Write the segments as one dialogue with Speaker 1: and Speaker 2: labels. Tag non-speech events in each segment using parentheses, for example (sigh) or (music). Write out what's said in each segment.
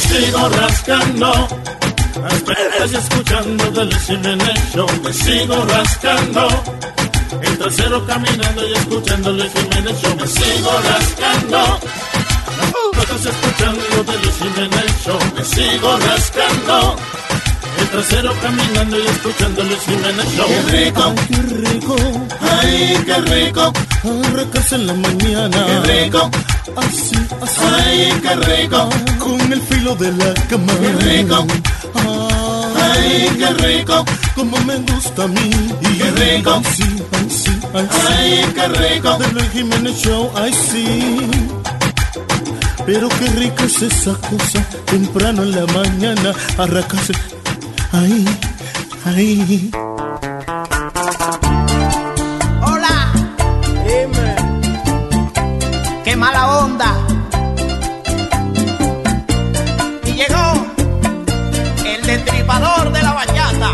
Speaker 1: sigo rascando. Estás escuchando The Listening Show, me sigo rascando. El trasero caminando y escuchando The Listening Show, me sigo rascando. Estás escuchando The Listening Show, me sigo rascando. El trasero caminando y escuchando The Listening Show. Qué rico,
Speaker 2: qué rico,
Speaker 1: ay, qué rico.
Speaker 2: Arrancas en la mañana.
Speaker 1: Qué rico.
Speaker 2: Así, así.
Speaker 1: Ay, qué rico.
Speaker 2: Con el filo de la cama.
Speaker 1: Qué rico.
Speaker 2: Ay,
Speaker 1: qué rico.
Speaker 2: Como me gusta a mí.
Speaker 1: Qué rico.
Speaker 2: Así, así, así.
Speaker 1: Ay, qué rico.
Speaker 2: De Luis Jiménez Show, ay, sí. Pero qué rico es esa cosa. Temprano en la mañana. Arracarse. Ay, ay.
Speaker 3: Hola,
Speaker 4: Dime,
Speaker 3: qué mala onda. Y llegó el destripador de la bachata.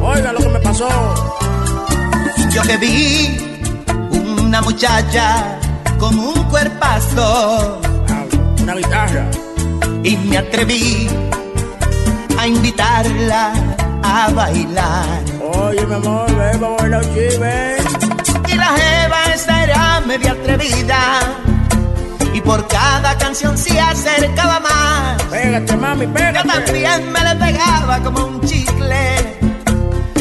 Speaker 4: oiga lo que me pasó.
Speaker 3: Yo que vi una muchacha con un cuerpazo
Speaker 4: Ah, Una guitarra.
Speaker 3: y me atreví a invitarla a bailar.
Speaker 4: Oye, mi amor, ven, vamos a bailar un chivo, ven.
Speaker 3: Y la jeva esa era media atrevida y por cada canción se acercaba más.
Speaker 4: Pégate, mami,
Speaker 3: Yo
Speaker 4: pégate.
Speaker 3: también me le pegaba como un chicle,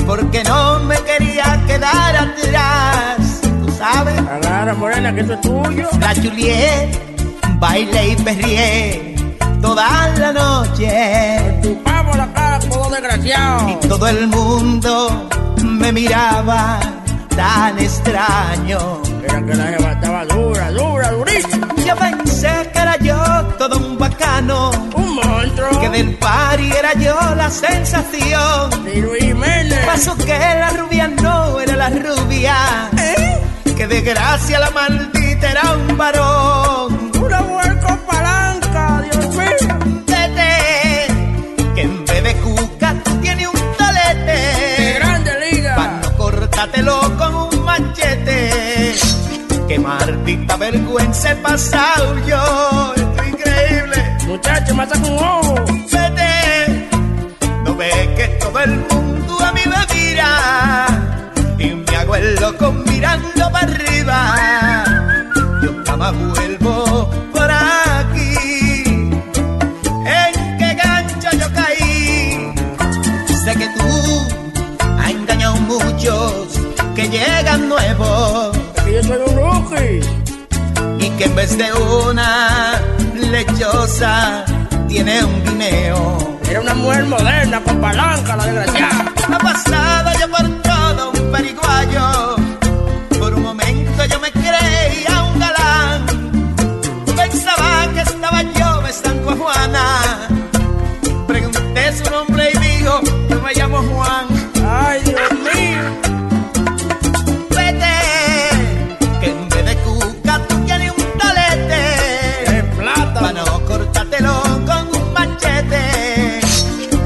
Speaker 3: porque no me quería quedar atrás. Tú sabes,
Speaker 4: Agarra, morena, que esto es tuyo.
Speaker 3: la chulié, bailé y perrié toda la noche.
Speaker 4: Chupamos la cara, todo
Speaker 3: Y
Speaker 4: desgraciado.
Speaker 3: todo el mundo me miraba tan extraño.
Speaker 4: Era que la jeva estaba dura, dura, durísima.
Speaker 3: Yo pensé que era yo todo un bacano,
Speaker 4: Un monstruo.
Speaker 3: que del party era yo la sensación.
Speaker 4: Y Luis Jiménez.
Speaker 3: Pasó que la rubia no era la rubia.
Speaker 4: ¿Eh?
Speaker 3: Que desgracia la maldita era un varón.
Speaker 4: Una mujer con palanca, Dios mío.
Speaker 3: Tete, que en vez de cuca tú tienes un
Speaker 4: De
Speaker 3: tolete.
Speaker 4: grande liga.
Speaker 3: Pa' no cortátelo con un machete. Que maldita vergüenza he pasado yo. Esto es increíble.
Speaker 4: Muchacho, me saca un ojo.
Speaker 3: Vete, no ves que todo el mundo a mí me mira y me hago el loco mirando para arriba. Yo jamás vuelvo por aquí. ¿En qué gancho yo caí? Sé que tú has engañado muchos que llegan nuevos
Speaker 4: Que yo soy un rookie.
Speaker 3: y que en vez de una lechosa tiene un guineo.
Speaker 4: Era una mujer moderna con palanca, la desgraciada.
Speaker 3: Ha pasado yo por todo un periguayo. Por un momento yo me creía un galán. Pensaba que estaba yo besando a Juana. Pregunté su nombre y dijo, yo me llamo Juan.
Speaker 4: Ay, Dios mío.
Speaker 3: Vete, que en vez de cuca tú tienes un
Speaker 4: De
Speaker 3: talete. Pa'
Speaker 4: plátano.
Speaker 3: no cortártelo con un machete.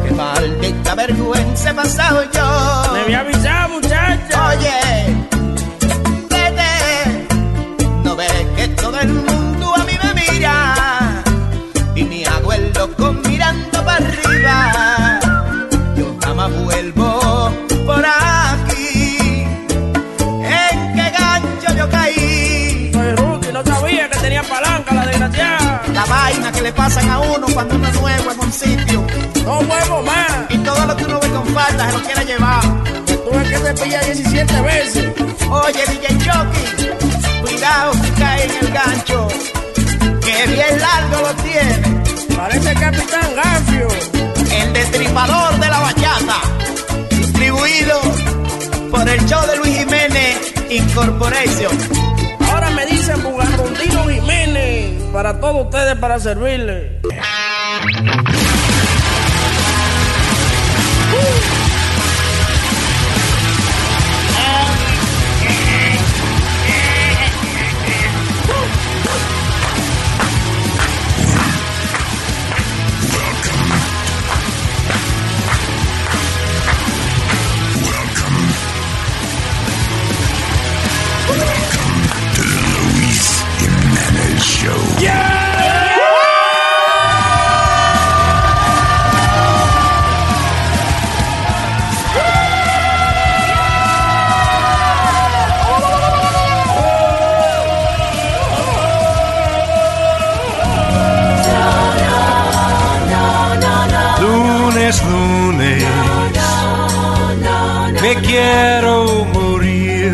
Speaker 3: Qué maldita vergüenza he pasado yo.
Speaker 4: Me había avisado, muchacha.
Speaker 3: Oye, vete, no ves que todo el mundo a mí me mira y mi abuelo con mirando para arriba. Yo jamás vuelvo por aquí. ¿En qué gancho yo caí?
Speaker 4: Soy rookie, no sabía que tenía palanca, la desgraciada.
Speaker 3: La vaina que le pasan a uno cuando uno es nuevo en un sitio
Speaker 4: No vuelvo más.
Speaker 3: y todo lo que uno ve con falta se lo quiere llevar.
Speaker 4: Tuve que cepillar 17 veces.
Speaker 3: Oye, DJ Chucky, cuidado que cae en el gancho, que bien largo lo tiene,
Speaker 4: Parece Capitán Garfio.
Speaker 3: el destripador de la bachata, distribuido por el show de Luis Jiménez Incorporation.
Speaker 4: Ahora me dicen Bugarrondino Jiménez. Para todos ustedes, para servirle.
Speaker 5: Luis Jiménez Show. es lunes. Me quiero morir.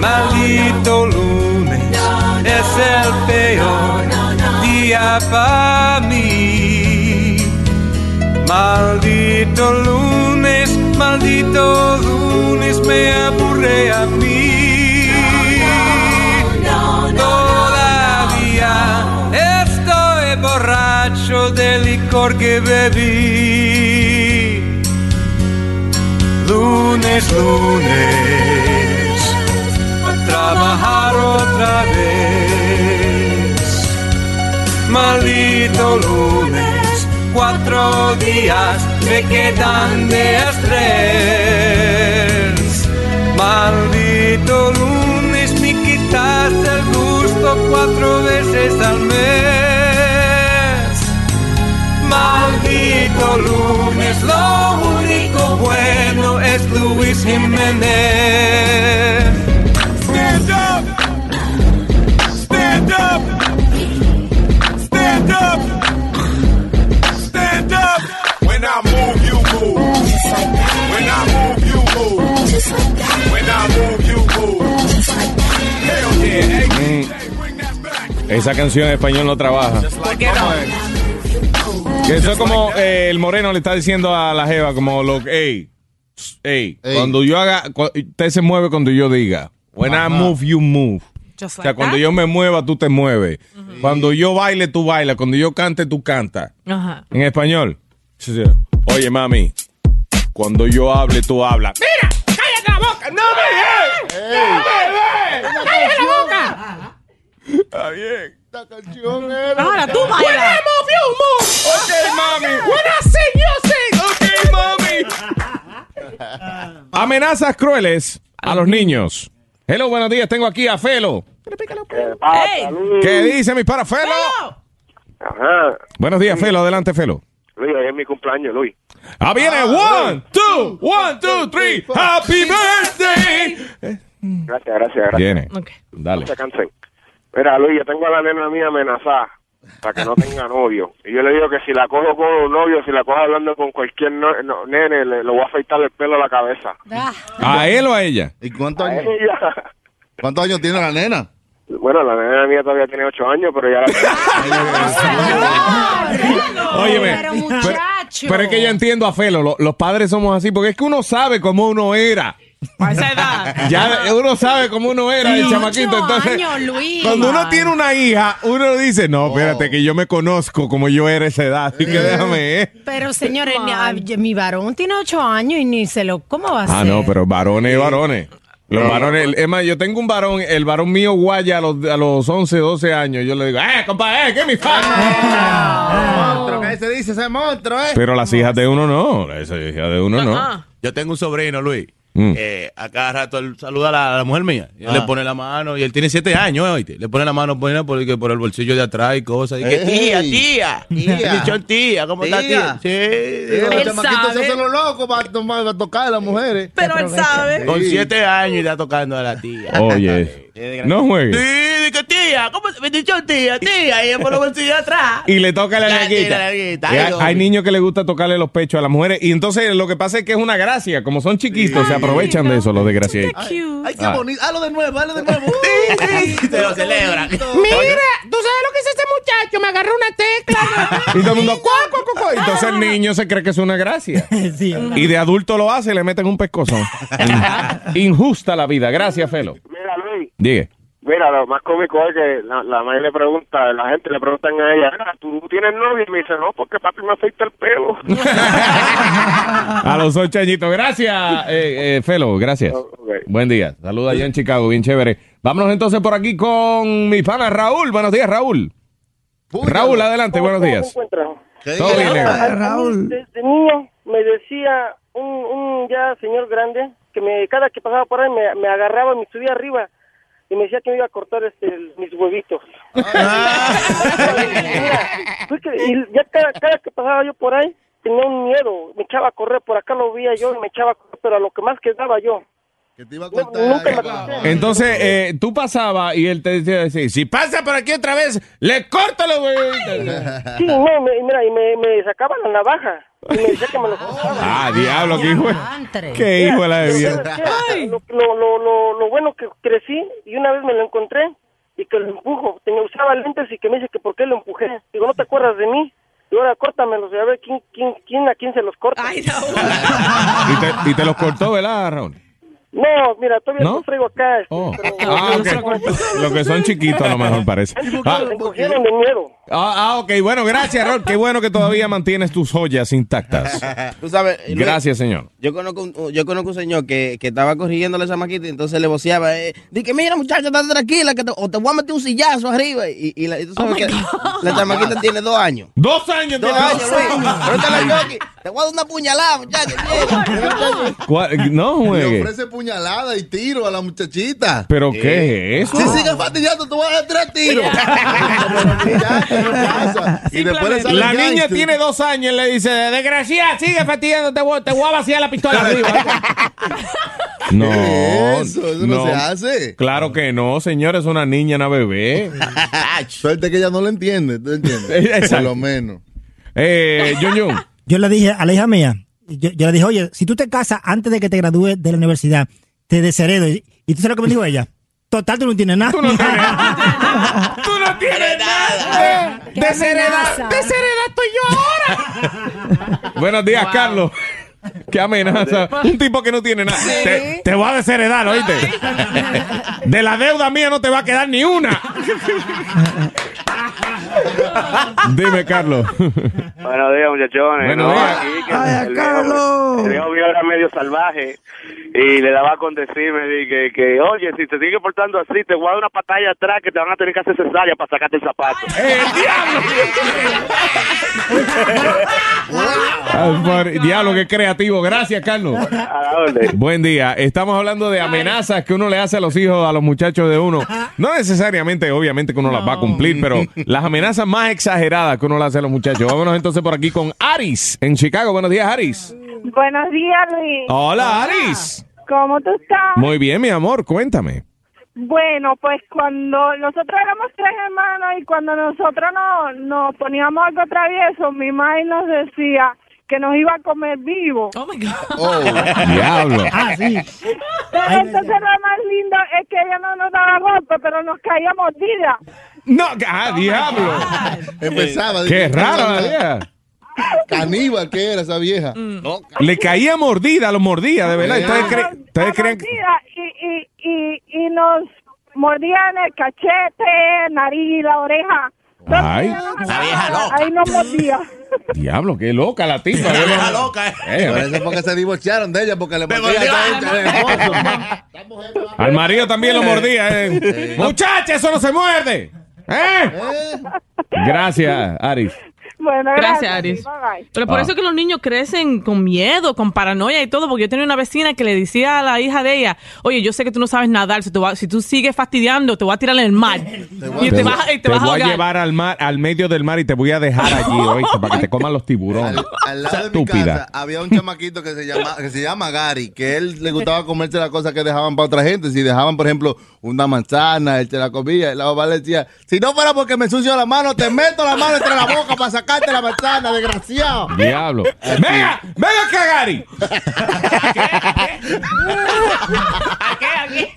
Speaker 5: Maldito lunes es el peor día para mí. Maldito lunes, maldito lunes me aburre a mí. Todavía estoy borracho del licor que bebí. Lunes, lunes, a trabajar otra vez. Maldito lunes, cuatro días me quedan de estrés. Maldito lunes, me quitas el gusto cuatro veces al mes. Maldito lunes, lo único bueno es Luis Jiménez. Stand up, stand up, stand up, stand up. When I move, you move. When I move, you move. When I move, you move. Hell yeah, hey, hey, bring that back.
Speaker 6: Esa canción en español no trabaja.
Speaker 4: ¿Por qué no?
Speaker 6: Que eso es como eh, el moreno le está diciendo a la jeva, como lo hey, tss, hey,
Speaker 7: Ey.
Speaker 6: cuando yo haga, cu- usted se mueve cuando yo diga. When I move, you move.
Speaker 8: Just
Speaker 6: o
Speaker 8: like
Speaker 6: sea, cuando
Speaker 8: that.
Speaker 6: yo me mueva, tú te mueves. Cuando yo baile, tú bailas. Cuando yo cante, tú cantas.
Speaker 8: Ajá.
Speaker 6: En español. Sí, sí. Oye, mami, cuando yo hable, tú hablas. ¡Mira! ¡Cállate la boca! ¡No me ves! ¡No me ves! ¡Cállate la boca! Está bien.
Speaker 7: Esta canción era.
Speaker 8: Ahora tú baila.
Speaker 6: Okay, mami. When I sing, you sing. Okay, mami. Amenazas crueles a los niños. Hello, buenos días. Tengo aquí a Felo.
Speaker 8: ¡Ey!
Speaker 6: ¿Qué dice mi para Felo?
Speaker 9: Ajá.
Speaker 6: Buenos días, Felo. Adelante, Felo.
Speaker 9: Luis, hoy es mi cumpleaños, Luis.
Speaker 6: Ah, viene. One, two, one, two, three. Happy birthday.
Speaker 9: Gracias, gracias, gracias.
Speaker 6: Viene.
Speaker 8: Ok.
Speaker 6: Dale.
Speaker 9: No se cansen. Mira, Luis, yo tengo a la nena mía amenazada para que no tenga novio. Y yo le digo que si la cojo con un novio, si la cojo hablando con cualquier no- no- nene, le, le voy a afeitar el pelo a la cabeza.
Speaker 6: ¿A él o a ella?
Speaker 7: ¿Y cuántos
Speaker 9: A
Speaker 7: años,
Speaker 9: ella.
Speaker 7: cuántos años tiene la nena?
Speaker 9: (laughs) Bueno, la nena mía todavía tiene ocho años, pero ya la...
Speaker 6: Óyeme.
Speaker 10: Pero
Speaker 6: Pero,
Speaker 10: muchacho.
Speaker 6: pero es que ya entiendo a Felo. lo- los padres somos así porque es que uno sabe cómo uno era.
Speaker 8: A esa
Speaker 6: (laughs)
Speaker 8: edad.
Speaker 6: Ya uno sabe cómo uno era el
Speaker 10: Ocho
Speaker 6: chamaquito. Entonces,
Speaker 10: años, Luis.
Speaker 6: cuando uno
Speaker 10: Ay.
Speaker 6: tiene una hija, uno dice, no, espérate, que yo me conozco como yo era a esa edad, así que déjame, ¿eh?
Speaker 10: Pero señores, ni- ah, yo- mi varón tiene ocho años y ni se lo. ¿Cómo va a ser?
Speaker 6: Ah, no, pero varones y varones. Los varones, el- es más, yo tengo un varón, el varón mío guaya a los, a los 11, 12 años. Yo le digo, ¡eh, compa, eh, que mi fan!
Speaker 7: Ah. Monstruo, ¿qué se dice ese monstruo, eh?
Speaker 6: Pero las hijas de uno no, las hijas de uno no.
Speaker 8: Ah,
Speaker 11: Yo tengo un sobrino, Luis.
Speaker 6: Mm.
Speaker 11: eh, a cada rato él saluda a la, a la mujer mía. Y él le
Speaker 6: Ah.
Speaker 11: pone la mano. Y él tiene siete años, ¿eh? oíste. Le pone la mano por, ahí, por, por el bolsillo de atrás y cosas. Y que, tía,
Speaker 7: Ey.
Speaker 11: tía.
Speaker 7: Tía.
Speaker 11: Dichón, tía. ¿Cómo está,
Speaker 7: Tía. Ah.
Speaker 11: tía? Sí.
Speaker 7: Sí, los
Speaker 8: Él
Speaker 7: chamaquitos se
Speaker 8: sabe.
Speaker 7: hacen los locos para, tomar, para tocar a las mujeres.
Speaker 4: Pero
Speaker 7: (laughs)
Speaker 4: él sabe.
Speaker 11: Con siete años y está tocando a la tía. (laughs)
Speaker 6: Oye, no
Speaker 11: Sí,
Speaker 6: juegues.
Speaker 11: de que tía, ¿cómo se dichón tía, tía? Y él por los bolsillos de atrás.
Speaker 6: Y le toca la
Speaker 11: Ya,
Speaker 6: larguita.
Speaker 11: la larguita.
Speaker 6: Hay,
Speaker 11: Ay, hombre.
Speaker 6: hay niños que les gusta tocarle los pechos a las mujeres. Y entonces lo que pasa es que es una gracia. Como son chiquitos, se aprovechan de eso los desgraciados.
Speaker 10: Cute.
Speaker 12: Ah.
Speaker 7: Ay, qué bonito. Hazlo de nuevo, hazlo de nuevo.
Speaker 11: Se lo celebran.
Speaker 8: ¿tú sabes lo que hizo este muchacho? Me agarró
Speaker 11: (laughs)
Speaker 8: una tecla.
Speaker 6: Y todo el mundo, "Cuá, cuá, cuá, cuá". Entonces el niño se cree que es una
Speaker 11: (laughs)
Speaker 6: gracia. Y de adulto lo hace y le meten un pescozón. Injusta la vida. Gracias, Felo.
Speaker 9: Mira, Luis,
Speaker 6: Diga.
Speaker 9: Mira, lo más cómico es que la, la madre le pregunta, la gente le preguntan a ella, "Mira, ¿tú tienes novio? Y me dice, no, porque papi me afeita el pelo.
Speaker 11: Ah.
Speaker 6: A los ocho añitos. Gracias, eh, eh, Felo. Gracias.
Speaker 9: Ok.
Speaker 6: Buen día. Saluda allá en Chicago. Bien chévere. Vámonos entonces por aquí con mi pana Raúl. Buenos días, Raúl. Raúl, adelante. Buenos días. Todo bien, negro.
Speaker 7: Ah, Raúl.
Speaker 13: Desde niño me decía un, un ya señor grande que me cada que pasaba por ahí me, me agarraba, me subía arriba y me decía que me iba a cortar este, el- mis huevitos. Mira, (laughs) fue que- y ya cada, cada que pasaba yo por ahí tenía un miedo, me echaba a correr, por acá lo veía yo y me echaba a correr, pero a lo que más quedaba yo.
Speaker 7: Que te iba a
Speaker 13: No,
Speaker 7: cortar.
Speaker 13: nunca me acosté.
Speaker 6: Entonces, eh, tú pasabas y él te decía, sí, si pasa por aquí otra vez, le corto los huevitos.
Speaker 13: Sí, no, me- mira, y me, me sacaba la navaja. Y me decía que me lo cortaba.
Speaker 6: Ah, diablo, qué hijo. de- Qué
Speaker 13: Mira,
Speaker 6: hijo de la de mierda.
Speaker 13: mira, Lo, lo, lo, lo, lo bueno que crecí y una vez me lo encontré y que lo empujo. Tenía, usaba lentes y que me dice que por qué lo empujé. Digo, ¿no te acuerdas de mí? Y ahora córtamelos y a ver quién, quién, quién a quién se los corta.
Speaker 6: Y te, y te los cortó, ¿verdad, Raúl?
Speaker 13: No, mira, todavía
Speaker 6: ¿No?
Speaker 13: los traigo acá. este,
Speaker 6: Oh.
Speaker 13: pero-
Speaker 6: Ah, ok. Los que son chiquitos a lo mejor parece. Ah,
Speaker 13: Me cogieron de miedo.
Speaker 6: ah, ah, ok, bueno, gracias, Raúl. Qué bueno que todavía mantienes tus
Speaker 7: (laughs)
Speaker 6: joyas intactas.
Speaker 12: (laughs) Tú sabes, Luis,
Speaker 6: Gracias, señor.
Speaker 12: Yo conozco un, yo conozco un señor que, que estaba corrigiendo a la chamaquita y entonces le voceaba. Eh, Dije, mira, muchacha, estate tranquila, que te- o te voy a meter un sillazo arriba. Y, y la, y tú sabes
Speaker 6: Oh
Speaker 12: que la chamaquita tiene dos años.
Speaker 6: Dos años,
Speaker 12: Dos
Speaker 6: tiene.
Speaker 12: años, Luis. Pero te la choque. Te voy a dar una puñalada, muchacha.
Speaker 6: ¿Cuál? No,
Speaker 7: Le
Speaker 6: juegue.
Speaker 7: ofrece puñalada y tiro a la muchachita.
Speaker 6: ¿Pero qué es
Speaker 7: Si
Speaker 6: eso?
Speaker 7: sigues fastidiando, tú vas a dar tres tiros. Y después le sale
Speaker 6: La
Speaker 7: el
Speaker 6: niña
Speaker 7: gangster.
Speaker 6: tiene dos años y le dice, desgraciada, sigue fastidiando, te voy, te voy a vaciar la pistola arriba. No,
Speaker 7: Eso, eso no se hace.
Speaker 6: Claro que no, señor, es una niña, una bebé.
Speaker 7: Eh. Suerte que ella no lo entiende, ¿tú entiendes?
Speaker 6: (laughs) Exacto.
Speaker 7: Por lo menos.
Speaker 6: Eh, John John.
Speaker 14: Yo le dije a la hija mía, yo, yo le dije, oye, si tú te casas antes de que te gradúes de la universidad, te desheredo. Y, y tú sabes lo que me dijo ella. Total, tú no tienes nada. (laughs)
Speaker 6: ¡Tú no tienes nada!
Speaker 8: Desheredada, desheredada estoy yo ahora.
Speaker 6: Buenos días, Carlos. Qué
Speaker 7: (laughs)
Speaker 6: amenaza. Un tipo que no tiene nada. Te, te voy a desheredar, oíste. De la deuda mía no te va a quedar ni una. Dime, Carlos.
Speaker 9: Buenos días, muchachones.
Speaker 6: Buenos
Speaker 9: No,
Speaker 6: días.
Speaker 9: aquí que el viejo- El viejo mío era medio salvaje y le daba con decirme di que, que, oye, si te sigues portando así, te voy a dar una pantalla atrás que te van a tener que hacer cesárea para sacarte el zapato.
Speaker 6: Al par- Diablo, qué creativo. Gracias, Carlos. Buen día. Estamos hablando de amenazas que uno le hace a los hijos, a los muchachos de uno. No necesariamente, obviamente, que uno las va a cumplir, (laughs) pero las amenazas más exageradas que uno le hace a los muchachos. Vámonos entonces por aquí con Aris en Chicago. Buenos días, Aris.
Speaker 15: Buenos días, Luis.
Speaker 6: Hola, Aris.
Speaker 15: ¿Cómo tú estás?
Speaker 6: Muy bien, mi amor. Cuéntame.
Speaker 15: Bueno, pues cuando nosotros éramos tres hermanos y cuando nosotros no- nos poníamos algo travieso, mi madre nos decía que nos iba a comer vivo. Oh my God.
Speaker 6: Diablo.
Speaker 14: Ah, sí.
Speaker 15: Pero entonces lo más lindo es que ella no nos daba golpe, pero nos caía mordida.
Speaker 6: No, ah, diablo.
Speaker 7: Empezaba. dije,
Speaker 6: Qué rara la vieja.
Speaker 7: Caníbal que era esa vieja.
Speaker 6: Mm. Le caía mordida, lo mordía, de verdad. Ustedes, cre- ustedes creen que...
Speaker 15: Mordida y, y, y, y nos mordía en el cachete, nariz, la oreja.
Speaker 6: Ay, Ah,
Speaker 15: Ahí nos mordía.
Speaker 6: diablo, qué loca la tipa. Yo no- Eh,
Speaker 7: Por eso es porque se divorciaron de ella, porque le mordía
Speaker 6: mordió.
Speaker 7: a esta- a esta-
Speaker 6: Al marido también lo mordía. Eh. Muchacha, eso no se muerde. ¿Eh? Gracias, Aris.
Speaker 16: (laughs)
Speaker 15: Bueno,
Speaker 16: gracias,
Speaker 15: gracias,
Speaker 16: Aris.
Speaker 15: bye, bye.
Speaker 16: Pero por
Speaker 6: Ah.
Speaker 16: eso que los niños crecen con miedo, con paranoia y todo, porque yo tenía una vecina que le decía a la hija de ella, oye, yo sé que tú no sabes nadar, si, te va- si tú sigues fastidiando, te voy a tirar en el mar. y te vas, y te
Speaker 6: voy
Speaker 16: vas a
Speaker 6: a
Speaker 16: ahogar.
Speaker 6: llevar al mar, al medio del mar y te voy a dejar allí, oíste, para que te coman los tiburones.
Speaker 7: Al lado de mi casa
Speaker 6: Estúpida.
Speaker 7: había un chamaquito que se llama que se llama Gary, que él le gustaba comerse las cosas que dejaban para otra gente. Si dejaban, por ejemplo, una manzana, él se la comía. Y la mamá le decía, si no fuera porque me ensucio la mano, te meto la mano entre la boca para sacarte la manzana, desgraciado.
Speaker 6: Diablo. ¡Venga! ¡Venga acá, Gary!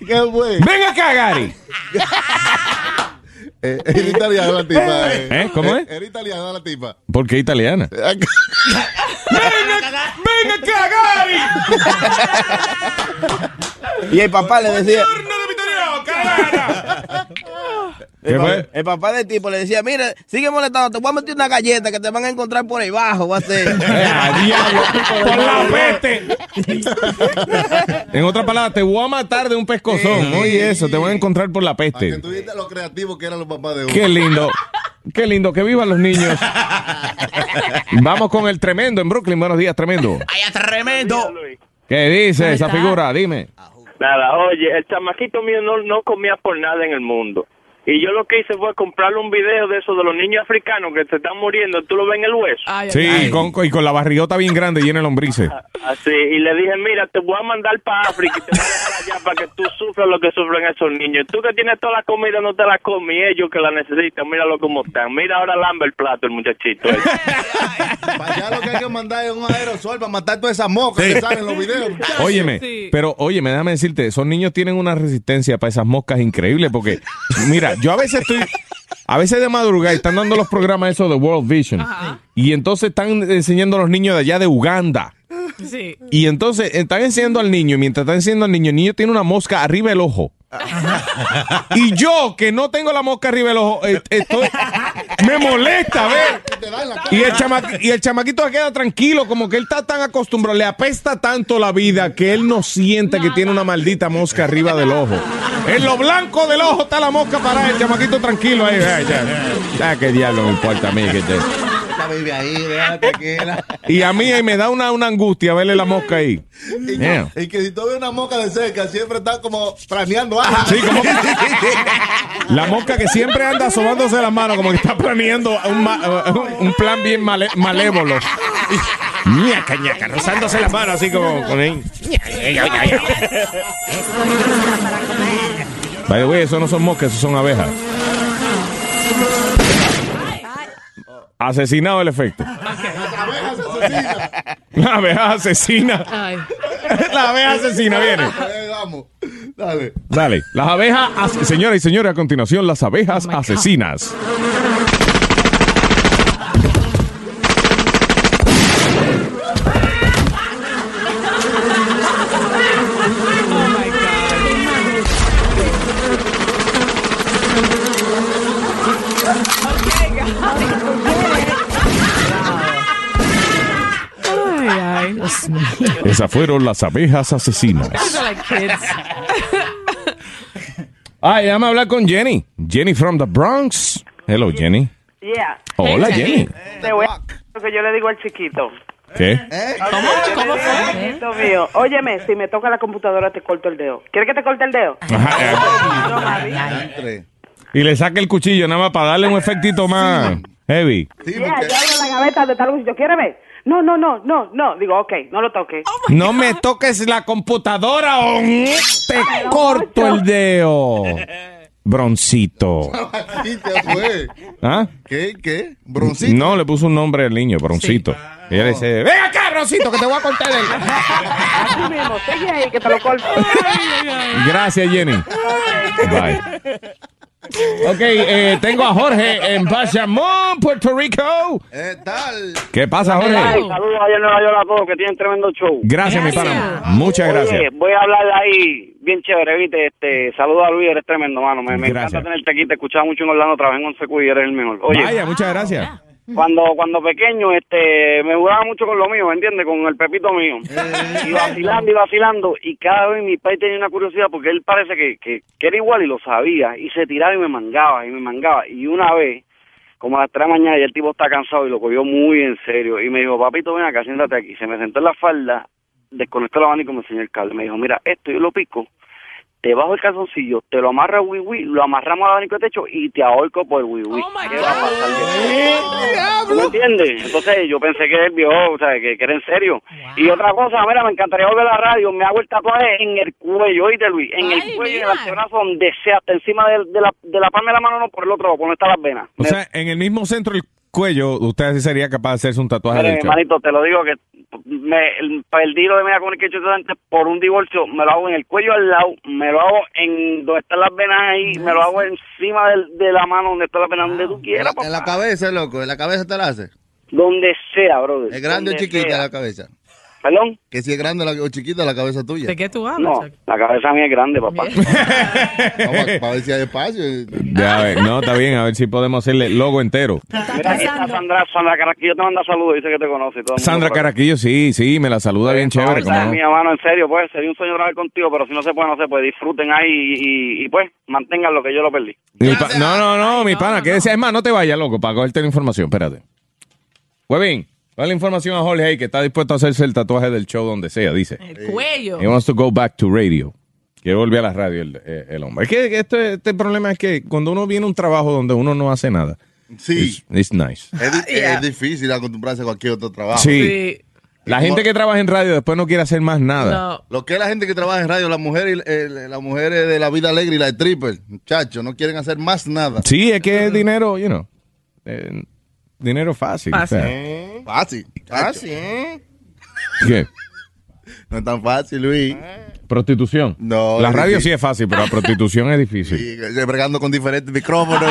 Speaker 7: ¡Qué bueno!
Speaker 6: ¡Venga acá, Gary!
Speaker 7: (laughs) Eh, Era italiana la tipa. eh.
Speaker 6: ¿Eh? ¿Cómo es?
Speaker 7: Era italiana la tipa.
Speaker 6: ¿Por qué italiana?
Speaker 5: ¡Venga acá, Gary!
Speaker 12: Y el papá le decía.
Speaker 6: ¿Qué
Speaker 12: El,
Speaker 6: fue?
Speaker 12: pa- el papá del tipo le decía, mira, sigue molestando, te voy a meter una galleta que te van a encontrar por ahí abajo, va
Speaker 6: (laughs)
Speaker 12: a
Speaker 6: Eh,
Speaker 12: ser.
Speaker 6: diablo, (laughs) por la En otras palabras, te voy a matar de un pescozón. Oye, eso, te voy a encontrar por la peste.
Speaker 7: Viste lo creativo que eran los papás de uno.
Speaker 6: Qué lindo. Qué lindo, que vivan los
Speaker 7: (laughs)
Speaker 6: niños. Vamos con el tremendo en Brooklyn. Buenos días, tremendo.
Speaker 12: Tremendo.
Speaker 6: ¿Qué dice
Speaker 9: ¿Cómo
Speaker 6: esa
Speaker 9: está?
Speaker 6: figura? Dime.
Speaker 9: Nada, oye, el chamaquito mío no, no comía por nada en el mundo.
Speaker 17: Y yo lo que hice fue comprarle un video de eso de los niños africanos que se están muriendo, tú lo ves en el hueso.
Speaker 6: Sí, y con, con- y con la barrigota bien grande llena de lombrices.
Speaker 17: Así, y le dije, mira, te voy a mandar para África y te voy a dejar allá para que tú sufras lo que sufren esos niños. Tú que tienes toda la comida no te la comes y ellos que la necesitan, míralo cómo están. Mira ahora lambe el plato el muchachito. eh". ese.
Speaker 7: Allá lo que hay que mandar es un aerosol para matar todas esas moscas
Speaker 6: Sí.
Speaker 7: que salen en los videos.
Speaker 6: Óyeme, pero óyeme, déjame decirte, esos niños tienen una resistencia para esas moscas increíble porque, mira, yo a veces estoy, a veces de madrugada están dando los programas esos de World Vision y entonces están enseñando a los niños de allá de Uganda.
Speaker 4: Sí.
Speaker 6: Y entonces están enseñando al niño y mientras están enseñando al niño, el niño tiene una mosca arriba del ojo. Y yo, que no tengo la mosca arriba del ojo, eh, estoy- me molesta ver. Y el, chama- y el chamaquito se queda tranquilo, como que él está tan acostumbrado, le apesta tanto la vida que él no siente que tiene una maldita mosca arriba del ojo. En lo blanco del ojo está la mosca parada, el chamaquito tranquilo ahí. ay, ya, ya, Ah, qué diablo me importa a mí. que te-
Speaker 7: La vive ahí, déjate
Speaker 6: (laughs)
Speaker 7: que la-
Speaker 6: Y a mí ahí me da una, una angustia verle la mosca ahí.
Speaker 7: Y,
Speaker 6: Yeah.
Speaker 7: y que si tú ves una mosca de cerca, siempre está como planeando algo.
Speaker 6: Sí, como La mosca que siempre anda asomándose la mano, como que está planeando un, ma- un plan bien male- malévolo. Ñaca, ñaca, rozándose las manos así como con él. By the way, eso no son moscas, eso son abejas. Asesinado el efecto. La abeja asesina. La abeja asesina viene.
Speaker 7: (laughs) Eh, vamos. Dale.
Speaker 6: Dale, las abejas, as- señoras y señores, a continuación, las abejas asesinas. Esas fueron las abejas asesinas.
Speaker 4: These are like kids.
Speaker 6: Ah, déjame hablar con Jenny. Jenny from the Bronx. Hello, Jenny.
Speaker 18: Yeah.
Speaker 6: Hola, Jenny.
Speaker 18: Te voy a lo que yo le digo al chiquito.
Speaker 6: ¿Qué?
Speaker 18: ¿Eh? ¿Cómo? ¿Cómo Chiquito mío, óyeme, si me toca la computadora te corto el dedo. ¿Quieres que te corte el dedo? No, mami.
Speaker 6: eh, Y le saca el cuchillo nada más para darle un efectito más heavy.
Speaker 18: Yeah, yo abro la gaveta de tal yo ¿Quieres ver? No, no, no, no, no. Digo, ok, no lo toques.
Speaker 6: No me toques la computadora o te corto el dedo. Broncito.
Speaker 19: ¿Ah?
Speaker 7: Sí, te fue.
Speaker 6: ¿Ah?
Speaker 7: Pues, ¿Qué? ¿Qué?
Speaker 6: ¿Broncito? No, le puso un nombre al niño, Broncito. Y él
Speaker 19: Ah.
Speaker 6: dice, "Ve Eh, acá, Broncito, que te voy a cortar el...
Speaker 18: Así mismo, sigue ahí que te lo corto.
Speaker 6: Gracias, Jenny. Bye. Ok, eh, tengo a Jorge en Bayamón, Puerto Rico. ¿Qué pasa,
Speaker 20: Ay,
Speaker 6: Jorge?
Speaker 20: saludos allá en Nueva York a todos que tienen tremendo show.
Speaker 6: Gracias, mi pana. Muchas
Speaker 20: Oye,
Speaker 6: gracias.
Speaker 20: voy a hablar ahí bien chévere, viste. Este, saludos a Luis, eres tremendo, mano. Me, me
Speaker 6: Gracias.
Speaker 20: encanta tenerte aquí. Te escuchaba mucho en Orlando, trabajé en Once Cuy, eres el mejor. Oye, Ah.
Speaker 6: Vaya, muchas gracias.
Speaker 20: cuando cuando pequeño este me jugaba mucho con lo mío, ¿me entiendes? Con el pepito mío. Y vacilando y vacilando y cada vez mi padre tenía una curiosidad porque él parece que, que, que era igual y lo sabía y se tiraba y me mangaba y me mangaba y una vez como a las 3 de la mañana y el tipo está cansado y lo cogió muy en serio y me dijo, papito, ven acá, siéntate aquí. Se me sentó en la falda, desconectó el abanico y me enseñó el cable. Me dijo, mira, esto yo lo pico, te bajo el calzoncillo, te lo amarra wiwi, lo amarramos al abanico de techo y te ahorco por wiwi. ¿Qué va a pasar de eso? ¿Tú me entiendes? Entonces yo pensé que él vio, o sea, que, que era en serio. Y otra cosa, mira, me encantaría volver a la radio, me hago el tatuaje en el cuello, oíste Luis, en el cuello, en el antebrazo, donde sea, hasta encima de, de la, de la palma de la mano, no por el otro, por donde están las venas.
Speaker 6: O sea, en el mismo centro del cuello, usted sí sería capaz de hacerse un tatuaje
Speaker 20: Mire,
Speaker 6: del
Speaker 20: mi
Speaker 6: cuello.
Speaker 20: hermanito, te lo digo que me, el, perdí lo de Media Communication antes por un divorcio, me lo hago en el cuello al lado, me lo hago en donde están las venas ahí, me lo hago encima del- de, la mano, donde están las venas, donde tú
Speaker 7: En la,
Speaker 20: quieras, pues,
Speaker 7: en la cabeza, loco. En la cabeza te la hace.
Speaker 20: Donde sea, brother.
Speaker 7: ¿Es grande o
Speaker 20: Donde
Speaker 7: chiquita
Speaker 20: sea.
Speaker 7: la cabeza?
Speaker 20: ¿Perdón?
Speaker 7: Que si es grande la- o chiquita la cabeza tuya.
Speaker 4: ¿De qué tú
Speaker 20: No,
Speaker 4: hablas?
Speaker 20: la cabeza mía es grande, papá.
Speaker 7: Vamos a- para ver si hay espacio.
Speaker 6: Ya, a ver, no, está bien, a ver si podemos hacerle logo entero.
Speaker 20: Mira, esta Sandra, Sandra Carrasquillo te manda saludos, dice que te conoce. y Todo el mundo
Speaker 6: Sandra
Speaker 20: por ahí.
Speaker 6: Carraquillo, sí, sí, me la saluda bien chévere.
Speaker 20: Esa
Speaker 6: ¿cómo
Speaker 20: es
Speaker 6: no?
Speaker 20: mi hermano, en serio, pues sería un sueño grabar contigo, pero si no se puede, no se puede. Disfruten ahí y, y- y, pues mantengan lo que yo lo perdí.
Speaker 6: Mi pa- no, no, no, mi pana, que Es más, no te vayas, loco, para cogerte la información. Espérate. Huevín, dale información a Jorge ahí, que está dispuesto a hacerse el tatuaje del show donde sea, dice.
Speaker 4: El cuello.
Speaker 6: He wants to go back to radio. Que que volvió a la radio el, eh, el hombre. Es que, que esto- este problema es que cuando uno viene a un trabajo donde uno no hace nada, (laughs)
Speaker 7: Sí.
Speaker 6: it's nice.
Speaker 7: Es,
Speaker 20: Ah,
Speaker 7: di- es difícil acostumbrarse a cualquier otro trabajo.
Speaker 6: Sí. La gente que trabaja en radio después no quiere hacer más nada.
Speaker 7: No. Lo que es la gente que trabaja en radio, las mujeres, y- eh, las mujeres de la vida alegre y la de stripper, muchachos, no quieren hacer más nada.
Speaker 6: Sí, es que es dinero, you know, eh, dinero fácil. o sea,
Speaker 7: Eh, Fácil. Fácil,
Speaker 5: ¿eh?
Speaker 6: ¿qué?
Speaker 7: No es tan fácil, Luis.
Speaker 5: Ah.
Speaker 6: Prostitución.
Speaker 7: No.
Speaker 6: la
Speaker 7: es
Speaker 6: radio sí
Speaker 7: difícil.
Speaker 6: es fácil, pero la prostitución es difícil.
Speaker 7: Y, eh, bregando con diferentes
Speaker 6: (laughs)
Speaker 7: micrófonos.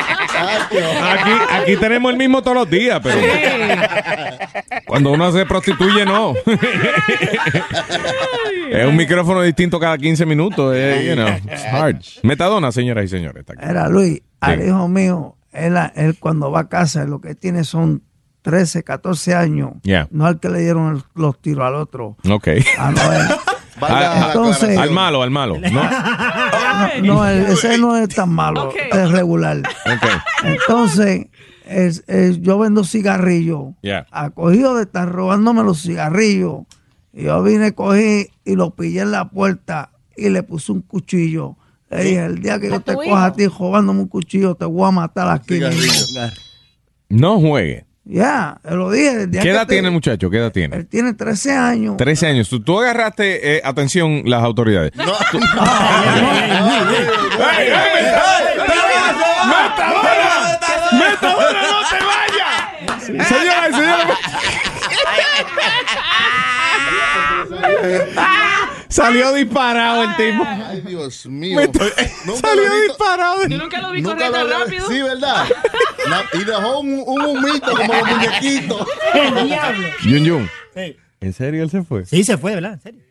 Speaker 6: Aquí, aquí tenemos el mismo todos los días, pero cuando uno se prostituye, no. es un micrófono distinto cada 15 minutos. eh, you know, it's hard. Metadona, señoras y señores. está aquí.
Speaker 21: Era Luis, al hijo mío, él, él cuando va a casa, lo que tiene son 13, 14 años.
Speaker 6: Yeah.
Speaker 21: No al que le dieron el- los tiros al otro.
Speaker 6: Ok. eh.
Speaker 21: Valga la
Speaker 6: Al- al-
Speaker 21: aclaración.
Speaker 6: al malo, al malo. ¿no?
Speaker 21: No, el- ese no es tan malo, es regular.
Speaker 6: Ok.
Speaker 21: Entonces, es- es- yo vendo cigarrillos.
Speaker 6: Yeah.
Speaker 21: Acogido de estar robándome los cigarrillos. Y yo vine, cogí y lo pillé en la puerta y le puse un cuchillo. Le dije, el día que yo te coja a ti robándome un cuchillo, te voy a matar aquí. mismo".
Speaker 6: No juegue.
Speaker 21: Ya, te lo dije. El día
Speaker 6: ¿Qué
Speaker 21: que
Speaker 6: edad
Speaker 21: te-
Speaker 6: tiene el muchacho? ¿Qué edad tiene?
Speaker 21: Tiene 13 años.
Speaker 6: 13 años. Tú, tú agarraste, eh, atención, las autoridades.
Speaker 5: ¡Metadona, no te vayas! Señoras y señores.
Speaker 22: (laughs)
Speaker 6: Salió disparado el tipo.
Speaker 7: Ay, Dios mío.
Speaker 5: Me to-
Speaker 7: Nunca
Speaker 5: Salió
Speaker 7: lo he visto-
Speaker 5: disparado. Yo nunca lo vi
Speaker 7: Nunca
Speaker 5: correr tan
Speaker 7: lo había-
Speaker 5: rápido.
Speaker 7: Sí,
Speaker 5: (laughs)
Speaker 7: ¿verdad? Na- y dejó un, un humito como los muñequitos.
Speaker 14: El diablo.
Speaker 6: Yun Yun.
Speaker 14: Sí.
Speaker 6: ¿En serio él se fue?
Speaker 14: Sí, se fue, ¿verdad? ¿En serio?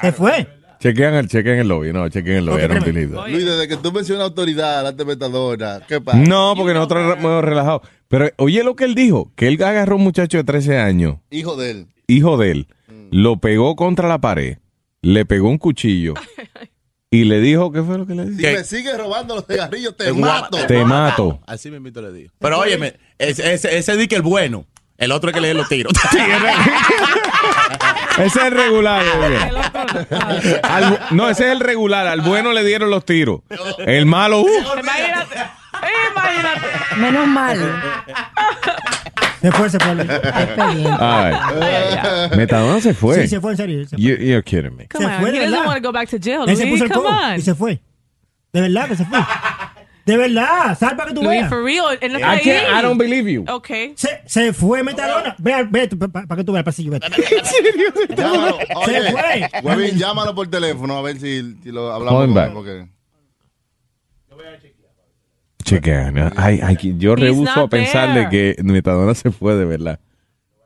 Speaker 14: Se fue.
Speaker 6: Chequean el, chequean el lobby. No, chequean el lobby. Era un delito.
Speaker 7: Luis, desde que tú mencionas autoridad, la metadona, ¿qué pasa?
Speaker 6: No, porque nosotros re- hemos relajado. Pero oye lo que él dijo, que él agarró a un muchacho de 13 años,
Speaker 7: Hijo de él. Mm.
Speaker 6: hijo de él, lo pegó contra la pared, le pegó un cuchillo y le dijo, ¿qué fue lo que le
Speaker 7: Si
Speaker 6: dijo?
Speaker 7: me sigues robando los cigarrillos, te
Speaker 6: Te
Speaker 7: mato.
Speaker 6: guapo. Te mato.
Speaker 11: Así me invito le digo. Pero óyeme, ese, ese, ese dique el bueno. El otro es que le dé los
Speaker 6: (laughs)
Speaker 11: tiros.
Speaker 6: Ese es el regular. oye. Al bu- no, ese es el regular. Al bueno le dieron los tiros. El malo, uh,
Speaker 16: Imagínate. Imagínate.
Speaker 10: Menos mal.
Speaker 14: Se fue, se
Speaker 6: (laughs)
Speaker 14: fue. Luis. Está bien.
Speaker 6: Ay. Metadona se fue.
Speaker 14: Sí, se fue, en serio. Se,
Speaker 6: You- you're kidding me.
Speaker 14: se
Speaker 16: Come on,
Speaker 14: fue, de
Speaker 16: he doesn't
Speaker 14: verdad.
Speaker 16: want to go back to jail.
Speaker 14: Él se
Speaker 16: Luis,
Speaker 14: puso el
Speaker 16: come
Speaker 14: codo
Speaker 16: on.
Speaker 14: y se fue. De verdad que se fue. De verdad, salva que tú
Speaker 16: Luis,
Speaker 14: veas.
Speaker 16: for real. Él no está
Speaker 14: I can't-
Speaker 16: ahí.
Speaker 14: I don't believe you.
Speaker 16: Okay.
Speaker 14: Se, se fue Metadona. Ve, al- ve, para que tú veas el pasillo.
Speaker 7: (laughs)
Speaker 14: Vete.
Speaker 7: Llámalo.
Speaker 14: Se fue.
Speaker 7: Oye, Huevín, llámalo por teléfono a ver si, si lo hablamos.
Speaker 6: Call him
Speaker 7: con él,
Speaker 6: back.
Speaker 7: porque-
Speaker 6: Chequean. ¿no? Ay, ay, que yo
Speaker 16: He's
Speaker 6: rehuso
Speaker 16: not
Speaker 6: a pensar de que Metadona se fue de verdad.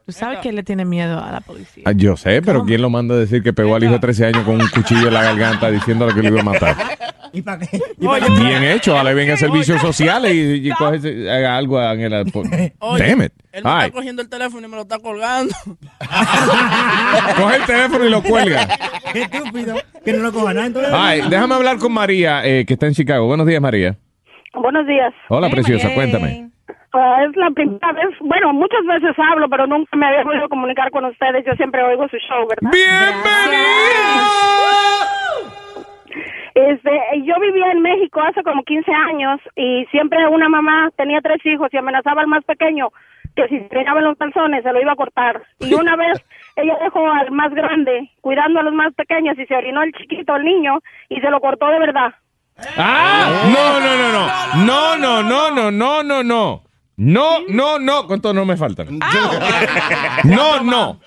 Speaker 16: Tú sabes que él le tiene miedo a la policía.
Speaker 6: Ah, Yo sé, pero ¿quién lo manda a decir que pegó al hijo de 13 años con un cuchillo en la garganta diciéndole que lo iba a matar?
Speaker 14: (laughs) ¿Y para qué?
Speaker 6: Bien hecho, ahora venga a servicios sociales y, y coge ese- haga algo en el...
Speaker 14: (laughs)
Speaker 4: Oye,
Speaker 6: Damn it.
Speaker 4: Él me
Speaker 6: All
Speaker 4: está
Speaker 6: right.
Speaker 4: cogiendo el teléfono y me lo está colgando.
Speaker 6: Coge el teléfono y lo cuelga.
Speaker 14: (laughs) Qué estúpido. Que no lo coja nada. Entonces,
Speaker 6: Ay, déjame hablar con María, eh, que está en Chicago. Buenos días, María.
Speaker 23: Buenos días.
Speaker 6: Hola, preciosa, cuéntame.
Speaker 23: Ah, es la primera vez, bueno, muchas veces hablo, pero nunca me había podido comunicar con ustedes. Yo siempre oigo su show, ¿verdad? Este, yo vivía en México hace como 15 años y siempre una mamá tenía tres hijos y amenazaba al más pequeño que si estrellaban los calzones se lo iba a cortar.
Speaker 6: (laughs)
Speaker 23: Y una vez ella dejó al más grande cuidando a los más pequeños y se orinó el chiquito, el niño, y se lo cortó de verdad.
Speaker 6: Ah, no, no, no, no. No, no, no, no, no, no, no. No, no, no. ¿Cuántos no me faltan?
Speaker 23: Ah. (laughs)
Speaker 6: No, no.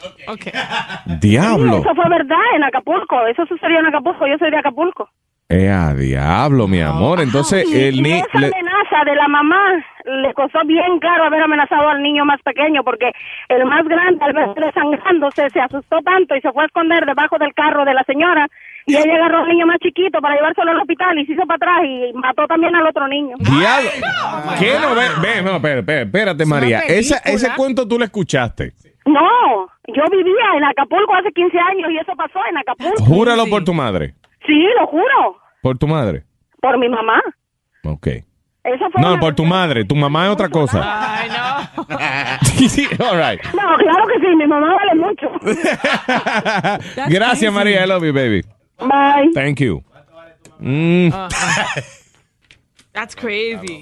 Speaker 6: Diablo.
Speaker 23: Eso fue verdad en Acapulco, eso sucedió en Acapulco, yo soy de Acapulco.
Speaker 6: Eh, a diablo, mi amor. Entonces, Eh, el
Speaker 23: Y
Speaker 6: ni...
Speaker 23: esa
Speaker 6: le-
Speaker 23: amenaza de la mamá le costó bien caro haber amenazado al niño más pequeño porque el más grande al verse sangrándose se asustó tanto y se fue a esconder debajo del carro de la señora y ella agarró al niño más chiquito para llevárselo al hospital y se hizo para atrás y mató también al otro niño.
Speaker 6: Diablo. ¿Qué no ve? Ve, no, espérate, espérate, espérate, María. Esa-
Speaker 23: película.
Speaker 6: ese cuento tú lo escuchaste.
Speaker 23: No, yo vivía en Acapulco hace 15 años y eso pasó en Acapulco.
Speaker 6: Júralo por tu madre.
Speaker 23: Sí, lo juro,
Speaker 6: Por tu madre.
Speaker 23: por mi mamá.
Speaker 6: Ok.
Speaker 23: Eso fue
Speaker 6: No,
Speaker 23: una- Ah.
Speaker 6: por tu madre. Tu mamá es otra (laughs) cosa. Ay, no. All right.
Speaker 23: No, claro que sí, mi mamá vale mucho.
Speaker 6: Gracias, María. I love you, baby.
Speaker 23: Bye.
Speaker 6: Thank you.
Speaker 16: Uh,
Speaker 6: Mm.
Speaker 16: Ah, That's crazy.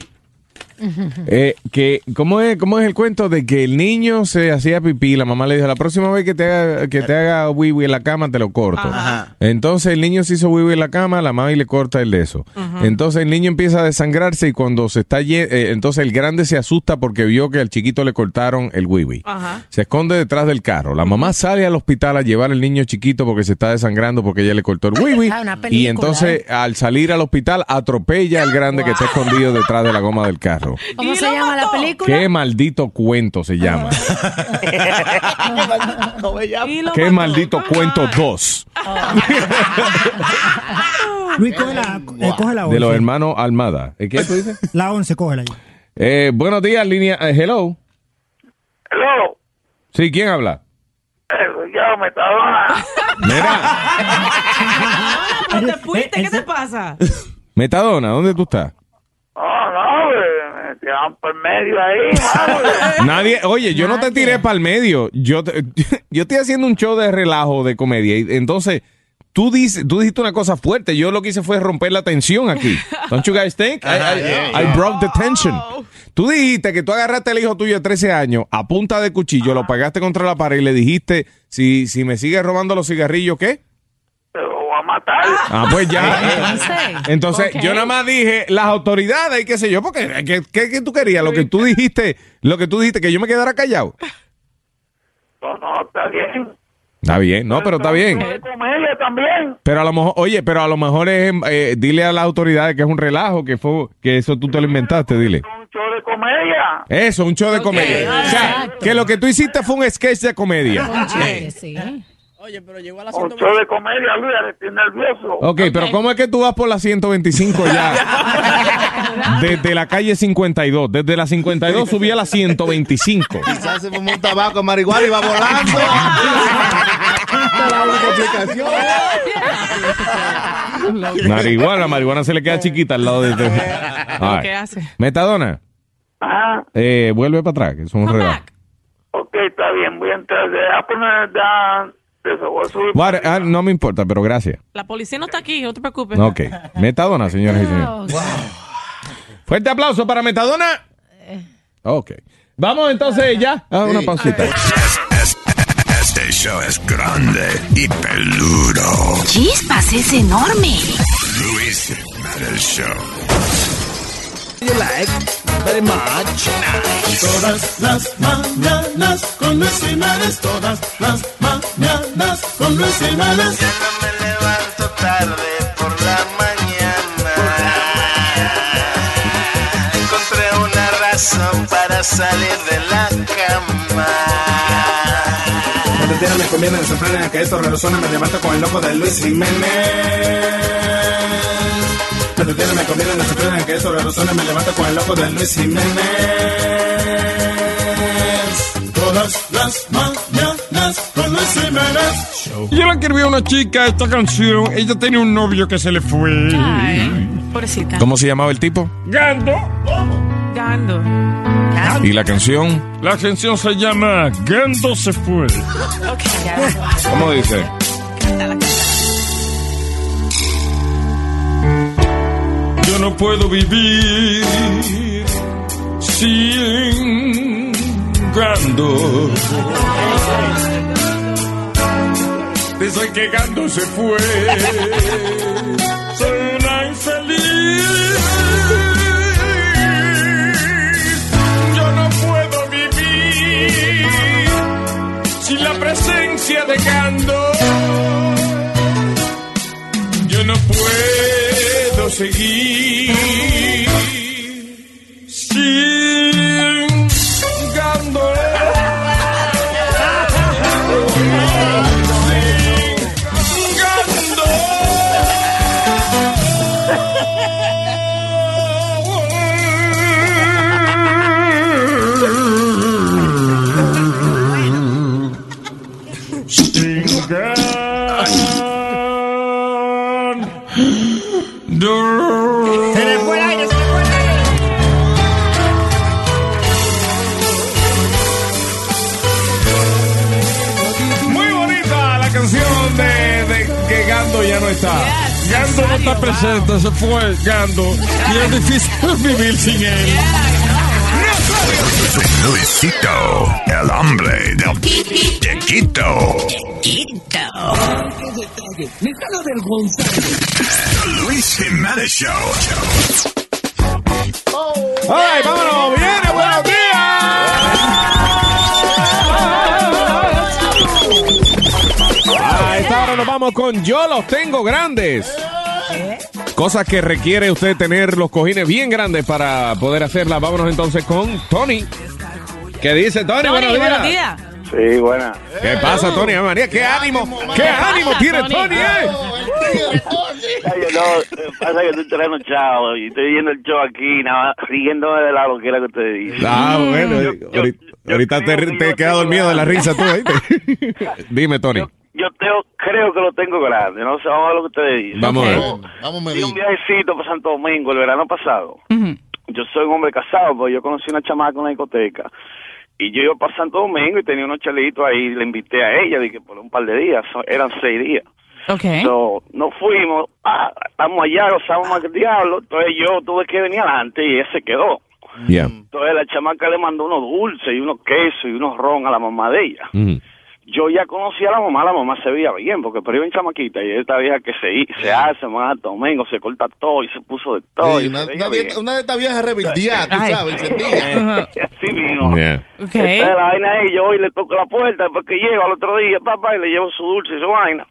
Speaker 6: Eh, que, ¿cómo, es, ¿Cómo es el cuento de que el niño se hacía pipí? La mamá le dijo, la próxima vez que te haga, que te haga wiwi en la cama, te lo corto.
Speaker 5: Ajá.
Speaker 6: Entonces el niño se hizo wiwi en la cama, la mami le corta el de eso.
Speaker 5: Ujú.
Speaker 6: Entonces el niño empieza a desangrarse y cuando se está... lle- eh, entonces el grande se asusta porque vio que al chiquito le cortaron el wiwi.
Speaker 5: Ajá.
Speaker 6: Se esconde detrás del carro. La mamá sale al hospital a llevar al niño chiquito porque se está desangrando porque ella le cortó el wiwi.
Speaker 5: Ah, una película, ¡Ah!
Speaker 6: Y entonces al salir al hospital atropella al grande que está escondido detrás de la goma del
Speaker 5: (laughs)
Speaker 6: carro.
Speaker 16: (laughs)
Speaker 10: ¿Cómo se llama la
Speaker 9: (laughs)
Speaker 10: película?
Speaker 6: Qué maldito cuento se llama. Qué maldito cuento 2
Speaker 10: (laughs)
Speaker 14: Luis, coge la, eh, coge la
Speaker 6: de los
Speaker 14: 11.
Speaker 6: hermanos Almada. ¿Eh, ¿Qué tú dices?
Speaker 14: La 11, cógela ahí.
Speaker 6: Eh, buenos días, línea. eh, hello.
Speaker 9: Hello.
Speaker 6: Sí, ¿quién habla?
Speaker 9: Ya me estaba.
Speaker 6: Mira,
Speaker 16: ¿Te fuiste? ¿Qué te pasa?
Speaker 6: Metadona, ¿dónde tú estás?
Speaker 9: No, no, eh, te dan por medio ahí, mano.
Speaker 6: Nadie, oye, yo no te tiré para el medio. Yo, te- (laughs) yo estoy haciendo un show de relajo, de comedia. Y entonces, tú, dices, tú dijiste una cosa fuerte. Yo lo que hice fue romper la tensión aquí. Don't you guys think? I, I-
Speaker 5: Yeah,
Speaker 6: I
Speaker 5: yeah.
Speaker 6: broke the tension. Tú dijiste que tú agarraste al hijo tuyo de 13 años a punta de cuchillo, lo pagaste contra la pared y le dijiste, si, si me sigues robando los cigarrillos, ¿qué? Te voy a matar. Ah, pues
Speaker 5: (laughs)
Speaker 6: ya. Entonces, yo
Speaker 10: (laughs)
Speaker 6: nada más dije las autoridades y qué sé yo, porque ¿qué, qué- qué tú querías? Lo que tú dijiste, lo que tú dijiste, que yo me quedara callado.
Speaker 9: No, no, está bien.
Speaker 6: Está bien, no, pero está bien.
Speaker 9: Puede comerle también.
Speaker 6: Pero a lo mejor, oye, pero a lo mejor es, eh, dile a las autoridades que es un relajo, que fue, que eso tú te lo inventaste, dile.
Speaker 9: Yo de comedia.
Speaker 6: Eso, un show de comedia. O sea, que lo que tú hiciste fue un sketch de comedia.
Speaker 9: Un show de comedia, Luis, estoy nervioso.
Speaker 6: Ok, pero ¿cómo es que tú vas por la 125 ya? Desde la calle 52. Desde la 52 subí a la 125.
Speaker 7: Quizás se fumó un tabaco de marihuana y va volando. Esta es la única explicación.
Speaker 6: Marihuana, la marihuana se le queda chiquita al lado de... de- All right.
Speaker 5: ¿Qué hace?
Speaker 6: Metadona, eh, vuelve para atrás, que es un relajo.
Speaker 9: Ah, Ok, está bien, voy a entrar. Deja poner, deja, eso, voy a subir.
Speaker 6: Vale, ah, no me importa, pero gracias.
Speaker 16: La policía no está aquí, Pues no te preocupes.
Speaker 6: Ok. Metadona, señoras y señores.
Speaker 16: Wow.
Speaker 6: Fuerte aplauso para Metadona. Ok. Vamos entonces ya a una pausita.
Speaker 5: Este show es grande y peludo.
Speaker 1: Chispas, es enorme.
Speaker 5: Luis Metal Show.
Speaker 2: You like very much. Todas las mañanas con Luis Jiménez, todas las mañanas con Luis Jiménez.
Speaker 24: encontré una razón para salir de la cama. Cuando tiran las comienzan me sorprenden que esto resuena, me levanto con el loco de Luis Jiménez. Cuando tiran me convienen, me sorprenden que esto resuena, me levanto con el loco de Luis Jiménez.
Speaker 2: Todas las mañanas con Luis Jiménez.
Speaker 22: Yo la escribí a una chica esta canción. Ella tenía un novio que se le fue.
Speaker 16: Pobrecita.
Speaker 6: ¿Cómo se llamaba el tipo?
Speaker 22: Gando.
Speaker 16: Gando.
Speaker 6: ¿Y la canción?
Speaker 22: La canción se llama Gando se fue.
Speaker 16: Ok, ya.
Speaker 6: ¿Cómo dice?
Speaker 22: Yo no puedo vivir sin Gando. Desde que Gando se fue, soy una infeliz. Yo no puedo vivir sin la presencia de Gando. Yo no puedo seguir sin Gando.
Speaker 6: está. Gando no está presente, se fue Gando. Y es difícil (laughs) vivir sin él.
Speaker 3: Luisito, el hombre del Quito. Luis Jiménez Show.
Speaker 6: ¡Ay, vámonos! ¡Viene, buenos días! A esta hora nos vamos con Yo los tengo grandes. Cosas que requiere usted tener los cojines bien grandes para poder hacerlas. Vámonos entonces con Tony. ¿Qué dice Tony?
Speaker 16: Tony,
Speaker 6: buenos días.
Speaker 16: buenos días.
Speaker 6: Sí, buena. ¿Qué pasa, Tony? Ay, María, qué ánimo, qué ánimo tiene Tony, eh.
Speaker 17: (laughs) Ay, yo no, eh, pasa que estoy trayendo chavo y estoy viendo el show aquí, nada más, riéndome de la loquera que usted dice.
Speaker 6: Ah, bueno.
Speaker 17: Yo,
Speaker 6: ahorita- ahorita te, te queda dormido de la risa tú, ¿oíste?
Speaker 22: (laughs)
Speaker 6: Dime, Tony.
Speaker 17: yo teo- creo que lo tengo grande, no sé, vamos a ver lo que ustedes dicen.
Speaker 6: Vamos a ver.
Speaker 17: Vamos un viajecito para Santo Domingo el verano pasado. Yo soy un hombre casado, pero yo conocí una chamaca en una discoteca. Y yo iba para Santo Domingo y tenía unos chelitos ahí, y le invité a ella, dije, por un par de días, so- eran seis días. So, nos fuimos, ah, estamos allá, gozamos más que el diablo. Entonces yo tuve que venir adelante y ella se quedó.
Speaker 6: Yeah.
Speaker 17: Entonces la chamaca le mandó unos dulces y unos quesos y unos ron a la mamá de ella. Yo ya conocía a la mamá, la mamá se veía bien, porque pero iba en chamaquita y esta vieja que se, hi- se hace, más domingo, se corta todo y se puso de todo.
Speaker 7: Sí,
Speaker 17: y
Speaker 7: una,
Speaker 17: se
Speaker 7: una
Speaker 17: veía
Speaker 7: vie- una de estas viejas rebeldía, tú sabes, encendida.
Speaker 17: Así mismo.
Speaker 7: Ok.
Speaker 17: Entonces, la vaina es, yo voy y le toco la puerta porque llego al otro día, papá, y le llevo su dulce y su vaina.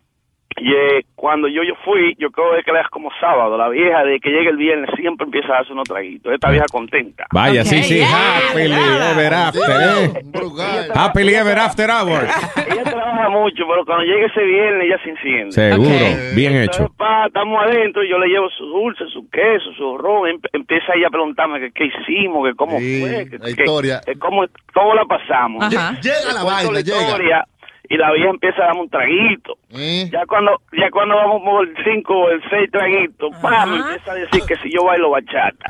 Speaker 17: Y eh, cuando yo, yo fui, yo creo que era como sábado, la vieja de que llega el viernes siempre empieza a darse unos traguitos. Esta vieja contenta.
Speaker 6: Vaya, sí, sí.
Speaker 17: yeah,
Speaker 6: happily
Speaker 17: yeah.
Speaker 6: ever after, eh. Happily ever after hours.
Speaker 17: Ella trabaja mucho, pero cuando llegue ese viernes ya se enciende.
Speaker 6: Seguro, bien hecho.
Speaker 17: Pa, estamos adentro y yo le llevo su dulce, su queso, su ron. Em- empieza ella a preguntarme que qué hicimos, que cómo fue, que,
Speaker 7: la historia.
Speaker 17: que- que cómo, cómo la pasamos.
Speaker 7: Ajá. Lle- llega la
Speaker 17: Le cuento
Speaker 7: vaina, llega.
Speaker 17: historia Y la vieja empieza a darme un traguito.
Speaker 7: ¿Eh?
Speaker 17: Ya cuando ya cuando vamos por el cinco o el seis traguitos, pa, me empieza a decir que si yo bailo bachata.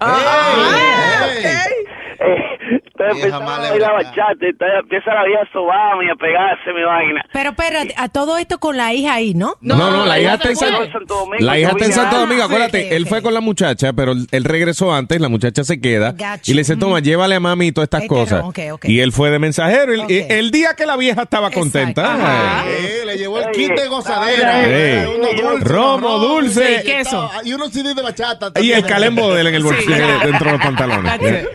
Speaker 17: Eh, entonces empezaba a bailar bachata, entonces empieza la vieja a sobarme y a pegarse mi vaina.
Speaker 10: Pero espérate, a todo esto con la hija ahí, ¿no?
Speaker 6: No, no, la hija está en Santo
Speaker 17: Domingo.
Speaker 6: La hija está en Santo Domingo, acuérdate,
Speaker 10: ok,
Speaker 6: él fue con la muchacha, pero él él regresó antes, la muchacha se queda
Speaker 10: Gotcha.
Speaker 6: y le dice, toma, llévale a mami y todas estas
Speaker 10: Este
Speaker 6: cosas.
Speaker 10: ron, ok, ok.
Speaker 6: Y él fue de mensajero el, el día que la vieja estaba contenta. eh,
Speaker 7: Eh, le llevó el kit de gozadera.
Speaker 6: eh,
Speaker 7: Unos dulces,
Speaker 6: Romo, dulce
Speaker 7: y estaba- Y unos CD de bachata.
Speaker 6: y el
Speaker 7: también.
Speaker 6: calembo de él en el
Speaker 7: Sí.
Speaker 6: bolsillo eh, dentro de los pantalones. eh.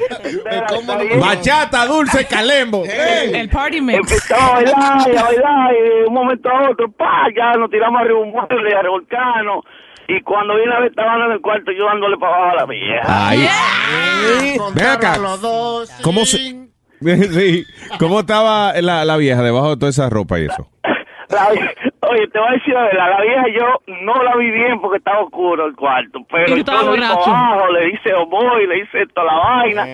Speaker 6: Bachata, dulce, calembo.
Speaker 16: El party mix.
Speaker 17: Empezaba a bailar y a bailar y de un momento a otro, pa, ya nos tiramos arriba un mueble, a revolcarnos. Y cuando vine a ver, estaban en el cuarto yo dándole para abajo a la vieja.
Speaker 6: Ahí. Ven acá. ¿Cómo se- (laughs) Sí. ¿Cómo estaba la, la vieja debajo de toda esa ropa y eso?
Speaker 17: La vie- oye, te voy a decir la verdad, la vieja yo no la vi bien porque estaba oscuro el cuarto, pero
Speaker 16: Y tú
Speaker 17: yo
Speaker 16: estabas
Speaker 17: lo hice
Speaker 16: borracho.
Speaker 17: abajo, le hice oboy, le hice toda la vaina.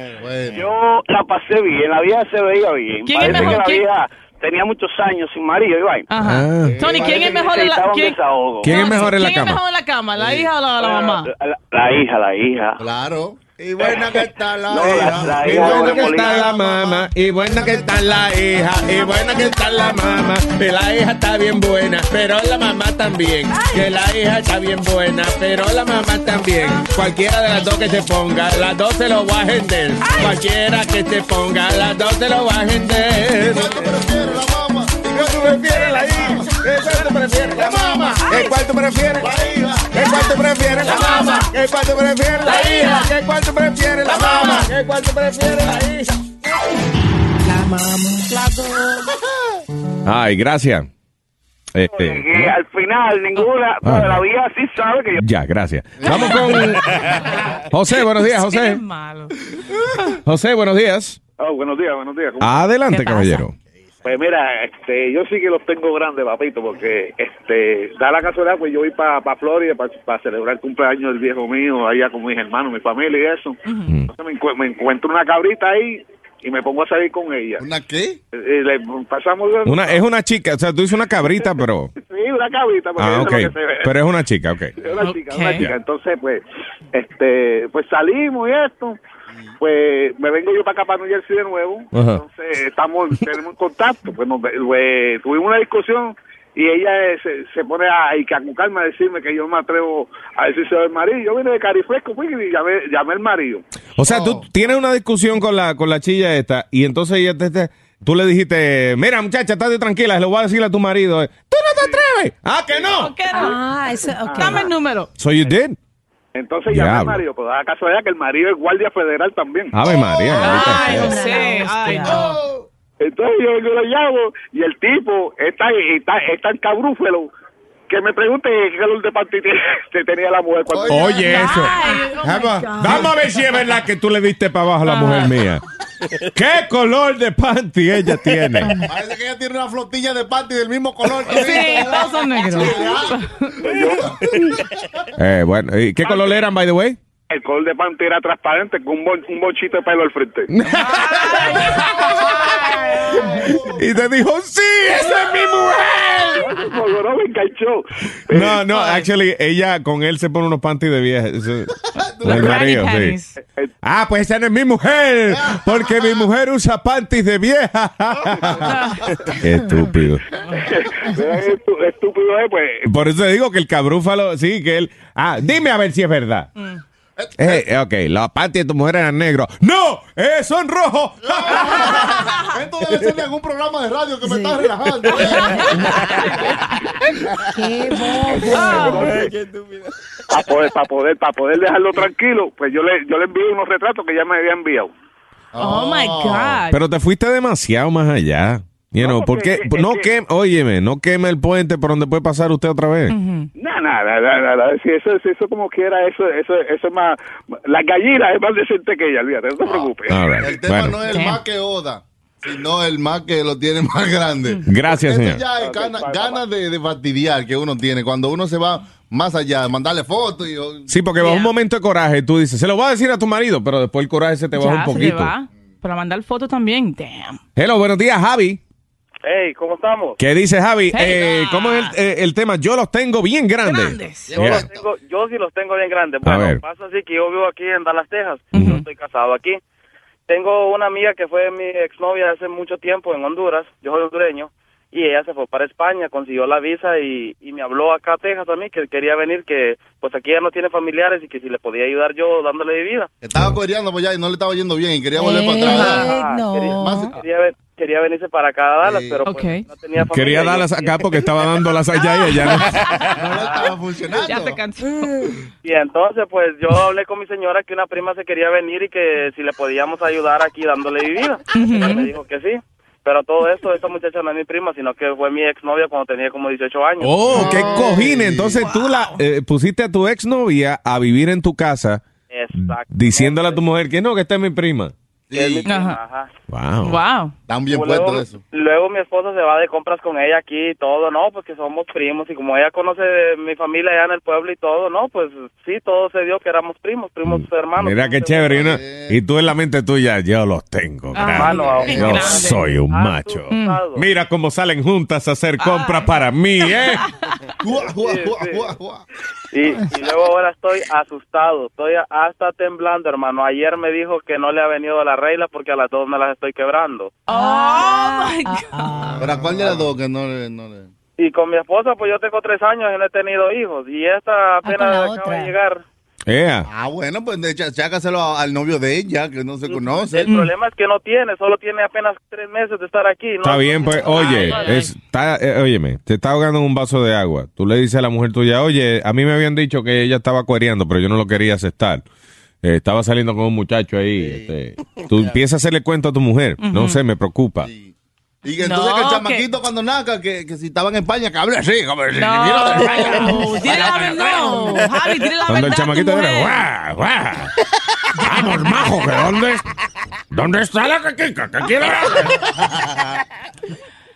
Speaker 17: Yo la pasé bien, la vieja se veía bien.
Speaker 16: ¿Quién es
Speaker 17: Parece
Speaker 16: mejor?
Speaker 17: que la
Speaker 16: ¿Quién-
Speaker 17: vieja tenía muchos años sin marido y vaina.
Speaker 6: Ah.
Speaker 16: Tony, ¿quién
Speaker 17: Parece
Speaker 16: es mejor
Speaker 17: que
Speaker 16: en la
Speaker 17: necesitaba un
Speaker 16: quién,
Speaker 17: desahogo.
Speaker 6: ¿Quién es mejor en la
Speaker 16: quién es
Speaker 6: cama?
Speaker 16: mejor en la cama? ¿La hija o la,
Speaker 25: Ah,
Speaker 16: la mamá?
Speaker 17: La, la hija, la hija.
Speaker 7: Claro. Y buena que está la
Speaker 17: hija. La
Speaker 6: Y
Speaker 17: hija
Speaker 6: buena
Speaker 17: de
Speaker 6: que está
Speaker 17: Molina.
Speaker 6: la mamá, y buena que está la hija, y buena que está la mamá, que la hija está bien buena, pero la mamá también, que la hija está bien buena, pero la mamá también. Cualquiera de las dos que se ponga, las dos se lo va a vender. Cualquiera que se ponga, las dos se lo va a vender. ¿Cuál tú prefieres, la hija? ¿Cuál tú prefieres, la mamá? ¿Cuál tú prefieres, la hija? ¿Cuál tú prefieres, la mamá? ¿Cuál tú prefieres, la hija? ¿Cuál tú prefieres, la mamá? ¿Cuál tú prefieres, la hija? Ay, gracias. Eh, eh,
Speaker 17: Que al final ninguna,
Speaker 6: Ah.
Speaker 17: pero la vieja sí sabe que yo...
Speaker 6: ya, gracias. Vamos
Speaker 8: (laughs)
Speaker 6: con José, buenos días, José. José, buenos días.
Speaker 8: Ah, buenos días, buenos días. ¿Cómo-
Speaker 6: Adelante, caballero.
Speaker 8: Pues mira, este, yo sí que los tengo grandes, papito, porque este, da la casualidad, pues yo voy para Florida para celebrar el cumpleaños del viejo mío, allá con mis hermanos, mi familia y eso. Entonces me, encu- me encuentro una cabrita ahí y me pongo a salir con ella. ¿Una qué? le pasamos...
Speaker 6: Una, es una chica, o sea, tú dices una
Speaker 8: (laughs)
Speaker 6: cabrita, pero...
Speaker 8: Sí, una cabrita, porque
Speaker 6: Ah,
Speaker 8: eso
Speaker 6: ok.
Speaker 8: es lo que se ve.
Speaker 6: Pero es una chica, ok.
Speaker 8: Es una chica, una chica. Entonces, pues, este, pues salimos y esto. Pues me vengo yo para acá para New Jersey de nuevo. Eh,
Speaker 6: Ajá.
Speaker 8: Entonces, estamos, tenemos un contacto. Pues, nos- pues, tuvimos una discusión y ella eh, se, se pone a icacucarme a decirme que yo me atrevo a decirse del marido. Yo vine de Carifresco, fui y llamé, llamé al marido.
Speaker 6: O sea, tú tienes una discusión con la, con la chilla esta y entonces ella te- te- tú le dijiste, mira muchacha, estate tranquila, se lo voy a decir a tu marido. eh". ¡Tú no te atreves! ¡Ah, que no!
Speaker 10: Ah, eso, ok. Dame el número.
Speaker 6: So you did.
Speaker 8: Entonces llamé al
Speaker 6: Diablo.
Speaker 8: marido, pues, pero da la casualidad que el marido es guardia federal también.
Speaker 6: Ave María.
Speaker 8: Oh, Ay,
Speaker 6: ahorita-
Speaker 16: ay,
Speaker 8: no. Entonces yo, yo lo llamo y el tipo está, está, está en cabrúfelo que me pregunte qué calor de partido (laughs) tenía la mujer. Cuando
Speaker 6: Oye, eso.
Speaker 8: Oh
Speaker 6: Vamos, vamos a ver si es verdad que tú le diste para abajo a la mujer mía. ¿Qué color de panty ella tiene?
Speaker 7: Parece que ella tiene una flotilla de panty del mismo color que
Speaker 16: Sí, todos son negros.
Speaker 6: Eh, bueno, ¿y qué color eran, by the way?
Speaker 8: El color de panty era transparente con un, bon- un bochito de pelo al frente.
Speaker 6: (laughs) Y te dijo, sí, esa es mi
Speaker 8: mujer. No, no, me enganchó. (laughs)
Speaker 6: No, no, actually, ella con él se pone unos panties de vieja. Eso- El marido, sí. Ah, pues esa no es mi mujer, porque mi mujer usa panties de (laughs) vieja. Qué estúpido.
Speaker 8: Mira qué estu- estúpido es, pues.
Speaker 6: Por eso te digo que el cabrúfalo, sí, que él. Ah, dime a ver si es verdad. Eh, ok, la panties de tu mujer eran negros. ¡No! eh, ¡Son rojos!
Speaker 7: Esto debe ser de algún programa de radio que me está relajando. ¿eh?
Speaker 10: Qué
Speaker 8: Para poder, para poder, para poder dejarlo tranquilo, pues yo le, yo le envié unos retratos que ya me había enviado.
Speaker 16: Oh, my God.
Speaker 6: Pero te fuiste demasiado más allá. You know, porque no quema, óyeme, no quema el puente por donde puede pasar usted otra vez.
Speaker 8: Nada, nada, nada, nada. Si eso, si eso como quiera, eso, eso, eso es más. La gallina es más decente que ella, olvídate,
Speaker 16: Oh.
Speaker 8: no te preocupes.
Speaker 6: All right.
Speaker 7: El tema
Speaker 6: Bueno.
Speaker 7: no es el más que Oda, sino el más que lo tiene (laughs) más grande.
Speaker 6: Gracias,
Speaker 7: Eso
Speaker 6: señor.
Speaker 7: ya es gana- ganas de, de fastidiar que uno tiene cuando uno se va más allá, mandarle fotos y...
Speaker 6: Sí, porque va un momento de coraje, tú dices, se lo voy a decir a tu marido, pero después el coraje se te baja
Speaker 16: Ya,
Speaker 6: un
Speaker 16: se te
Speaker 6: poquito.
Speaker 16: va. Para mandar fotos también. Damn.
Speaker 6: Hello, buenos días, Javi.
Speaker 25: Hey, ¿cómo estamos?
Speaker 6: ¿Qué dice Javi?
Speaker 25: Hey,
Speaker 6: Eh, ¿Cómo es el, eh, el tema? Yo los tengo bien grandes.
Speaker 25: Yo,
Speaker 6: Yeah.
Speaker 25: los tengo, yo sí los tengo bien grandes.
Speaker 6: A
Speaker 25: Bueno,
Speaker 6: ver.
Speaker 25: pasa así que yo vivo aquí en Dallas, Texas. Yo estoy casado aquí. Tengo una amiga que fue mi exnovia hace mucho tiempo en Honduras. Yo soy hondureño. Y ella se fue para España, consiguió la visa y, y me habló acá a Texas a mí que quería venir, que pues aquí ella no tiene familiares y que si le podía ayudar yo dándole de vida.
Speaker 7: Estaba coreando por allá y no le estaba yendo bien y quería volver para atrás.
Speaker 25: Ajá, quería, quería ven- quería venirse para acá a Dallas, pero pues no tenía familia.
Speaker 6: Ah. Quería
Speaker 25: y-
Speaker 6: darlas acá porque estaba dándolas allá y allá.
Speaker 25: (laughs)
Speaker 6: no.
Speaker 16: (laughs) Ya se cansó.
Speaker 25: Y entonces, pues yo hablé con mi señora que una prima se quería venir y que si le podíamos ayudar aquí dándole
Speaker 16: (laughs)
Speaker 25: vivida. Ella Me dijo que sí. Pero todo esto, esta muchacha no es mi prima, sino que fue mi exnovia cuando tenía como 18 años.
Speaker 6: Oh, qué cojines. Entonces tú la eh, pusiste a tu exnovia a vivir en tu casa
Speaker 25: Exacto.
Speaker 6: diciéndole a tu mujer que no, que esta es mi prima.
Speaker 25: Que es mi prima, ajá.
Speaker 6: Wow.
Speaker 16: Wow.
Speaker 7: Están bien
Speaker 25: Luego-
Speaker 7: puestos eso.
Speaker 25: Luego mi esposa se va de compras con ella aquí y todo, ¿no? Pues que somos primos y como ella conoce de mi familia allá en el pueblo y todo, ¿no? Pues sí, todo se dio que éramos primos, primos
Speaker 6: Mm.
Speaker 25: hermanos.
Speaker 6: Mira qué chévere. Y, una- y tú en la mente tuya, yo los tengo.
Speaker 25: Ah,
Speaker 6: grandes.
Speaker 25: mano, ah,
Speaker 6: yo
Speaker 25: grande.
Speaker 6: soy un macho. Mira cómo salen juntas a hacer compras para mí,
Speaker 25: (laughs)
Speaker 6: ¿eh?
Speaker 25: Y, y luego ahora estoy asustado, estoy hasta temblando, hermano. Ayer me dijo que no le ha venido la regla porque a las dos me las estoy quebrando.
Speaker 16: Oh, my God.
Speaker 7: ¿Para cuál de las dos que no le... No le...
Speaker 25: Y con mi esposa, pues yo tengo tres años y no he tenido hijos. Y esta apenas acaba de llegar.
Speaker 7: Ah, bueno, pues de hecho, chácaselo a- al novio de ella, que no se conoce.
Speaker 25: El problema es que no tiene, solo tiene apenas tres meses de estar aquí. ¿no?
Speaker 6: Está bien, pues, oye, es- está, eh, óyeme, te está ahogando en un vaso de agua. Tú le dices a la mujer tuya, oye, a mí me habían dicho que ella estaba cuereando, pero yo no lo quería aceptar. Eh, estaba saliendo con un muchacho ahí. este. Tú empiezas a hacerle cuento a tu mujer. No
Speaker 7: Ujú.
Speaker 6: sé, me preocupa.
Speaker 7: Y que entonces
Speaker 16: No,
Speaker 7: que el
Speaker 16: que-
Speaker 7: chamaquito cuando naca, que, que si estaba en España, que hable así, como si-
Speaker 16: No.
Speaker 7: mira de España.
Speaker 16: Dile la verdad. No, Javi, dile la
Speaker 6: Cuando el
Speaker 16: verdad. a tu
Speaker 6: chamaquito
Speaker 16: mujer.
Speaker 6: era, guau, guau. Vamos, majo, que dónde, es- ¿dónde está la caquica? ¿Qué quiere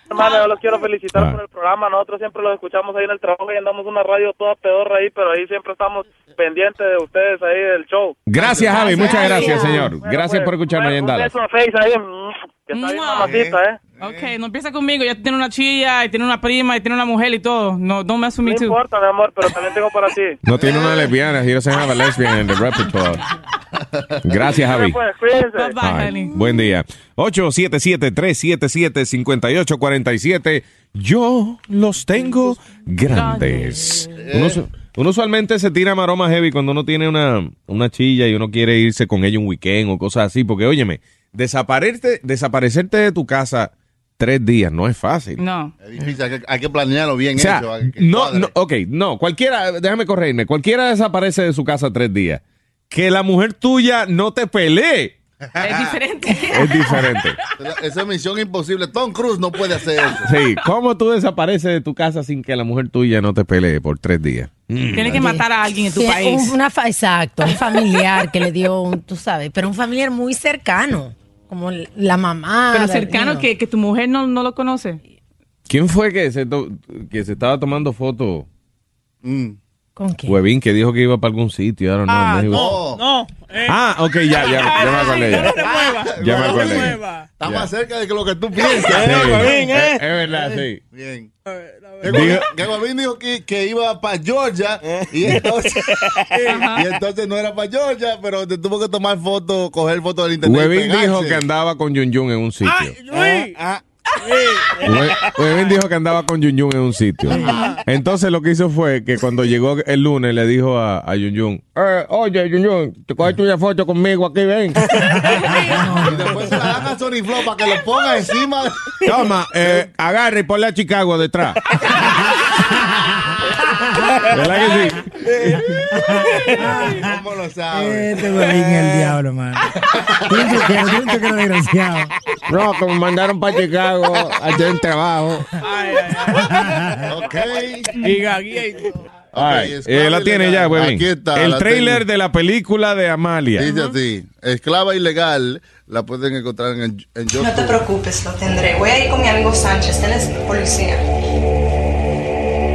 Speaker 25: Hermano, yo los quiero felicitar
Speaker 6: Ah.
Speaker 25: por el programa. Nosotros siempre los escuchamos ahí en el trabajo y andamos una radio toda pedorra ahí, pero ahí siempre estamos pendientes de ustedes ahí del show.
Speaker 6: Gracias, Javi. Muchas gracias,
Speaker 25: Gracias.
Speaker 6: señor.
Speaker 25: Bueno,
Speaker 6: gracias
Speaker 25: pues,
Speaker 6: por escucharnos ahí en
Speaker 25: Un
Speaker 6: Dallas.
Speaker 25: beso a Face ahí. mm, Que está bien
Speaker 16: Mua.
Speaker 25: mamacita, ¿eh?
Speaker 16: Ok, no empieza conmigo. Ya tiene una chilla, y tiene una prima, y tiene una mujer y todo. No, don't mess with me
Speaker 25: No
Speaker 16: too.
Speaker 25: importa, mi amor, pero también tengo para ti.
Speaker 6: No tiene una lesbiana. He doesn't have a lesbian in the repertoire. Gracias, Javi.
Speaker 25: Pues, cuídense.
Speaker 6: Ay, buen día. 877-377-5847. Yo los tengo grandes. Uno, usu- uno usualmente se tira maroma heavy cuando uno tiene una, una chilla y uno quiere irse con ella un weekend o cosas así. Porque, óyeme, desaparecerte, desaparecerte de tu casa tres días no es fácil.
Speaker 16: No.
Speaker 7: Es difícil, hay que, hay que planearlo bien
Speaker 6: O sea,
Speaker 7: hecho. hay que-
Speaker 6: no, no, ok, no, cualquiera, déjame corregirme, cualquiera desaparece de su casa tres días. Que la mujer tuya no te pelee
Speaker 16: (laughs) Es diferente.
Speaker 6: es diferente.
Speaker 7: Esa es misión imposible. Tom Cruise no puede hacer eso.
Speaker 6: Sí, ¿cómo tú desapareces de tu casa sin que la mujer tuya no te pelee por tres días? Mm.
Speaker 16: Tienes que matar a alguien en tu
Speaker 10: Sí,
Speaker 16: país.
Speaker 10: un- una fa- exacto, un familiar que le dio, un, tú sabes, pero un familiar muy cercano, como l- la mamá.
Speaker 16: Pero
Speaker 10: Ah, la-
Speaker 16: cercano
Speaker 10: no.
Speaker 16: que, que tu mujer no, no lo conoce.
Speaker 6: ¿Quién fue que se, to- que se estaba tomando foto?
Speaker 10: ¿Con
Speaker 6: Huevín, que dijo que iba para algún sitio. I don't know,
Speaker 4: Mm. Ah,
Speaker 6: México.
Speaker 4: no, no. eh.
Speaker 6: Ah, ok, ya, ya, ya me acordé.
Speaker 4: No te
Speaker 6: Ya,
Speaker 4: muevas.
Speaker 6: Ya me
Speaker 4: No te
Speaker 6: acordé.
Speaker 4: muevas.
Speaker 7: Está más cerca de que lo que tú piensas. Eh,
Speaker 6: Sí.
Speaker 7: Guavín,
Speaker 6: Es- es verdad, sí.
Speaker 7: Bien. Que Guavín- que Guavín dijo que, que iba para Georgia y
Speaker 4: (laughs)
Speaker 7: entonces, y entonces no era para Georgia, pero te tuvo que tomar foto, coger foto del internet. y
Speaker 6: Huevín
Speaker 7: pegarse. Ah,
Speaker 6: dijo que andaba con Yun Yun en un sitio.
Speaker 4: Luis.
Speaker 6: Hue- Huevín dijo que andaba con Yun Yun en un sitio. Entonces lo que hizo fue que cuando llegó el lunes le dijo a, a Yun Yun, "Eh, oye Yun Yun, te cogiste una foto conmigo aquí, ven.
Speaker 7: Y después se la dan a Sony Flow para que lo ponga encima.
Speaker 6: Toma, eh, agarra y ponle a Chicago detrás. ¿Verdad que sí?
Speaker 7: ¿Cómo lo sabes?
Speaker 14: Este güey es el diablo, man. Tiene un truquero, tiene un truquero desgraciado.
Speaker 6: No, como mandaron para Chicago, allá en trabajo.
Speaker 7: Ok.
Speaker 4: Y gaguía y todo.
Speaker 6: Ay,
Speaker 7: Ok,
Speaker 6: eh, la tiene ya, Huevín.
Speaker 7: Aquí está,
Speaker 6: el
Speaker 7: la
Speaker 6: trailer
Speaker 7: tengo.
Speaker 6: de la película de Amalia.
Speaker 7: Dice así, esclava ilegal, la pueden encontrar en, en YouTube.
Speaker 13: No te preocupes, lo tendré. Voy a ir con mi amigo Sánchez, él es policía.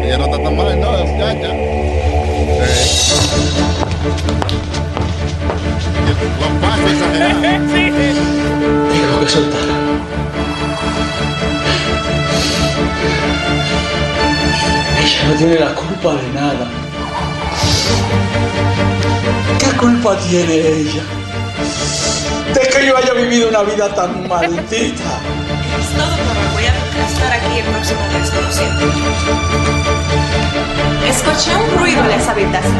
Speaker 7: Ella no está tan mal, no, es cacha.
Speaker 13: Tengo que soltar. Ella no tiene la culpa de nada. ¿Qué culpa tiene ella? De que yo haya vivido una vida tan maldita.
Speaker 23: Es todo, pero voy a estar aquí el próximo mes, lo siento.
Speaker 13: Escuché un ruido en esa habitación.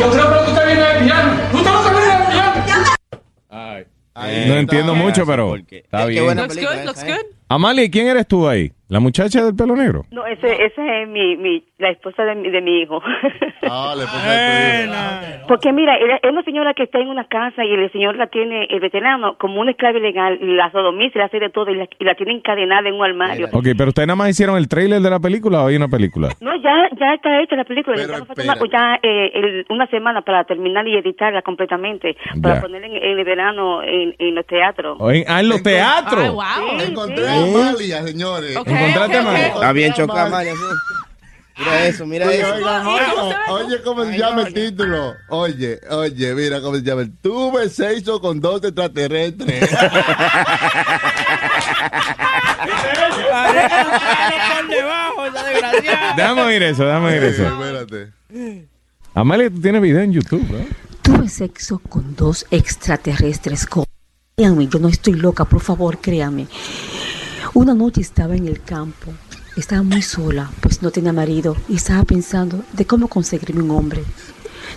Speaker 24: Yo creo que tú te vienes de piano. Tú te vas a venir de piano.
Speaker 6: no entiendo mucho, pero está bien.
Speaker 16: Looks good, looks good.
Speaker 6: Amalia, ¿y ¿quién eres tú ahí? ¿La muchacha del pelo negro?
Speaker 12: (laughs) No, ese, ese es mi, mi, la esposa de mi, de mi hijo.
Speaker 7: (laughs) Ah, le puse
Speaker 12: Porque mira, era- es una señora que está en una casa y el señor la tiene, el veterano, como una esclava ilegal, y la sodomiza, y la hace de todo y la, y la tiene encadenada en un armario.
Speaker 6: Ok, pero ustedes nada más hicieron el trailer de la película o hay una película.
Speaker 12: No, ya, ya está hecha la película. Le estamos faltando ya eh, el- una semana para terminar y editarla completamente, para
Speaker 6: Ya.
Speaker 12: ponerla en, en el verano en, en los teatros. Ah,
Speaker 6: O en- ah, en los teatros.
Speaker 7: Encontré a Amalia, señores.
Speaker 6: Encontraste a Amalia.
Speaker 7: Está bien chocada Amalia,
Speaker 15: Mira eso, mira
Speaker 7: Oye,
Speaker 15: eso.
Speaker 7: oiga, oye, oye, cómo se llama el título. Oye, oye, mira cómo se llama. Tuve sexo con dos extraterrestres. (laughs)
Speaker 4: Por debajo, esa desgraciada.
Speaker 6: Déjame oír eso, déjame oír eso. Amalia, tú tienes video en YouTube, ¿no?
Speaker 26: Tuve sexo con dos extraterrestres. co- Créanme, yo no estoy loca, por favor, créanme. Una noche estaba en el campo, estaba muy sola, pues no tenía marido, y estaba pensando de cómo conseguirme un hombre.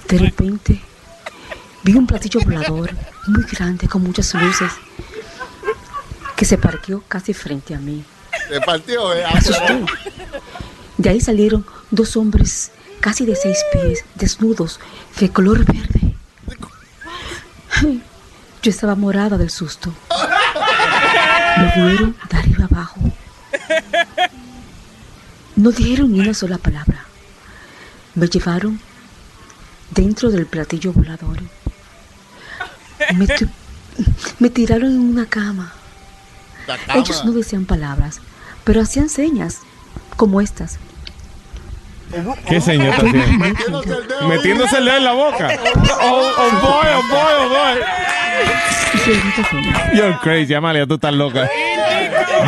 Speaker 26: De repente, vi un platillo volador muy grande con muchas luces que se parqueó casi frente a mí.
Speaker 7: Se partió, eh.
Speaker 26: Me asusté. Ah, De ahí salieron dos hombres casi de seis pies, desnudos, de color verde. Ay, Yo estaba morada del susto. Me vieron de arriba abajo. No dijeron ni una sola palabra. Me llevaron dentro del platillo volador. Me, tu- me tiraron en una cama. Ellos no decían palabras, pero hacían señas como estas.
Speaker 6: ¿Qué señor está haciendo? Metiéndose el dedo en la boca. Oh, oh boy, oh boy, oh boy. You're crazy, Amalia. Tú estás loca.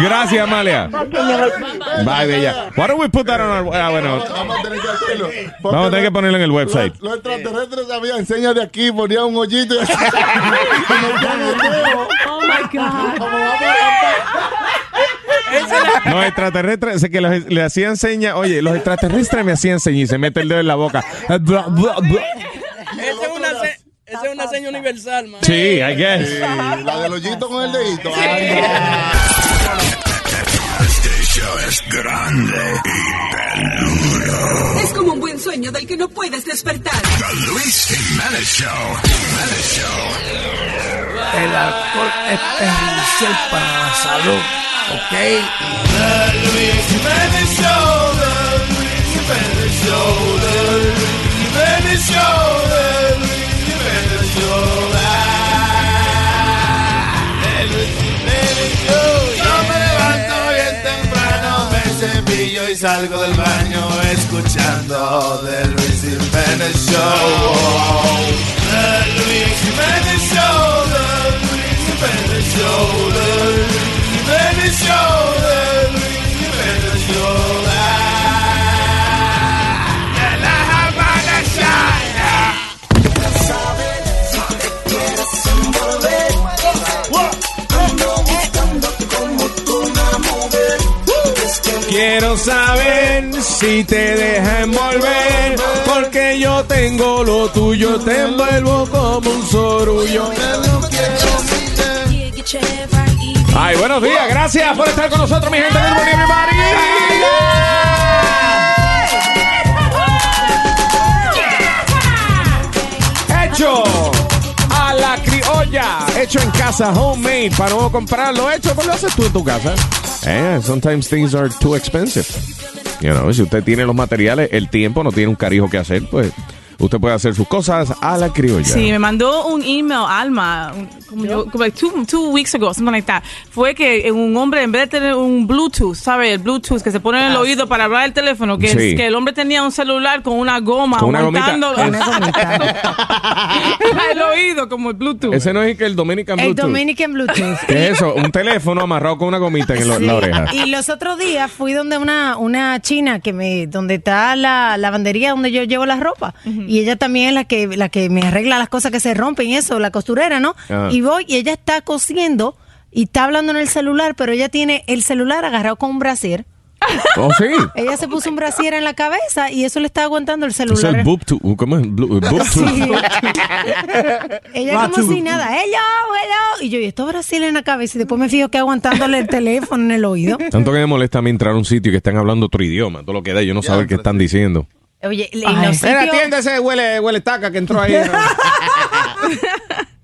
Speaker 6: Gracias, Amalia. Bye, bella. Why don't we put that on our... Ah, bueno.
Speaker 7: Vamos a tener que hacerlo. Porque
Speaker 6: Vamos a tener que ponerlo en el website.
Speaker 7: Los extraterrestres habían señas de aquí, ponían un hoyito y (laughs) hacían- Como
Speaker 16: Oh my God.
Speaker 6: Los extraterrestres, sé que los- le hacían señas, oye, los extraterrestres me hacían señas y se mete el dedo en la boca. Ah, bla, bla, bla.
Speaker 3: Esa es una, se- esa es una seña universal, man.
Speaker 6: Sí, I guess.
Speaker 7: La del hoyito con el dedito.
Speaker 27: Este show es grande y peludo.
Speaker 9: Es como un buen sueño del que no puedes despertar.
Speaker 27: The Luis Jimenez Show. Jimenez Show.
Speaker 21: El alcohol es perjudicial para la salud, ¿ok?
Speaker 24: The Luis Jiménez Show, The Luis Jiménez Show, The Luis Jiménez Show, The Luis Jiménez Show. Ah, The Luis Jiménez Show. Yo me levanto bien temprano, me cepillo y salgo del baño escuchando The Luis Jiménez Show. The Luis Jiménez Show, The Luis Jiménez Show, The Luis Jiménez Show, The Luis Jiménez Show. Ah, de la Habana Shaya.
Speaker 6: Quiero saber si te deja envolver, porque yo tengo lo tuyo, te envuelvo como un sorullo. Ay, buenos días, gracias por estar con nosotros, mi gente. Good morning, everybody. Hecho a la criolla, hecho en casa, homemade, para no comprarlo, hecho, pues lo haces tú en tu casa. Eh, sometimes things are too expensive. You know, si usted tiene los materiales, el tiempo, no tiene un carijo que hacer, pues usted puede hacer sus cosas a la criolla.
Speaker 16: Sí, me mandó un email, Alma, un- como yo- como like two, two weeks ago, something like that. Fue que un hombre, en vez de tener un Bluetooth, ¿sabe? El Bluetooth que se pone
Speaker 4: Ah,
Speaker 16: en el oído para hablar el teléfono, que,
Speaker 6: Sí.
Speaker 16: que el hombre tenía un celular con una goma
Speaker 6: Con una gomita.
Speaker 16: aguantándolo
Speaker 6: Con una
Speaker 16: (laughs) al oído, como el Bluetooth.
Speaker 6: Ese no es que el Dominican
Speaker 10: El
Speaker 6: Bluetooth.
Speaker 10: Dominican Bluetooth.
Speaker 6: ¿Qué es eso? Un teléfono amarrado con una gomita en lo-
Speaker 10: Sí,
Speaker 6: la oreja.
Speaker 10: Y los otros días fui donde una, una china que me, donde está la lavandería donde yo llevo la ropa. Y ella también es la que, la que me arregla las cosas que se rompen y eso, la costurera, ¿no?
Speaker 28: Ajá.
Speaker 10: Y voy y ella está cosiendo y está hablando en el celular, pero ella tiene el celular agarrado con un brasier.
Speaker 6: ¿Oh, sí?
Speaker 10: Ella se puso un brasier en la cabeza y eso le está aguantando el
Speaker 6: Es
Speaker 10: celular.
Speaker 6: el Bluetooth. ¿Cómo es? Blu- uh, Bluetooth.
Speaker 10: Sí. (laughs) Ella como
Speaker 6: Bluetooth.
Speaker 10: si nada, hello, hello. Y yo, y esto Brasil en la cabeza. Y después me fijo que aguantándole el teléfono en el oído.
Speaker 6: Tanto que me molesta a mí entrar a un sitio y que están hablando otro idioma. Todo lo que da, yo no saber qué están diciendo.
Speaker 10: Oye, en
Speaker 6: Ay.
Speaker 10: los
Speaker 21: Mira,
Speaker 10: sitios-
Speaker 21: atiéndese, huele, huele taca que entró ahí.
Speaker 10: (laughs)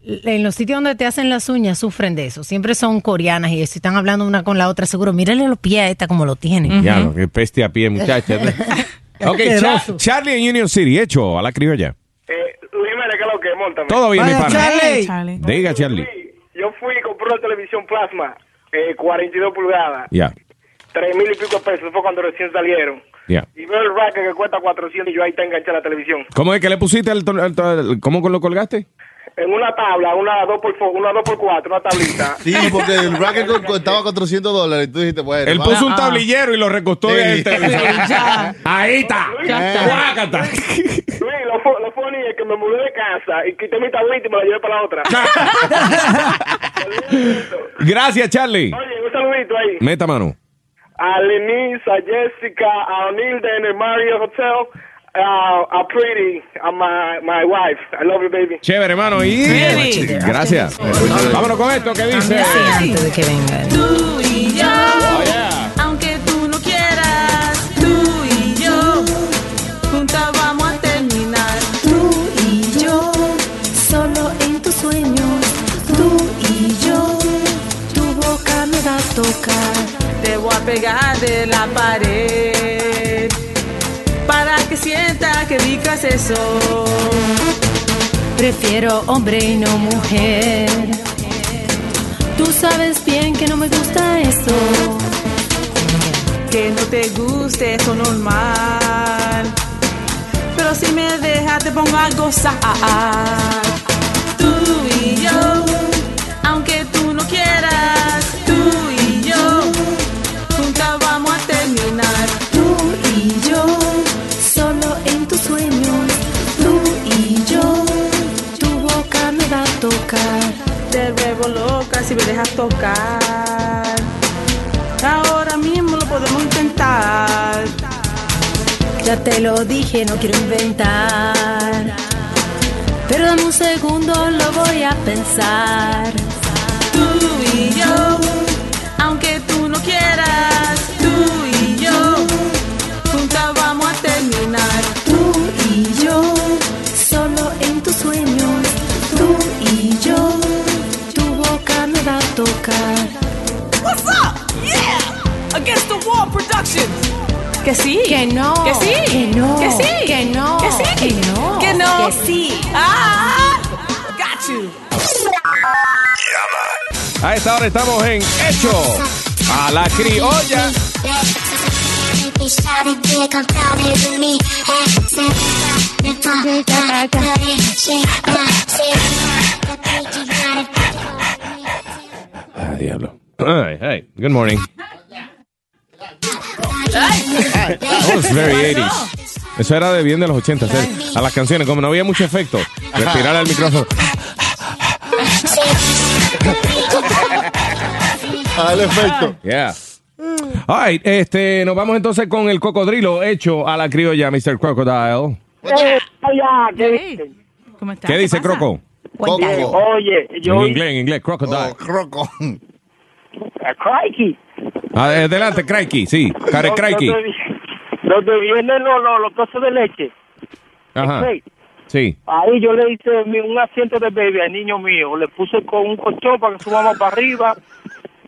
Speaker 10: en los sitios donde te hacen las uñas sufren de eso. Siempre son coreanas y eso, y están hablando una con la otra. Seguro, mírale los pies a esta como lo tiene.
Speaker 6: Ya, lo que peste a pie,
Speaker 10: (laughs)
Speaker 6: muchachas. ok, Cha- Charlie en Union City, hecho a la criolla.
Speaker 8: Jiménez, Eh, ¿qué es lo que monta?
Speaker 6: Todo bien, mi
Speaker 8: Vaya,
Speaker 6: pana.
Speaker 8: Charlie.
Speaker 6: Diga, Charlie.
Speaker 8: Yo fui y compré una televisión plasma, eh, 42 pulgadas,
Speaker 6: Ya,
Speaker 8: tres mil y pico pesos, fue cuando recién salieron.
Speaker 6: ya.
Speaker 8: Y veo el rack que cuesta 400 y yo ahí está enganchada la televisión.
Speaker 6: ¿Cómo es que le pusiste el, to- el to- el- cómo lo colgaste?
Speaker 8: En una tabla, una 2x4, una 2x4, una tablita.
Speaker 7: Sí, porque el racket co- costaba 400 dólares. Y tú dijiste, bueno.
Speaker 6: Él
Speaker 7: vamos.
Speaker 6: puso
Speaker 16: Ah,
Speaker 6: un tablillero y lo recostó
Speaker 7: Sí.
Speaker 6: del televisor. (laughs)
Speaker 16: (laughs)
Speaker 7: Sí, ya.
Speaker 6: Ahí está. Eh,
Speaker 7: Ya está.
Speaker 6: Guácata.
Speaker 8: Luis, lo, fu- lo funny es que me mudé de casa y quité mi tablita y me la llevé para la otra.
Speaker 6: Gracias, Charlie.
Speaker 8: Oye, un saludito ahí.
Speaker 6: Meta mano.
Speaker 8: A Lenise, a Jessica, a Onilda en el Mario Hotel, a, a Pretty, a my, my wife. I love you, baby.
Speaker 6: Chévere, hermano. Y
Speaker 8: Sí.
Speaker 6: gracias. Vámonos con esto que dice.
Speaker 10: Antes de que venga.
Speaker 9: Tú y yo, aunque tú no quieras, tú y yo, juntas vamos a terminar. Tú y yo, solo en tus sueños, tú y yo, tu boca me va a tocar. Te voy a pegar de la pared, para que sienta que digas eso.
Speaker 28: Prefiero hombre y no mujer.
Speaker 9: Tú sabes bien que no me gusta eso. Que no te guste eso normal. Pero si me dejas te pongo a gozar. Tú y yo,
Speaker 16: vuelvo loca si me dejas tocar. Ahora mismo lo podemos intentar.
Speaker 18: Ya te lo dije, no quiero inventar. Pero dame un segundo, lo voy a pensar.
Speaker 9: Tú y yo, aunque tú no quieras, tú y yo, juntas vamos a terminar.
Speaker 18: Tú y yo, solo en tus sueños. Tú y yo, tu boca me va a tocar.
Speaker 16: What's up? Yeah! Against the Wall Productions. Que sí.
Speaker 10: Que no.
Speaker 16: Que sí.
Speaker 10: Que no.
Speaker 16: Que sí.
Speaker 10: Que no.
Speaker 16: Que sí.
Speaker 10: Que no.
Speaker 16: Que no.
Speaker 10: Que sí.
Speaker 16: Ah, got you.
Speaker 6: A esta hora estamos en Hecho a la Criolla. Ah, diablo. Hey, hey, good morning. That was very 80s. Eso era de bien de los 80, ¿eh? A las canciones, como no había mucho efecto, respirar al micrófono.
Speaker 7: Al efecto.
Speaker 6: Yeah. All right, este, nos vamos entonces con el cocodrilo hecho a la criolla, Mr. Crocodile.
Speaker 17: Eh, hola, ¿qué dices?
Speaker 16: ¿Cómo estás?
Speaker 6: ¿Qué dice Croco?
Speaker 17: Oye, Oye, yo...
Speaker 6: En inglés, en inglés, Crocodile.
Speaker 7: Croco.
Speaker 17: Crikey.
Speaker 6: Ah, Adelante, Crikey, sí. Care
Speaker 17: Donde-
Speaker 6: Crikey.
Speaker 17: donde vi- Donde vienen los, los, los cosas de leche.
Speaker 6: Ajá.
Speaker 17: Crate.
Speaker 6: Sí.
Speaker 17: Ahí yo le hice mi- un asiento de bebé al niño mío. Le puse con un colchón para que subamos para arriba.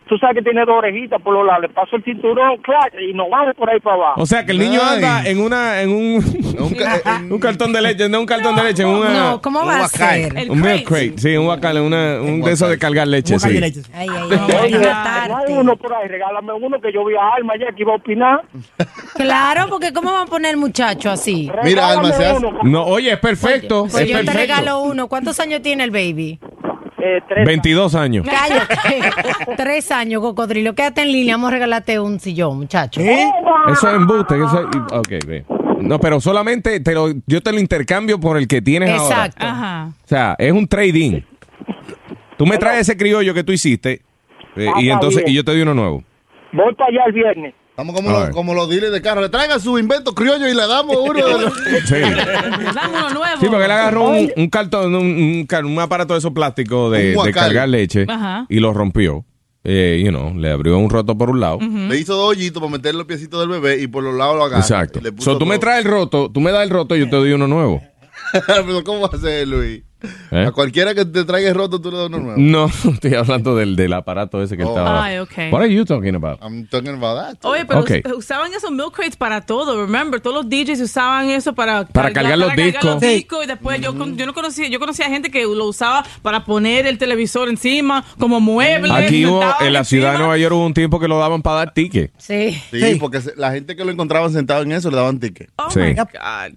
Speaker 17: Tú sabes que tiene dos orejitas por los lados. Le paso el cinturón, clac, y nos vamos por ahí para abajo.
Speaker 6: O sea que el niño
Speaker 7: Ay.
Speaker 6: anda en una en un un,
Speaker 7: eh,
Speaker 6: cartón de leche, no un cartón de leche, en una
Speaker 10: No, ¿cómo va a ser?
Speaker 6: un milk crate, sí, un guacal, una un de esos de cargar leche, sí.
Speaker 10: Ay, ay, ay,
Speaker 17: Oye,
Speaker 10: ay.
Speaker 17: no hay uno por ahí, regálame uno que yo vi a Alma ya que iba a opinar.
Speaker 10: Claro, porque ¿cómo van a poner el muchacho así?
Speaker 7: Mira, Alma, se hace.
Speaker 17: Regálame uno.
Speaker 6: No, oye, es perfecto,
Speaker 10: Pues
Speaker 6: es
Speaker 10: yo te
Speaker 6: perfecto.
Speaker 10: regalo uno. ¿Cuántos años tiene el baby?
Speaker 17: Eh, tres.
Speaker 6: 22 años.
Speaker 10: Cállate. Tres años, cocodrilo. Quédate en línea. Vamos a regalarte un sillón, muchacho.
Speaker 6: Eso es embuste, eso es- okay, bien. No, pero solamente te lo, yo te lo intercambio por el que tienes ahora.
Speaker 10: Exacto.
Speaker 16: Ajá.
Speaker 6: O sea, es un trading. Tú me traes ese criollo que tú hiciste eh,
Speaker 17: Ah,
Speaker 6: y
Speaker 17: está
Speaker 6: entonces
Speaker 17: bien.
Speaker 6: y yo te doy uno nuevo.
Speaker 17: Voy para allá el viernes.
Speaker 7: Estamos como,
Speaker 6: All
Speaker 7: los,
Speaker 6: right.
Speaker 7: como los dealers de carro. Le traigan su invento criollo y le damos uno de los...
Speaker 6: Sí.
Speaker 16: Dame uno nuevo.
Speaker 6: Sí, porque él agarró un, un cartón, un, un car- un aparato de esos plásticos de,
Speaker 7: Un
Speaker 6: de
Speaker 7: guacal.
Speaker 6: cargar leche
Speaker 16: Ajá.
Speaker 6: y lo rompió. Eh, you know, le abrió un roto por un lado.
Speaker 16: Mm.
Speaker 7: Le hizo dos hoyitos para meter los piecitos del bebé y por los lados lo agarra.
Speaker 6: Exacto.
Speaker 7: Le puso
Speaker 6: So, tú me
Speaker 7: todo.
Speaker 6: traes el roto, tú me das el roto y yo te doy uno nuevo.
Speaker 7: (laughs) Pero ¿cómo va a ser, Luis?
Speaker 6: ¿Eh?
Speaker 7: A cualquiera que te traiga el roto, tú le das uno nuevo.
Speaker 6: No, (laughs) estoy hablando del, del aparato ese que
Speaker 7: Oh.
Speaker 6: estaba.
Speaker 16: Ay, ok.
Speaker 6: What are you talking about?
Speaker 7: I'm talking about that.
Speaker 16: Oye, pero
Speaker 6: Ok.
Speaker 16: us- usaban esos milk crates para todo, remember, todos los DJs usaban eso para,
Speaker 6: Para cargar los discos.
Speaker 16: los discos, y después yo, con- yo no conocía, yo conocía gente que lo usaba para poner el televisor encima como mueble.
Speaker 6: Aquí
Speaker 16: lo
Speaker 6: hubo,
Speaker 16: daban
Speaker 6: en la ciudad de
Speaker 16: encima.
Speaker 6: Nueva York hubo un tiempo que lo daban para dar ticket.
Speaker 10: Sí.
Speaker 7: Sí, porque se- la gente que lo encontraba sentado en eso le daban ticket.
Speaker 16: Oh
Speaker 6: Sí.
Speaker 16: my God.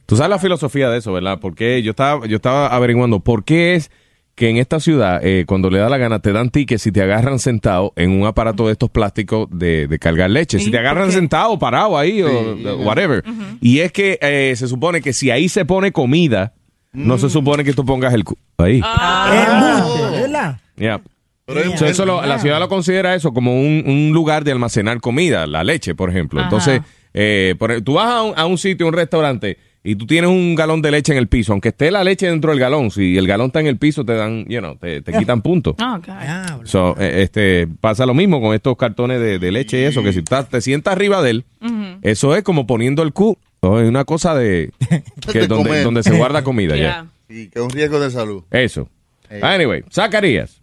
Speaker 6: Tú sabes la filosofía de eso, ¿verdad? Porque yo estaba, yo estaba averiguando por qué es que en esta ciudad, eh, cuando le da la gana, te dan tickets si te agarran sentado en un aparato de estos plásticos de, de cargar leche. Si te agarran sentado, parado ahí o o whatever. Y es que eh, se supone que si ahí se pone comida, no se supone que tú pongas el... cu- Ahí.
Speaker 7: Oh.
Speaker 14: Embuste, ¿verdad?
Speaker 6: Yeah.
Speaker 7: Pero es
Speaker 6: So, eso lo- la ciudad lo considera eso como un, un lugar de almacenar comida, la leche, por ejemplo. Entonces, eh, por- tú vas a un, a un sitio, un restaurante, y tú tienes un galón de leche en el piso, aunque esté la leche dentro del galón, si el galón está en el piso, te dan, you know, te, te quitan puntos.
Speaker 16: Oh,
Speaker 7: Ah,
Speaker 16: God.
Speaker 6: So, eh, este, pasa lo mismo con estos cartones de, de leche y eso, que si estás- te sientas arriba de él, eso es como poniendo el cu. Oh, Es una
Speaker 7: (laughs)
Speaker 6: cosa de... que
Speaker 7: De
Speaker 6: donde,
Speaker 7: comer.
Speaker 6: donde se
Speaker 7: (laughs)
Speaker 6: guarda comida, ya.
Speaker 16: Yeah.
Speaker 7: Y que es un riesgo de salud.
Speaker 6: Eso. Anyway, Zacarías.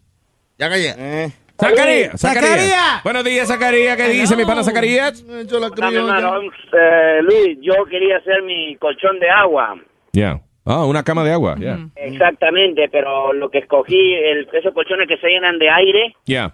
Speaker 7: Ya callé.
Speaker 6: Zacarías, Zacarías.
Speaker 14: Zacarías.
Speaker 6: Buenos días, Zacarías. ¿Qué dice mi pana Zacarías?
Speaker 7: Me he hecho la
Speaker 17: Dame,
Speaker 7: criolla.
Speaker 17: hermano, eh, Luis, yo quería hacer mi colchón de agua.
Speaker 20: Mm.
Speaker 6: Ya. Ah, una cama de agua. Ya.
Speaker 17: Exactamente, pero lo que escogí, el, esos colchones que se llenan de aire,
Speaker 6: Ya.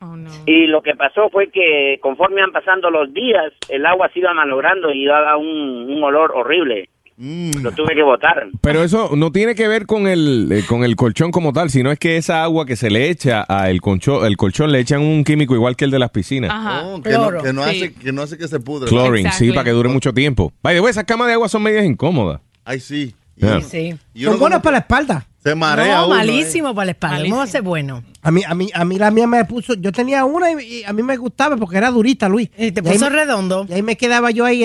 Speaker 16: Oh, no.
Speaker 17: y lo que pasó fue que conforme iban pasando los días, el agua se iba malogrando y daba un, un olor horrible.
Speaker 6: Mm.
Speaker 17: Lo tuve que botar.
Speaker 6: Pero eso no tiene que ver con el eh, con el colchón como tal, sino es que esa agua que se le echa al colchón, el colchón le echan un químico igual que el de las piscinas.
Speaker 16: Ajá.
Speaker 7: No, Oh, que, no,
Speaker 10: Cloro,
Speaker 7: que, no
Speaker 16: sí.
Speaker 7: hace, que no hace que se pudre.
Speaker 6: Chlorine, Eh. sí,
Speaker 16: Exactly.
Speaker 6: para que dure mucho tiempo. By the way, esas camas de agua son medias incómodas.
Speaker 7: Ay, sí.
Speaker 6: Yeah.
Speaker 10: Sí.
Speaker 7: Y uno
Speaker 11: Son buenas
Speaker 7: como-
Speaker 11: para la espalda.
Speaker 7: Se marea
Speaker 10: No,
Speaker 7: uno,
Speaker 6: eh.
Speaker 10: malísimo para la espalda. ¿Cómo va a ser bueno?
Speaker 1: A mí, a mí, a mí la mía me puso, yo tenía una y, y a mí me gustaba porque era durita, Luis. Y te
Speaker 10: puso redondo.
Speaker 1: Y ahí me quedaba yo ahí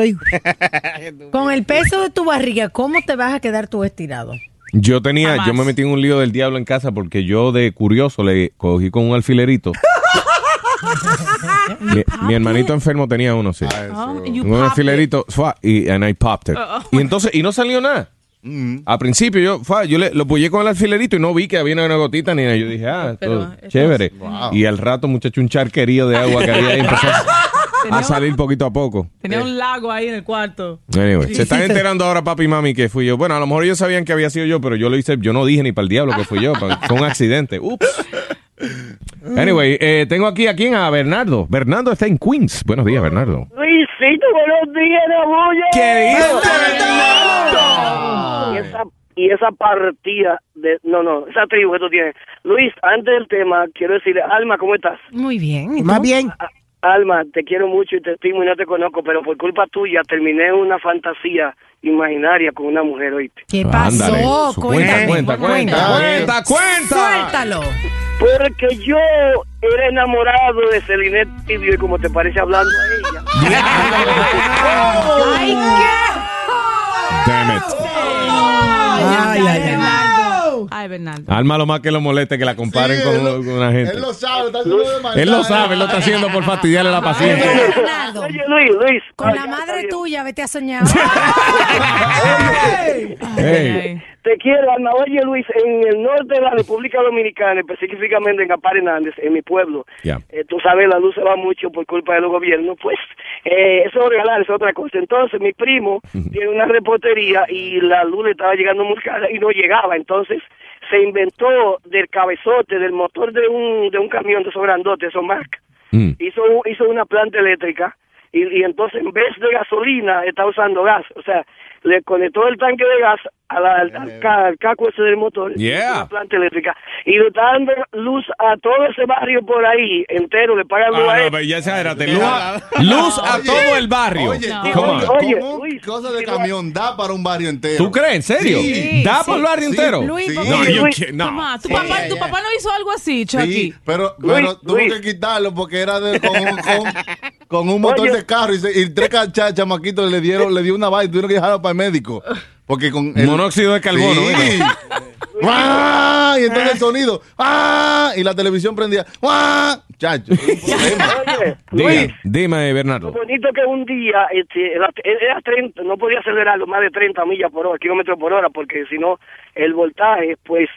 Speaker 6: (laughs)
Speaker 1: ahí.
Speaker 10: Con el peso de tu barriga, ¿cómo te vas a quedar tú estirado?
Speaker 6: Yo tenía,
Speaker 10: Jamás.
Speaker 6: yo me metí en un lío del diablo en casa porque yo de curioso le cogí con un alfilerito. mi, mi hermanito enfermo tenía uno, sí.
Speaker 16: Oh, you
Speaker 6: un
Speaker 16: popped it.
Speaker 6: alfilerito, fua, y and I popped it.
Speaker 16: Oh.
Speaker 6: Y entonces, y no salió nada. A principio yo, fua, yo le, lo puyé con el alfilerito y no vi que había una gotita ni nada. Yo dije, ah,
Speaker 16: Pero
Speaker 6: todo
Speaker 16: esto
Speaker 6: chévere.
Speaker 16: es- Wow.
Speaker 6: Y al rato, muchacho, un charquerío de agua que había ahí empezó
Speaker 16: (laughs)
Speaker 6: a- a salir poquito a poco.
Speaker 16: Tenía un lago ahí en el cuarto.
Speaker 6: Anyway, se están
Speaker 16: Sí.
Speaker 6: enterando ahora papi y mami que fui yo. Bueno, a lo mejor ellos sabían que había sido yo, pero yo lo hice, yo no dije ni para el diablo que fui yo, pa- fue un accidente. Ups. Anyway, eh, tengo aquí a quién, a Bernardo. Bernardo está en Queens. Buenos días, Bernardo.
Speaker 2: Luisito, buenos días, Nabuya.
Speaker 6: ¿Qué
Speaker 2: dices, Y esa, y esa partida de... No, no, esa tribu que tú tienes. Luis, antes del tema, quiero decirle, Alma, ¿cómo estás?
Speaker 10: Muy bien.
Speaker 1: Más bien.
Speaker 2: Alma, te quiero mucho y te estimo y no te conozco, pero por culpa tuya terminé una fantasía imaginaria con una mujer, ¿oíste?
Speaker 10: ¿Qué
Speaker 2: pasó?
Speaker 6: Ándale. Su- Cuenta,
Speaker 2: Cuéntame.
Speaker 6: cuenta, cuenta, cuenta, cuenta.
Speaker 10: Suéltalo.
Speaker 2: Porque yo era enamorado de Celine Tibio y como te parece hablando a ella.
Speaker 10: ¡Ay, qué!
Speaker 6: Damn it.
Speaker 16: Ay,
Speaker 2: ay, ay.
Speaker 16: Bernardo. Ay, Bernardo.
Speaker 6: Alma lo más que lo moleste que la comparen con, con una gente.
Speaker 2: Él
Speaker 6: Él
Speaker 2: lo
Speaker 6: lo,
Speaker 2: sabe, está
Speaker 6: sabe, él lo está haciendo por fastidiarle la
Speaker 2: (laughs)
Speaker 6: paciencia.
Speaker 10: Bernardo.
Speaker 2: Oye, Luis, Luis.
Speaker 10: Con la madre tuya, vete
Speaker 6: (laughs)
Speaker 10: a soñar.
Speaker 6: Hey.
Speaker 2: Te quiero, Alma. Oye, Luis, en el norte de la República Dominicana, específicamente en Apar Hernández, en mi pueblo,
Speaker 6: Ya.
Speaker 2: eh, tú sabes, la luz se va mucho por culpa de los gobiernos, pues eh, eso es regalar, es otra cosa. Entonces, mi primo tiene una repostería y la luz le estaba llegando muy cara y no llegaba. Entonces, se inventó del cabezote, del motor de un, de un camión de esos grandotes, esos Mac.
Speaker 12: Hmm.
Speaker 6: Mm.
Speaker 2: Hizo, hizo una planta eléctrica y, y entonces, en vez de gasolina, está usando gas. O sea, le conectó el tanque de gas a la- al, al ca- al caco ese del motor,
Speaker 6: Yeah.
Speaker 2: una planta eléctrica, y le está dando luz a todo ese barrio por ahí entero, le pagan luz
Speaker 6: Ah,
Speaker 2: a
Speaker 6: no,
Speaker 2: él.
Speaker 6: pero ya exageraste. Luz, a- luz a
Speaker 7: Oye,
Speaker 6: todo el barrio.
Speaker 7: Oye,
Speaker 6: Come on.
Speaker 7: ¿cómo,
Speaker 2: Oye,
Speaker 7: cómo cosa de camión da para un barrio entero?
Speaker 6: ¿Tú crees? ¿En serio?
Speaker 7: Sí.
Speaker 6: ¿Da
Speaker 7: Sí.
Speaker 6: por el barrio
Speaker 7: Sí.
Speaker 6: entero?
Speaker 7: Luis,
Speaker 6: no,
Speaker 7: papá.
Speaker 6: yo
Speaker 7: Luis,
Speaker 6: quiero- no.
Speaker 16: Tomás, Pues, tu,
Speaker 6: Sí.
Speaker 16: papá, tu papá no hizo algo así, Chucky.
Speaker 7: Sí, pero, pero
Speaker 2: Luis,
Speaker 7: tuvo
Speaker 2: Luis.
Speaker 7: que quitarlo porque era de, con, un- con- con un motor
Speaker 2: Oye.
Speaker 7: de carro y, se- y tres cachas, chamaquitos le dieron, le dio una vaina y tuvieron que dejarlo para el médico. Porque con el-
Speaker 6: Monóxido de carbono,
Speaker 7: Sí.
Speaker 6: venga.
Speaker 7: (laughs) ¡Guau! Y entonces el sonido. ¡guau! Y la televisión prendía. ¡guau! Chacho.
Speaker 6: Diga, dime, Bernardo.
Speaker 2: Lo bonito que un día, este, era, era 30, no podía acelerarlo más de 30 millas por hora, kilómetros por hora, porque si no, el voltaje, pues,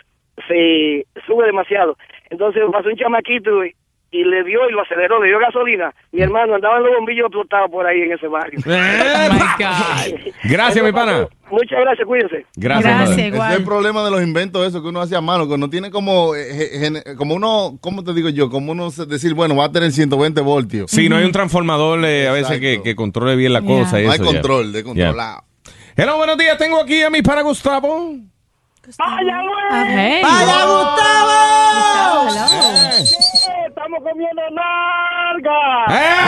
Speaker 2: se sube demasiado. Entonces pasó un chamaquito y, y le dio y lo aceleró, le dio gasolina. Mi hermano andaban los bombillos explotados por ahí en ese barrio.
Speaker 6: Gracias, mi pana.
Speaker 2: (laughs) Muchas gracias, cuídense.
Speaker 6: Gracias, brother.
Speaker 7: Ese es el problema de los inventos, eso que uno hace a mano, que no tiene como, eh, je- gen- como uno, ¿cómo te digo yo? Como uno se- decir, bueno, va a tener 120 voltios.
Speaker 6: Sí,
Speaker 7: (laughs)
Speaker 6: no hay un transformador eh, a veces que, que controle bien la cosa.
Speaker 7: No
Speaker 6: y
Speaker 7: hay
Speaker 6: eso ya.
Speaker 7: control, de controlado.
Speaker 6: Ya. Hello, buenos días. Tengo aquí a mi para Gustavo.
Speaker 2: ¡Vaya,
Speaker 16: Hey.
Speaker 2: ¡Vaya,
Speaker 16: Gustavo!
Speaker 2: Estamos comiendo larga.
Speaker 6: ¡Eh!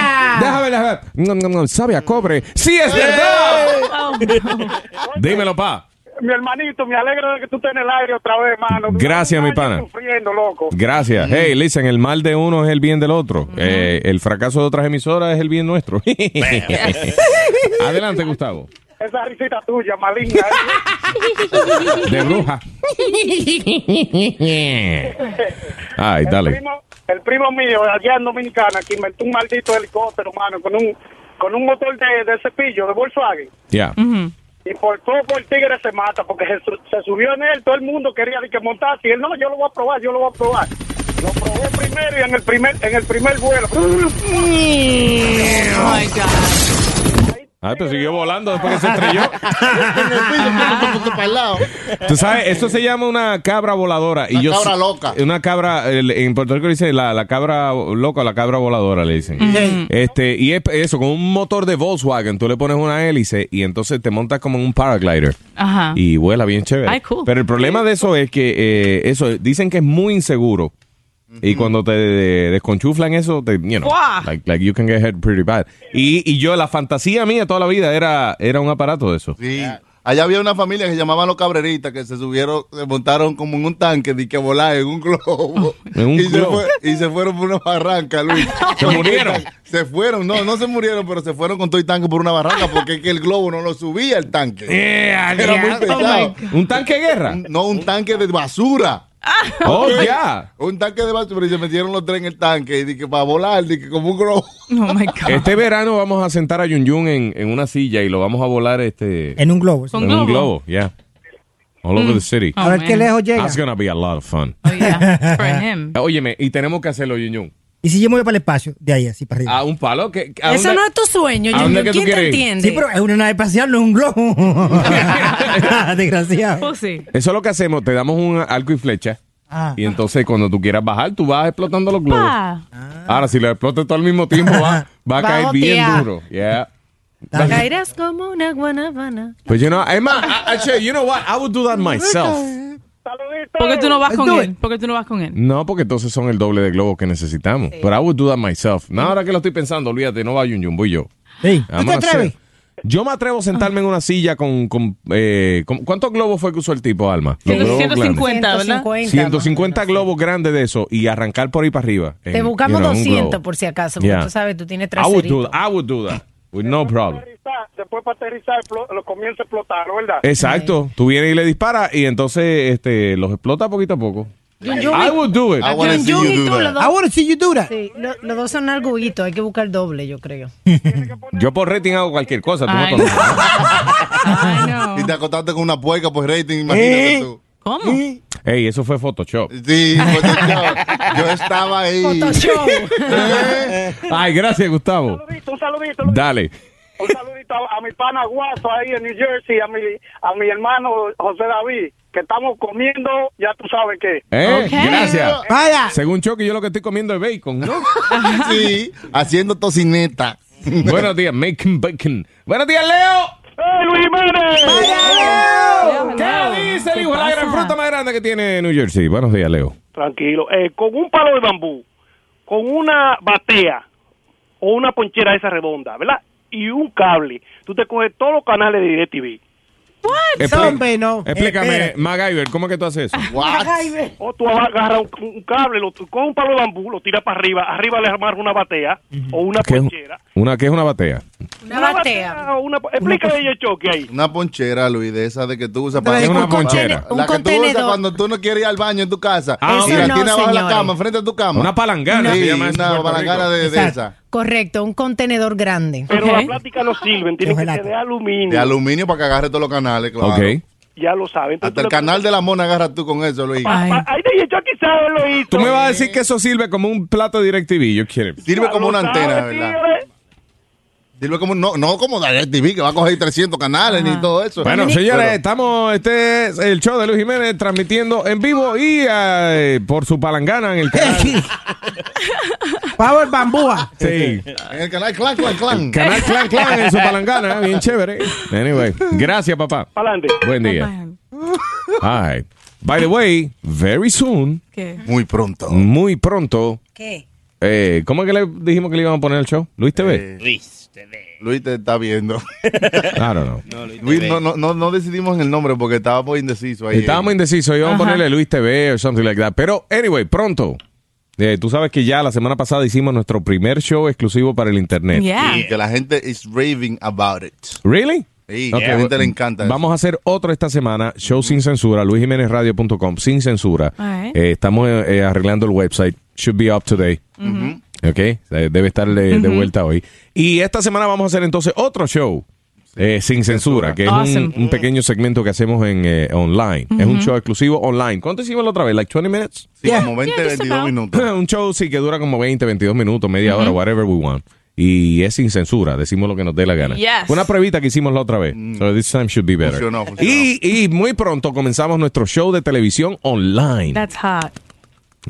Speaker 16: Ah.
Speaker 6: Déjame, déjame. No, no, no, sabe a cobre. ¡Sí, es verdad! Dímelo, pa.
Speaker 21: Mi hermanito, me alegro de que tú estés en el aire otra vez, hermano.
Speaker 6: Gracias, mi pana.
Speaker 21: Sufriendo, loco.
Speaker 6: Gracias. Hey, listen, el mal de uno es el bien del otro. Eh, el fracaso de otras emisoras es el bien nuestro. (laughs) Adelante, Gustavo.
Speaker 21: Esa risita tuya, ¿eh? maligna.
Speaker 6: De
Speaker 16: (laughs)
Speaker 6: bruja. Ay,
Speaker 21: El
Speaker 6: dale.
Speaker 21: primo, el primo mío, allá en Dominicana, que inventó un maldito helicóptero, mano, con un con un motor de, de cepillo, de Volkswagen.
Speaker 6: Ya.
Speaker 21: Y por poco el tigre se mata, porque se, su- se subió en él, todo el mundo quería de que montase. Y él, no, yo lo voy a probar, yo lo voy a probar. Lo probó primero y en el primer, en el primer vuelo.
Speaker 6: Ay, Ah, pero siguió volando después que se estrelló.
Speaker 7: para el lado.
Speaker 6: Tú sabes, eso se llama una cabra voladora. y
Speaker 7: Una
Speaker 6: yo
Speaker 7: cabra
Speaker 6: sé-
Speaker 7: loca.
Speaker 6: Una cabra, el- en Puerto Rico dice la, la cabra loca o la cabra voladora, le dicen.
Speaker 7: Ujú.
Speaker 6: Este, y es eso, con un motor de Volkswagen, tú le pones una hélice y entonces te montas como en un paraglider.
Speaker 16: Ajá.
Speaker 6: Y vuela bien chévere.
Speaker 16: Ah. Ay, (laughs) cool.
Speaker 6: Pero el problema de eso es que eh, eso dicen que es muy inseguro. Y cuando te de- desconchuflan eso, te, you know,
Speaker 16: Buah.
Speaker 6: like, like you can get hurt pretty bad. Y, y yo, la fantasía mía toda la vida era, era un aparato de eso.
Speaker 7: Sí. Allá había una familia que se llamaban los cabreritas que se subieron, se montaron como en un tanque de que volar en un globo.
Speaker 6: (laughs) En un
Speaker 7: y, se
Speaker 6: globo.
Speaker 7: fue- y se fueron por una barranca, Luis.
Speaker 6: (laughs) Se murieron.
Speaker 7: Se fueron, no, no se murieron, pero se fueron con todo el tanque por una barranca porque es que el globo no lo subía el tanque.
Speaker 6: Yeah,
Speaker 7: Era muy
Speaker 6: diablo.
Speaker 7: pesado.
Speaker 6: Eh, Oh my ¿Un tanque de guerra?
Speaker 7: No, un tanque de basura.
Speaker 16: Ah,
Speaker 6: Oh,
Speaker 7: Ok.
Speaker 6: ya.
Speaker 7: Un tanque de basura y se metieron los tres en el tanque y dije para volar, dije como un globo.
Speaker 16: Oh my God.
Speaker 6: Este verano vamos a sentar a Yun Yun en, en una silla y lo vamos a volar este
Speaker 14: En un globo.
Speaker 6: en un globo, yeah. All over
Speaker 10: Mm.
Speaker 6: the city.
Speaker 10: Oh,
Speaker 1: A ver qué lejos llega.
Speaker 6: That's gonna be a lot of fun. (laughs) Óyeme, y tenemos que hacerlo, Yun Yun.
Speaker 14: ¿Y si yo me voy para el espacio? De ahí, así para arriba.
Speaker 6: A un palo que. que- a
Speaker 10: Eso
Speaker 6: dónde-
Speaker 10: no es tu sueño,
Speaker 6: ¿A dónde
Speaker 10: Junior.
Speaker 6: que
Speaker 10: ¿Quién
Speaker 6: tú
Speaker 10: te
Speaker 6: quieres ir?
Speaker 10: entiende?
Speaker 14: Sí, pero es una nave espacial, no es un globo. Desgraciado.
Speaker 6: Eso es lo que hacemos, te damos un arco y flecha.
Speaker 14: Ah.
Speaker 6: Y entonces cuando tú quieras bajar, tú vas explotando los globos. Ahora, si lo explotas todo al mismo tiempo,
Speaker 1: (laughs)
Speaker 6: va, va a
Speaker 10: Va a
Speaker 6: caer bien
Speaker 10: gotear.
Speaker 6: duro. Yeah.
Speaker 10: Caerás como una guanabana.
Speaker 6: But you know, es más,
Speaker 10: (laughs)
Speaker 6: I- actually, you know what? I would do that myself.
Speaker 16: ¿Por qué tú no vas
Speaker 10: Let's
Speaker 16: con
Speaker 10: do
Speaker 16: él? ¿Por qué tú no vas con él?
Speaker 6: No, porque entonces son el doble de globos que necesitamos. Pero I would do that myself. No, ahora que lo estoy pensando, olvídate, no va Yun Yun, voy yo.
Speaker 14: ¿Tú te atreves?
Speaker 6: Yo me atrevo a sentarme en una silla con... con, eh, con- ¿Cuántos globos fue que usó el tipo, Alma? Los globos grandes.
Speaker 16: 150, ¿verdad?
Speaker 6: 150 globos grandes de eso y arrancar por ahí para arriba.
Speaker 10: Te
Speaker 6: en,
Speaker 10: buscamos
Speaker 6: you know, en un
Speaker 10: 200
Speaker 6: globo.
Speaker 10: por si acaso, porque
Speaker 6: Yeah.
Speaker 10: tú sabes, tú tienes
Speaker 6: I would do
Speaker 10: traserito.
Speaker 6: that. I would do that. With no problem.
Speaker 21: Después para aterrizar, explo- lo comienza a explotar, ¿verdad?
Speaker 6: Exacto. Tú vienes y le disparas y entonces este, los explota poquito a poco.
Speaker 10: Yun Yun
Speaker 6: I
Speaker 10: y-
Speaker 6: would do it.
Speaker 7: Ah,
Speaker 10: I wanna Yun see Yun you y do tú, that. los dos.
Speaker 1: I wanna see you do that.
Speaker 10: Sí, lo- los dos son arguguitos, hay que buscar el doble, yo creo.
Speaker 6: Yo por rating hago cualquier cosa. Tú no
Speaker 10: Ay,
Speaker 6: conoces.
Speaker 7: Y te acostaste con una puerca por rating, imagínate
Speaker 6: ¿Eh?
Speaker 7: tú.
Speaker 16: ¿Cómo?
Speaker 6: Ey, eso fue Photoshop.
Speaker 7: Sí, Photoshop. Yo estaba
Speaker 21: (laughs)
Speaker 7: ahí. (laughs)
Speaker 21: Photoshop.
Speaker 6: Ay, gracias, Gustavo.
Speaker 21: Un saludito,
Speaker 6: Dale.
Speaker 21: un saludito a, a mi pana Guaso ahí en New Jersey, a mi, a mi hermano José David, que estamos comiendo, ya tú sabes qué.
Speaker 6: Eh,
Speaker 21: Ok.
Speaker 6: Gracias.
Speaker 1: Vaya.
Speaker 6: Según Chucky, yo lo que estoy comiendo es bacon, ¿no?
Speaker 7: (laughs) sí, haciendo tocineta.
Speaker 6: Buenos días, making bacon. Buenos días, Leo.
Speaker 21: ¡Hey, Luis Jiménez!
Speaker 6: Leo!
Speaker 21: Leo,
Speaker 6: ¿Qué
Speaker 21: Leo.
Speaker 6: dice el
Speaker 21: ¿Qué
Speaker 6: hijo de la
Speaker 21: pasa?
Speaker 6: gran fruta más grande que tiene New Jersey? Buenos días, Leo.
Speaker 21: Tranquilo. Eh, con un palo de bambú, con una batea o una ponchera esa redonda, ¿verdad? Y un cable. Tú te coges todos los canales de DirecTV.
Speaker 6: Expli-
Speaker 1: Hombre,
Speaker 7: Eh,
Speaker 1: no.
Speaker 6: Explícame,
Speaker 1: Espera.
Speaker 6: MacGyver, ¿cómo es que tú haces eso?
Speaker 21: O tú agarras un, un cable, lo, con un palo de bambú, lo tiras para arriba, arriba le armas una batea o una
Speaker 6: ¿Qué es,
Speaker 21: ponchera.
Speaker 6: una, ¿Qué es una batea?
Speaker 10: Una batea.
Speaker 21: o Una, explícame yo, choque ahí.
Speaker 7: Una ponchera, Luis, de esa de que tú usas para
Speaker 6: Es una
Speaker 7: la
Speaker 6: ponchera.
Speaker 7: que tú usas cuando tú no quieres ir al baño en tu casa.
Speaker 6: Ah,
Speaker 7: y
Speaker 6: eso
Speaker 7: la
Speaker 6: no,
Speaker 7: tienes abajo de la
Speaker 6: señores.
Speaker 7: cama, frente a tu cama.
Speaker 6: Una palangana,
Speaker 7: Sí,
Speaker 6: se llama eso en
Speaker 7: una
Speaker 6: Puerto
Speaker 7: palangana de, de
Speaker 10: Exacto.
Speaker 7: esa.
Speaker 10: Correcto, un contenedor grande.
Speaker 21: Pero la plática no sirve, tiene que ser de aluminio.
Speaker 7: De aluminio para que agarre todos los canales, claro.
Speaker 6: Ok.
Speaker 21: Ya lo saben.
Speaker 7: Hasta el canal de la mona agarras tú con eso, Luis.
Speaker 21: Ahí te yo aquí sabe lo hizo.
Speaker 6: Tú me vas a decir que eso sirve como un plato de DirecTV, yo quiero.
Speaker 7: Sirve como una
Speaker 21: Lo
Speaker 7: antena,
Speaker 21: sabe,
Speaker 7: ¿verdad?
Speaker 21: señores.
Speaker 7: Sirve como, no, no como DirecTV, que va a coger 300 canales ni todo eso.
Speaker 6: Bueno, señores,
Speaker 7: Pero-
Speaker 6: estamos, este es el show de Luis Jiménez transmitiendo en vivo y eh, por su palangana
Speaker 1: (laughs)
Speaker 6: en el canal.
Speaker 1: Power Bambúa.
Speaker 6: Sí.
Speaker 7: En el canal Clan, Clan, Clan.
Speaker 6: Canal Clan Clan en su palangana, ¿eh? bien chévere. Anyway, gracias, papá.
Speaker 21: Pa'lante.
Speaker 6: Buen día. All right. By the way, very soon,
Speaker 16: ¿Qué?
Speaker 7: Muy pronto.
Speaker 6: muy pronto,
Speaker 10: ¿Qué?
Speaker 6: eh, ¿cómo es que le dijimos que le íbamos a poner el show? ¿Luis
Speaker 7: Eh,
Speaker 6: TV?
Speaker 7: Luis Luis te está viendo.
Speaker 6: I don't know.
Speaker 7: Luis, no, no, no, no decidimos el nombre porque estábamos indecisos ahí.
Speaker 6: Estábamos indecisos, íbamos a
Speaker 16: Ajá.
Speaker 6: ponerle Luis TV o something like that. Pero, anyway, pronto. Eh, tú sabes que ya la semana pasada hicimos nuestro primer show exclusivo para el internet.
Speaker 16: Yeah.
Speaker 7: Y que la gente is raving about it.
Speaker 6: ¿Really?
Speaker 7: Sí,
Speaker 6: Ok,
Speaker 7: a la gente le encanta eso.
Speaker 6: Vamos a hacer otro esta semana, show sin censura, luisjimenezradio.com, sin censura.
Speaker 16: Alright.
Speaker 6: Eh, estamos eh, arreglando el website, should be up today. Ok, eh, debe estar de, de vuelta hoy. Y esta semana vamos a hacer entonces otro show. eh, sin censura, que es un-
Speaker 16: Awesome.
Speaker 6: un, pequeño segmento que hacemos en eh, online. Es un show exclusivo online. ¿Cuánto hicimos la otra vez? ¿Like 20 minutes?
Speaker 7: Sí, como 20,
Speaker 16: Yeah, just
Speaker 7: 22
Speaker 16: about.
Speaker 7: minutos.
Speaker 6: (laughs) un show sí que dura como 20, 22 minutos, media hora, whatever we want. Y es sin censura, decimos lo que nos dé la gana.
Speaker 16: Yes.
Speaker 6: Fue Una pruebita que hicimos la otra vez. So this time should be better.
Speaker 7: Mm. Funcionó, funcionó.
Speaker 6: Y, y muy pronto comenzamos nuestro show de televisión online.
Speaker 16: That's hot.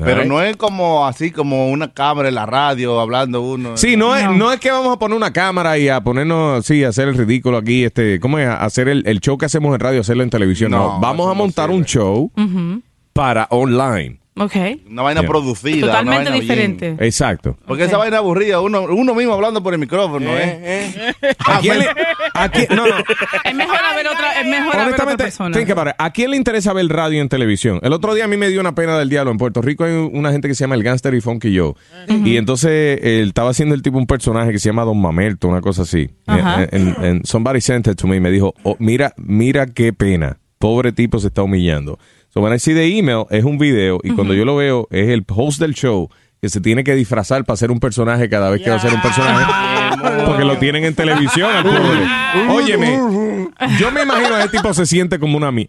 Speaker 7: Pero no es como así, como una cámara en la radio hablando uno.
Speaker 6: Sí, no, Es, no es que vamos a poner una cámara y a ponernos, sí, a hacer el ridículo aquí, este, ¿cómo es? A hacer el, el show que hacemos en radio, hacerlo en televisión. No,
Speaker 7: No,
Speaker 6: vamos
Speaker 7: eso
Speaker 6: a
Speaker 7: no
Speaker 6: montar un show para online.
Speaker 16: Ok.
Speaker 7: Una vaina
Speaker 6: Yeah.
Speaker 7: producida. una
Speaker 16: Totalmente
Speaker 7: vaina bien.
Speaker 16: diferente.
Speaker 6: Exacto.
Speaker 7: Porque esa vaina aburrida, uno, uno mismo hablando por el micrófono, ¿eh?
Speaker 6: ¿A quién le- a quién- no, no.
Speaker 16: Es mejor haber otra, es mejor haber otra
Speaker 6: Honestamente,
Speaker 16: persona.
Speaker 6: think about it. ¿a quién le interesa ver radio en televisión? El otro día a mí me dio una pena del diablo. En Puerto Rico hay una gente que se llama el Gangster y Funky Joe. Y entonces él estaba haciendo el tipo un personaje que se llama Don Mamerto, una cosa así.
Speaker 16: Ajá.
Speaker 6: En- en- somebody sent it to me. Me dijo, "Oh, mira, mira qué pena. Pobre tipo se está humillando. So when I see the email, es un video. Y cuando yo lo veo, es el host del show que se tiene que disfrazar para ser un personaje cada vez que va a ser un personaje. porque lo tienen en televisión al pobre. Óyeme. Yo me imagino a ese tipo se siente como una
Speaker 16: (laughs)
Speaker 6: mí.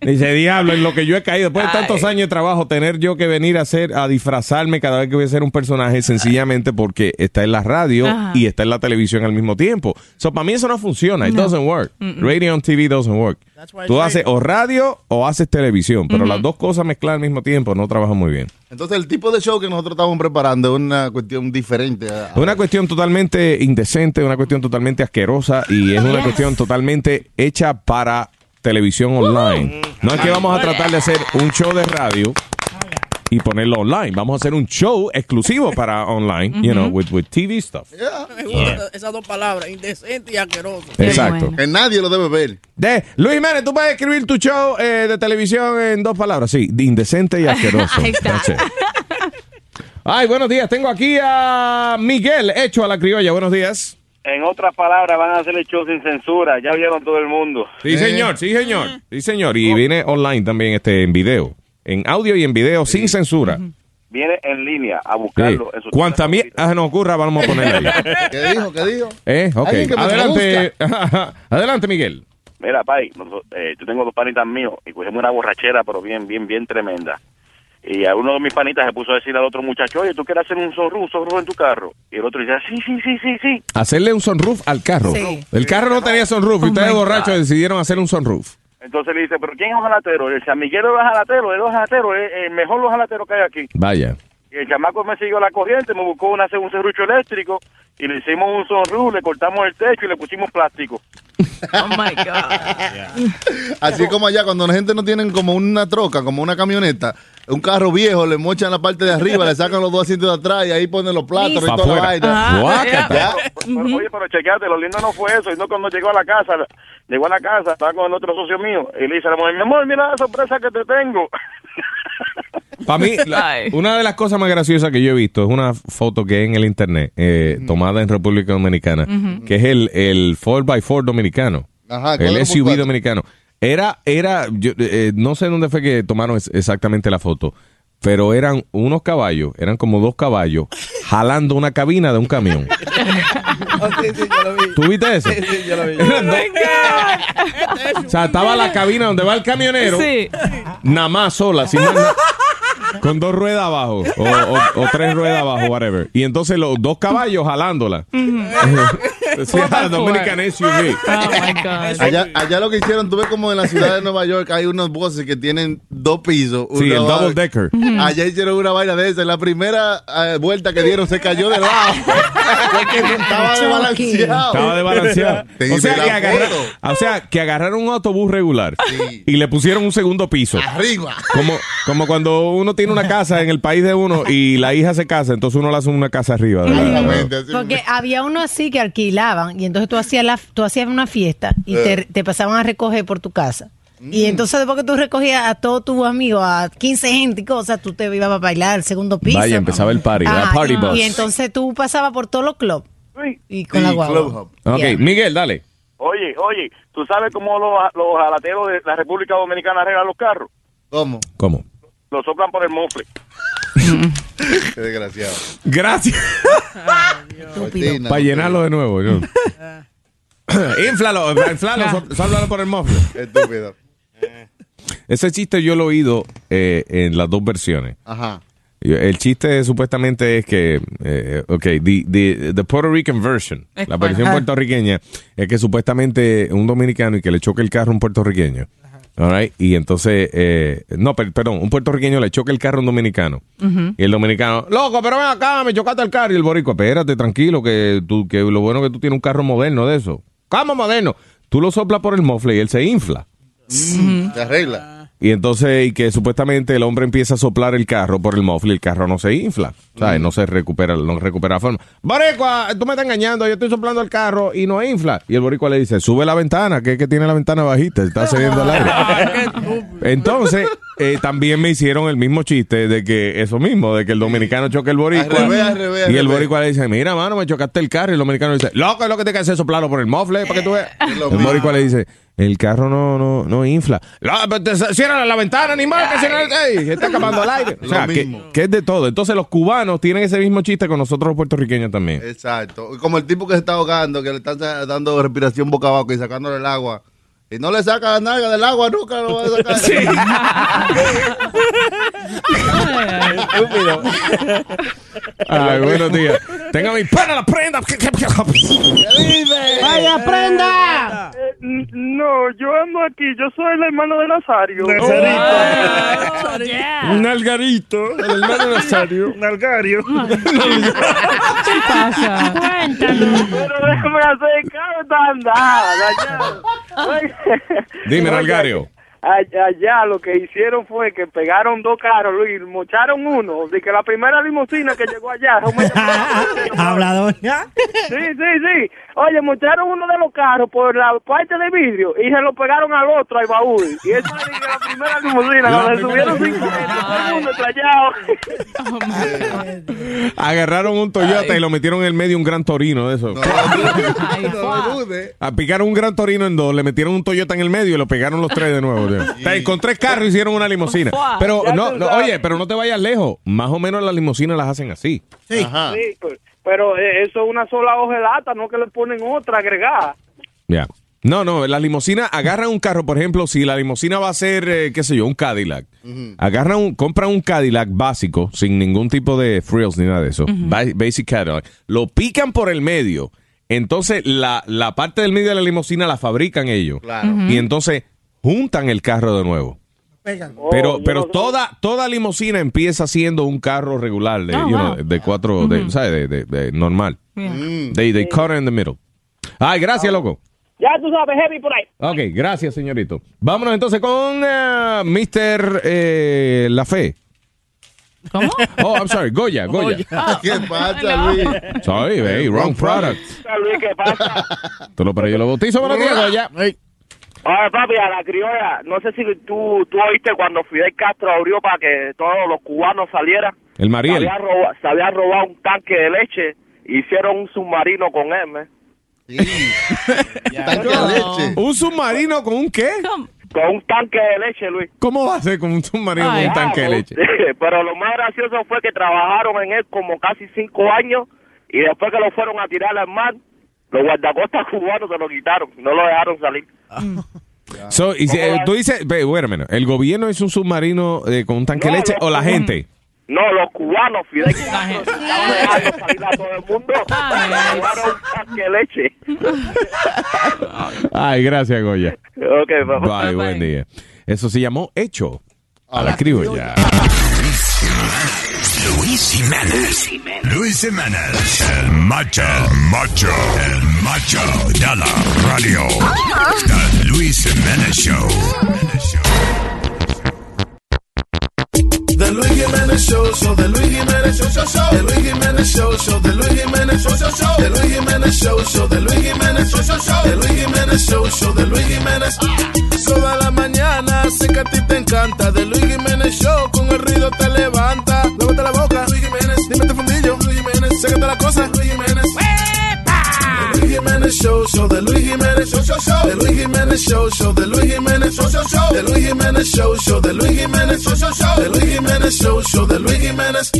Speaker 6: Dice, diablo, en lo que yo he caído, después de tantos años de trabajo, tener yo que venir a hacer, a disfrazarme cada vez que voy a ser un personaje, sencillamente porque está en la radio
Speaker 16: Ajá.
Speaker 6: y está en la televisión al mismo tiempo. So, para mí eso no funciona. It doesn't work.
Speaker 16: Mm-mm.
Speaker 6: Radio and TV doesn't work.
Speaker 7: why
Speaker 6: Tú
Speaker 7: it's
Speaker 6: haces o radio o haces televisión, pero
Speaker 7: Ujú.
Speaker 16: Mm-hmm.
Speaker 6: las dos cosas mezcladas al mismo tiempo no trabajan muy bien.
Speaker 7: Entonces, el tipo de show que nosotros estamos preparando es una cuestión diferente. a-
Speaker 6: Es una cuestión totalmente indecente, una cuestión totalmente asquerosa y es una cuestión totalmente hecha para televisión online. No es que vamos a tratar de hacer un show de radio y ponerlo online. Vamos a hacer un show exclusivo para online, you know, with, with TV stuff.
Speaker 4: Me gustan esas dos palabras, indecente y asqueroso.
Speaker 6: Exacto.
Speaker 7: Que nadie lo debe ver.
Speaker 6: De, Luis Jiménez, tú puedes escribir tu show eh, de televisión en dos palabras. Sí, de indecente y asqueroso.
Speaker 16: (laughs) Ahí está.
Speaker 6: That's it. Ay, buenos días. Tengo aquí a Miguel, hecho a la criolla. Buenos días.
Speaker 25: En otras palabras, van a hacer el show sin censura. Ya vieron todo el mundo.
Speaker 7: Eh.
Speaker 6: Sí, señor, sí, señor. Sí, señor. Y viene online también este en video. En audio y en video sin censura.
Speaker 25: Viene en línea a
Speaker 6: Sí.
Speaker 25: buscarlo. en su-
Speaker 6: Cuanta mierda nos ocurra, vamos a ponerla
Speaker 25: (laughs)
Speaker 6: ahí.
Speaker 7: ¿Qué dijo? ¿Qué dijo?
Speaker 6: ¿Eh? Ok.
Speaker 25: Alguien que me
Speaker 6: Adelante. (laughs) Adelante, Miguel.
Speaker 25: Mira, pai, nosotros- eh, yo tengo dos panitas míos y cogimos una borrachera, pero bien, bien, bien tremenda. Y a uno de mis panitas se puso a decir al otro muchacho, oye, ¿tú quieres hacer un zorro, un zorro en tu carro? Y el otro dice, "Ah, sí, sí, sí, sí, sí.
Speaker 6: Hacerle un sunroof al carro.
Speaker 25: Sí.
Speaker 6: El carro no tenía sunroof. y ustedes
Speaker 25: Oh my
Speaker 6: borrachos decidieron hacer un sunroof.
Speaker 25: Entonces le dice, ¿pero quién es un jalatero? Y el chamillero era jalatero, era jalatero, es el mejor los jalateros que hay aquí.
Speaker 6: Vaya.
Speaker 25: Y el chamaco me siguió la corriente, me buscó una, un serrucho eléctrico y le hicimos un sonrú, le cortamos el techo y le pusimos
Speaker 10: (laughs)
Speaker 25: plástico.
Speaker 16: Oh my (laughs) God.
Speaker 7: Así como allá, cuando la gente no tienen como una troca, como una camioneta, un carro viejo, le mochan la parte de arriba, le sacan los dos asientos de atrás y ahí ponen los platos y toda
Speaker 6: Pa'
Speaker 7: la
Speaker 6: afuera.
Speaker 7: vaina.
Speaker 6: Ah, Guácata.
Speaker 7: Ya.
Speaker 25: Pero, Oye, pero chequeate, lo lindo no fue eso, sino cuando llegó a la casa, llegó a la casa, estaba con el otro socio mío, y le dice a la mujer, mi amor, mira la sorpresa que te tengo.
Speaker 6: Para mí, la- una de las cosas más graciosas que yo he visto es una foto que hay en el internet, eh, tomada en República Dominicana,
Speaker 3: Ujú.
Speaker 6: que es el, el 4x4 dominicano.
Speaker 7: Ah,
Speaker 3: Ajá,
Speaker 6: el
Speaker 3: cuatro por
Speaker 6: SUV
Speaker 3: cuatro.
Speaker 6: dominicano. Era, era, yo, eh, no sé dónde fue que tomaron es- exactamente la foto, pero eran unos caballos, eran como dos caballos, jalando una cabina de un camión.
Speaker 16: Oh,
Speaker 6: ¿Tú viste
Speaker 4: (laughs)
Speaker 6: eso? (laughs) Eran dos- o sea, estaba la cabina donde va el camionero,
Speaker 16: Sí.
Speaker 6: nada más sola, sin más nada. Con dos ruedas abajo, o, o- o tres ruedas abajo, whatever. Y entonces los dos caballos
Speaker 4: (laughs)
Speaker 6: jalándola. Sí, la Dominican SUV.
Speaker 16: Oh,
Speaker 7: Allá, allá lo que hicieron, tú ves como en la ciudad de Nueva York hay unos buses que tienen dos pisos.
Speaker 6: Sí,
Speaker 7: una
Speaker 6: el
Speaker 7: va-
Speaker 6: double decker.
Speaker 7: Ujú. Allá hicieron una vaina de esa. La primera eh, vuelta que dieron se cayó de
Speaker 6: (laughs)
Speaker 7: lado. Porque estaba desbalanceado.
Speaker 6: Estaba desbalanceado.
Speaker 7: (laughs) Te
Speaker 6: O sea,
Speaker 7: hice
Speaker 6: que
Speaker 7: la
Speaker 6: agarra-
Speaker 7: foto.
Speaker 6: o sea, que agarraron un autobús regular y le pusieron un segundo piso.
Speaker 7: Arriba.
Speaker 6: Como, como cuando uno tiene una casa en el país de uno y la hija se casa, entonces uno le hace una casa arriba. de la-
Speaker 10: Porque había uno así que alquilaban y entonces tú hacías la, tú hacías una fiesta y
Speaker 7: Eh.
Speaker 10: te, te pasaban a recoger por tu casa.
Speaker 7: Mm.
Speaker 10: Y entonces después que tú recogías a todos tus amigos, a 15 gente y cosas, tú te ibas a bailar al segundo piso. Ah,
Speaker 6: Vaya, empezaba el party,
Speaker 10: Ajá,
Speaker 6: la party
Speaker 10: y,
Speaker 6: bus.
Speaker 10: y entonces tú pasabas por todos los clubs y con la guagua.
Speaker 6: Ok,
Speaker 10: Yeah.
Speaker 6: Miguel, dale.
Speaker 25: Oye, oye, ¿tú sabes cómo los, los jalateros de la República Dominicana arreglan los carros?
Speaker 7: ¿Cómo?
Speaker 6: ¿Cómo?
Speaker 25: Los soplan por el mofle.
Speaker 7: Qué desgraciado.
Speaker 6: Gracias.
Speaker 7: Cortina.
Speaker 6: (laughs)
Speaker 7: (laughs)
Speaker 6: Para llenarlo de nuevo. yo. inflalo, inflalo, sopl- sóplalo por el mofle.
Speaker 7: Estúpido.
Speaker 6: Ese chiste yo lo he oído eh, en las dos versiones.
Speaker 7: Ajá.
Speaker 6: Yo- El chiste supuestamente es que, eh, ok, the, the- the Puerto Rican version,
Speaker 3: Es
Speaker 6: la
Speaker 3: cual.
Speaker 6: versión
Speaker 3: Ajá.
Speaker 6: puertorriqueña, es que supuestamente un dominicano y que le choque el carro a un puertorriqueño. All right, Y entonces, eh, no, per- perdón, un puertorriqueño le choca el carro a un dominicano. Y el dominicano, loco, pero ven acá, me chocaste el carro. Y el boricua, espérate, tranquilo, que, tú, que lo bueno que tú tienes un carro moderno de eso. ¿Cómo moderno? Tú lo soplas por el mofle y él se infla.
Speaker 7: Mm, Se arregla.
Speaker 6: Y entonces, y que supuestamente el hombre empieza a soplar el carro por el muffler, el carro no se infla, ¿sabes? No se recupera, no recupera forma. Boricua, tú me estás engañando, yo estoy soplando el carro y no infla. Y el boricua le dice, sube la ventana, que es que tiene la ventana bajita, está cediendo
Speaker 7: (laughs)
Speaker 6: el aire. Entonces, eh, también me hicieron el mismo chiste de que eso mismo, de que el dominicano choca el boricua.
Speaker 7: Al revés, al revés, al
Speaker 6: y el
Speaker 7: revés.
Speaker 6: boricua le dice, mira, mano, me chocaste el carro. Y el dominicano le dice, loco, es lo que te que hacer soplarlo por el mofle, para que tú veas.
Speaker 7: Eh.
Speaker 6: El boricua le dice, el carro no, no, no infla. "No, pero pues, te- Cierra la ventana, animal, que cierra el... ey, está acabando el aire. O sea,
Speaker 7: Ah, Lo
Speaker 6: que,
Speaker 7: mismo.
Speaker 6: que es de todo. Entonces los cubanos tienen ese mismo chiste con nosotros los puertorriqueños también.
Speaker 7: Exacto. Como el tipo que se está ahogando, que le están sa- dando respiración boca abajo y sacándole el agua. Y no le saca la nalga del agua, nunca lo va a sacar.
Speaker 6: Estúpido.
Speaker 24: Ah,
Speaker 6: Ay, buenos días. Tenga mi pana la prenda.
Speaker 4: ¡Vaya prenda!
Speaker 8: Eh, No, yo ando aquí, yo soy el hermano de Nazario. Oh. (laughs)
Speaker 6: Nalgarito, el hermano Nazario.
Speaker 8: Nalgario.
Speaker 22: (laughs)
Speaker 24: ¿Qué pasa?
Speaker 8: Cuéntanos. Pero déjame hacer carro tan
Speaker 6: Dime, Nalgario.
Speaker 8: Allá, allá lo que hicieron fue que pegaron dos carros Luis, y mocharon uno. De que la primera limusina que llegó allá.
Speaker 14: Hablador.
Speaker 8: Sí, sí, sí. Oye, mocharon uno de los carros por la parte de vidrio y se lo pegaron al otro, al baúl. Y esa es la primera limusina,
Speaker 6: La
Speaker 8: la
Speaker 6: primera
Speaker 8: subieron
Speaker 6: (laughs)
Speaker 8: cinco gente, todo el mundo estrellado.
Speaker 16: Oh,
Speaker 6: Agarraron un Toyota y lo metieron en el medio un gran torino de eso. Picaron un gran torino en dos, le metieron un Toyota en el medio y lo pegaron los tres de nuevo. tío. O sea, Con tres carros hicieron una limusina.
Speaker 24: Fua.
Speaker 6: Pero
Speaker 24: Ya
Speaker 6: no,
Speaker 24: tú
Speaker 6: no,
Speaker 24: sabes.
Speaker 6: oye, pero no te vayas lejos. Más o menos las limusinas las hacen así.
Speaker 8: Sí, pero, pero, eh, eso es una sola hojalata, no que le ponen otra agregada.
Speaker 6: Ya. No, no, las limusinas agarran un carro, por ejemplo, si la limusina va a ser, eh, qué sé yo, un Cadillac. Agarran un, compran un Cadillac básico, sin ningún tipo de frills ni nada de eso. ba- Basic Cadillac. Lo pican por el medio. Entonces, la, la parte del medio de la limusina la fabrican ellos.
Speaker 7: Claro. Ujú.
Speaker 6: Y entonces juntan el carro de nuevo.
Speaker 4: Oh,
Speaker 6: Oh, Pero, pero toda, toda limusina empieza siendo un carro regular, de,
Speaker 24: Oh,
Speaker 6: you know,
Speaker 24: wow.
Speaker 6: de- de cuatro, de, ¿sabes? De, de- de normal.
Speaker 24: Yeah. Mm.
Speaker 6: They, they cut it in the middle. Ay, gracias, loco.
Speaker 8: Ya tú sabes, heavy por
Speaker 6: (laughs)
Speaker 16: (laughs)
Speaker 8: ahí.
Speaker 6: Ok, gracias, señorito. Vámonos entonces con eh, Mr. eh, La Fe.
Speaker 29: ¿Cómo?
Speaker 6: Oh, I'm sorry, Goya, Goya.
Speaker 7: ¿Qué pasa, Luis?
Speaker 6: Sorry, hey, wrong product.
Speaker 8: Luis, ¿qué pasa?
Speaker 6: Tú lo para yo lo bautizo, buenos días, Goya.
Speaker 8: Oye, papi, a la criolla, no sé si tú, tú oíste cuando Fidel Castro abrió para que todos los cubanos salieran.
Speaker 6: El
Speaker 8: Se
Speaker 6: Mariel.
Speaker 8: había, roba- se había robado un tanque de leche, hicieron un submarino con él, ¿me? (laughs)
Speaker 7: Tanque de leche.
Speaker 6: ¿Un submarino con un qué?
Speaker 8: Con un tanque de Eh, leche, Luis. Ah,
Speaker 6: ¿Cómo va a ser con un submarino con un tanque de leche?
Speaker 8: (laughs) Pero lo más gracioso fue que trabajaron en él como casi cinco años y después que lo fueron a tirar al mar, los guardacostas cubanos se lo quitaron, no lo dejaron salir.
Speaker 6: Ah. So, y si, eh, tú dices, ve, wait a minute, ¿el gobierno hizo un submarino eh, con un tanque de leche o la gente?
Speaker 8: No, los cubanos, Fidel Castro, estaban dejando salir a todo el mundo. Robaron un tanque de leche.
Speaker 6: Ay, gracias, Goya.
Speaker 8: Ok, papá.
Speaker 6: pues, Bye, buen día. Eso se llamó hecho a la criolla.
Speaker 27: Luis Jiménez. Luis Jiménez. El macho. El macho. El macho de la radio. The Luis Jiménez Show.
Speaker 24: The Luis Jimenez Show, show, The Luis Jimenez Show, show, show, The Luis Jimenez Show, show, The Luis Jimenez Show, show, show, The Luis Jimenez Show, show, The Luis Jimenez Show, show, show, The Luis Jimenez Show, show, The Luis Jimenez. Toda la mañana sé que a ti te encanta, The Luis Jimenez Show, con el ruido te levanta. Lávate la boca, Luis Jimenez, dímete fundillo, Luis Jimenez, sécate la cosa, Luis Jimenez. The Luis Jimenez Show, show, The Luis Jimenez Show, show, show, The Luis Jimenez Show, show, The Luis Jimenez Show, show, show, The Luis Jimenez Show, show, The Luis Jimenez Show, show, show, The Luis Jimenez Show, show, The Luis Jimenez.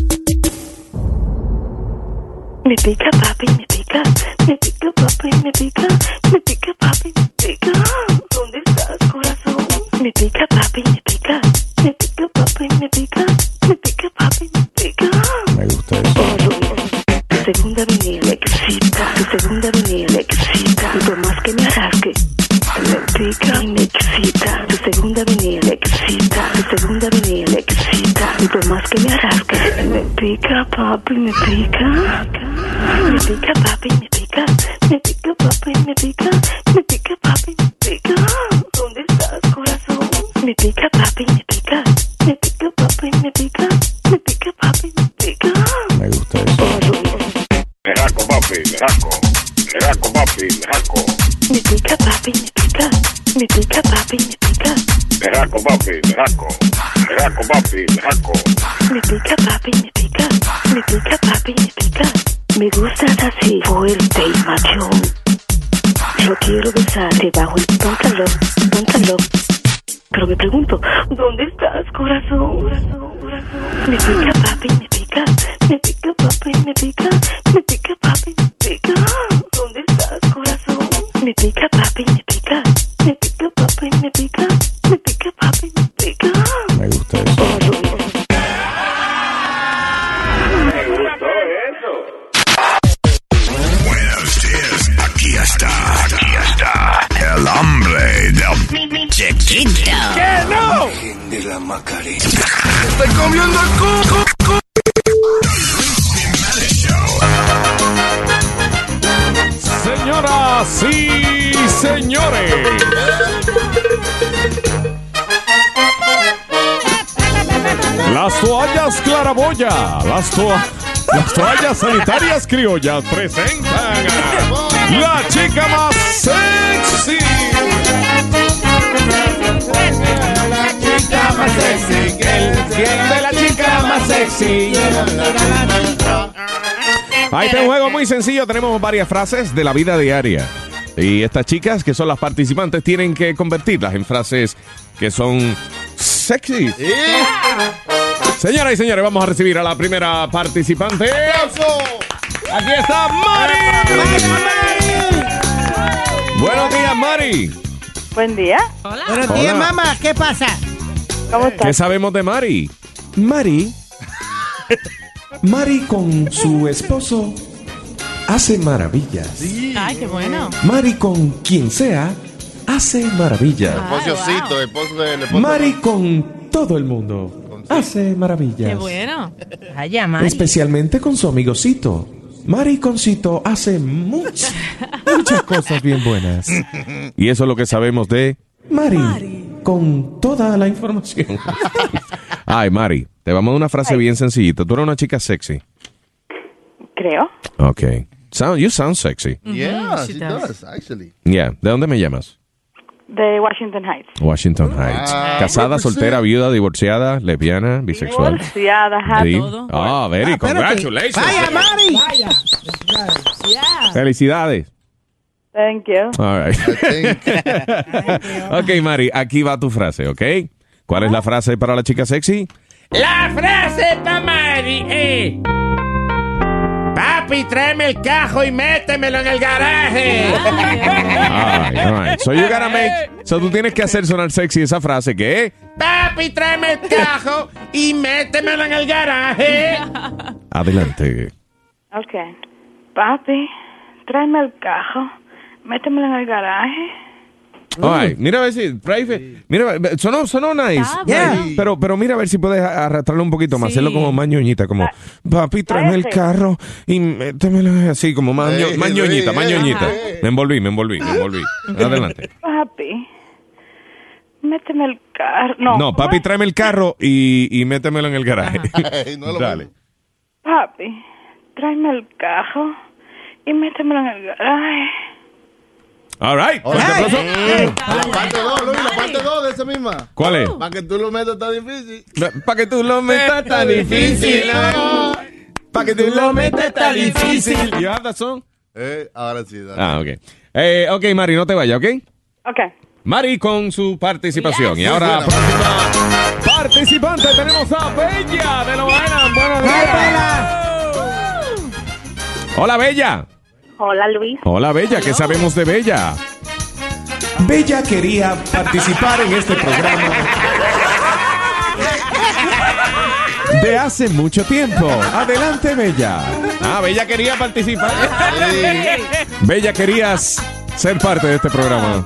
Speaker 12: Me pica papi, me pica, me pica papi, me pica, me pica papi, me pica. ¿Dónde estás, corazón? Me pica papi, me pica, me pica papi, me pica, me pica papi, me pica. Me gusta eso. tu segunda venida me excita, tu segunda venida me excita, y por más que me arrasque. Me pica y me excita, tu segunda venida me excita, tu segunda venida me excita, y por más que me arrasque. Me pica papi, me pica. Me pica papi, me pica, me pica papi, me pica, me pica papi, me pica. ¿Dónde estás, corazón? Me pica, papi, me pica. Me pica, papi, me pica. Me pica, papi, me pica.
Speaker 6: Me gusta eso.
Speaker 22: Meraco, papi, meraco. Meraco, papi, meraco.
Speaker 12: Me pica, papi, me pica. Me pica, papi, me pica.
Speaker 22: Meraco, papi, meraco. Meraco, papi, meraco.
Speaker 12: Me pica, papi, me pica. Me pica, papi, me pica. Me gustas así, fuerte y machón. Yo quiero besarte bajo el pantalón, pantalón. Pero me pregunto, ¿dónde estás, corazón? Corazón, corazón. Me pica, papi, me pica. Me pica, papi, me pica. Me pica, papi, me pica. ¿Dónde estás, corazón? Me pica, papi, me pica. Me pica, papi, me pica. Me pica, papi, me pica.
Speaker 6: Me gusta eso.
Speaker 22: Me gustó eso.
Speaker 27: Buenos días, aquí está. Aquí está. El hambre del chiquito.
Speaker 22: ¡Que no!
Speaker 27: De la Macarena.
Speaker 22: ¡Estoy comiendo el coco!
Speaker 6: Señoras y señores. Las toallas claraboya, las, toa- las toallas sanitarias criollas presentan a la chica más sexy.
Speaker 22: La chica más sexy que el cielo de la chica más sexy.
Speaker 6: Ahí está un juego muy sencillo, tenemos varias frases de la vida diaria. Y estas chicas, que son las participantes, tienen que convertirlas en frases que son sexy. Señoras y señores, vamos a recibir a la primera participante. Aquí está Mari. Buenos días, Mari.
Speaker 11: Buen día. Buenos días,
Speaker 6: Hola.
Speaker 11: mamá. ¿Qué pasa?
Speaker 12: ¿Cómo
Speaker 6: ¿Qué sabemos de Mari? Mari. Mari con su esposo hace maravillas.
Speaker 16: Ay, qué bueno.
Speaker 6: Mari con quien sea hace maravillas.
Speaker 10: Ah.
Speaker 7: Esposiocito, esposo del esposo.
Speaker 6: Mari con todo el mundo hace maravillas.
Speaker 10: Qué bueno. Vaya, Mari.
Speaker 6: Especialmente con su amigocito. Mari con Cito hace muchas, muchas cosas bien buenas. Y eso es lo que sabemos de Mari, con toda la información. Ay, Mari, te vamos a dar una frase bien sencillita. Tú eres una chica sexy.
Speaker 12: Creo.
Speaker 6: Ok. Sound, you sound sexy.
Speaker 7: Yeah,
Speaker 12: she
Speaker 7: she
Speaker 12: does.
Speaker 7: does, actually.
Speaker 6: Yeah. ¿De dónde me llamas?
Speaker 12: De Washington Heights.
Speaker 6: Washington Heights.
Speaker 12: Ah.
Speaker 6: Casada,
Speaker 12: Represent.
Speaker 6: soltera, viuda, divorciada, lesbiana, bisexual.
Speaker 12: Divorciada, ajá,
Speaker 6: Sí.
Speaker 12: todo.
Speaker 6: Ah, very congratulations.
Speaker 11: Vaya, Mari.
Speaker 6: Felicidades.
Speaker 12: Thank you.
Speaker 6: All right. (laughs)
Speaker 18: (laughs)
Speaker 6: ok, Mari, aquí va tu frase, ¿ok? ¿Cuál es
Speaker 12: Ah.
Speaker 6: la frase para la chica sexy?
Speaker 19: La frase para Mari es: eh. Papi, tráeme el cajo y métemelo en el garaje.
Speaker 6: (laughs) All right, all right. So you gotta make. So tú tienes que hacer sonar sexy esa frase que
Speaker 19: Papi, tráeme el cajo y métemelo en el garaje.
Speaker 6: adelante.
Speaker 12: Ok. Papi, tráeme el cajo. Métemelo en el garaje. Mm.
Speaker 6: All right. Mira a ver si private. Mira, a ver, sonó, sonó nice.
Speaker 12: Está
Speaker 6: Yeah.
Speaker 12: bueno.
Speaker 6: Pero, pero mira a ver si puedes arrastrarlo un poquito más,
Speaker 12: Sí. Ah.
Speaker 6: hacerlo como más ñoñita, como papi (laughs) tráeme el
Speaker 12: Parece.
Speaker 6: carro y métemelo así como más, ño-
Speaker 7: Ey,
Speaker 6: más
Speaker 7: ey,
Speaker 6: ñoñita,
Speaker 7: ey,
Speaker 6: más
Speaker 7: ey.
Speaker 6: ñoñita. Me envolví, me envolví, me
Speaker 12: (laughs)
Speaker 6: envolví. Adelante.
Speaker 12: Papi, méteme el carro. No,
Speaker 6: No, papi, tráeme el carro y, y métemelo en el garaje. (laughs) Dale.
Speaker 12: papi, tráeme el cajo y métemelo en el garaje.
Speaker 6: All right. Eh.
Speaker 7: All right.
Speaker 6: Fuerte aplauso.
Speaker 7: La parte 2, Luis, la parte 2 de esa misma.
Speaker 6: ¿Cuál es?
Speaker 7: Para que tú lo metas está difícil.
Speaker 6: Para que tú lo metas está difícil. Para que tú lo metas está difícil. You have that song?
Speaker 7: Eh, ahora sí, dale.
Speaker 6: Ah, ok. Eh, ok, Mari, no te vayas, ¿ok?
Speaker 12: Ok.
Speaker 6: Mari con su participación. Y ahora, próxima participante, tenemos a Bella de Los Ángeles. Buenos días. Hola, Bella.
Speaker 12: Hola, Luis.
Speaker 6: Hola, Bella. ¿Qué sabemos de Bella? Bella quería participar en este programa de hace mucho tiempo. Adelante, Bella. Ah, Bella quería participar.
Speaker 19: (laughs)
Speaker 6: Bella querías ser parte de este programa.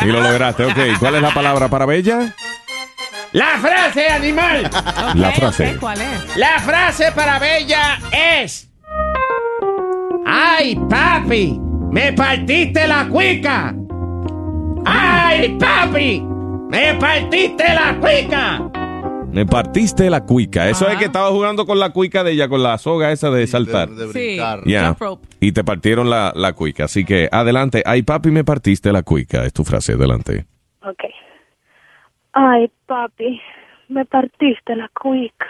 Speaker 6: Y lo lograste, ok. ¿Cuál es la palabra para Bella?
Speaker 19: La frase, animal.
Speaker 6: La frase.
Speaker 19: ¿Cuál es? La frase para Bella es: ¡Ay, papi! ¡Me partiste la cuica! ¡Ay, papi! ¡Me partiste la cuica!
Speaker 6: Me partiste la cuica. Eso es que estaba jugando con la cuica de ella, con la soga esa de saltar.
Speaker 7: de
Speaker 6: Ya.
Speaker 7: brincar.
Speaker 6: Y te partieron la, la cuica. Así que adelante. Ay, papi, me partiste la cuica. Es tu frase. Adelante.
Speaker 23: Ok. Ay, papi, me partiste la cuica.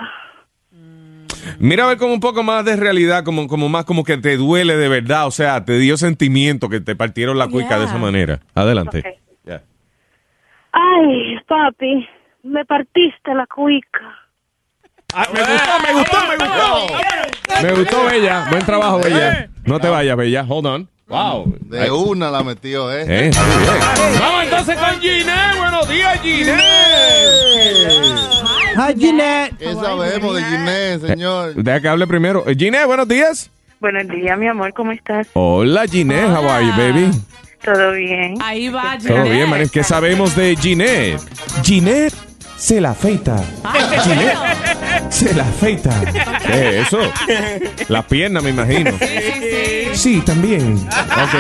Speaker 6: Mira a ver como un poco más de realidad, como, como más como que te duele de verdad. O sea, te dio sentimiento que te partieron la cuica de esa manera. Adelante. Ya.
Speaker 23: Ay, papi, me partiste la cuica.
Speaker 6: Ah, me gustó, me gustó, me gustó. Me gustó, Bella. Buen trabajo, Bella. No te vayas, Bella. Hold on. Wow.
Speaker 7: De
Speaker 6: Ay.
Speaker 7: una la metió, ¿eh?
Speaker 6: Eh,
Speaker 19: Vamos entonces con Giné. Buenos días, Giné.
Speaker 22: Hi, Ginette.
Speaker 7: ¿Qué sabemos de Ginés,
Speaker 22: Eh,
Speaker 7: señor?
Speaker 6: Deja que hable primero. Eh, Ginés, buenos días.
Speaker 16: Buenos días, mi amor, ¿cómo estás?
Speaker 6: Hola, Ginés. How are you, baby?
Speaker 16: ¿Todo bien? Ahí va,
Speaker 6: Todo bien, Maris. ¿Qué sabemos de Ginette? Ginette se la afeita. Ginette se la afeita. ¿Qué es eso? Las piernas, me imagino. Sí, también. Ok.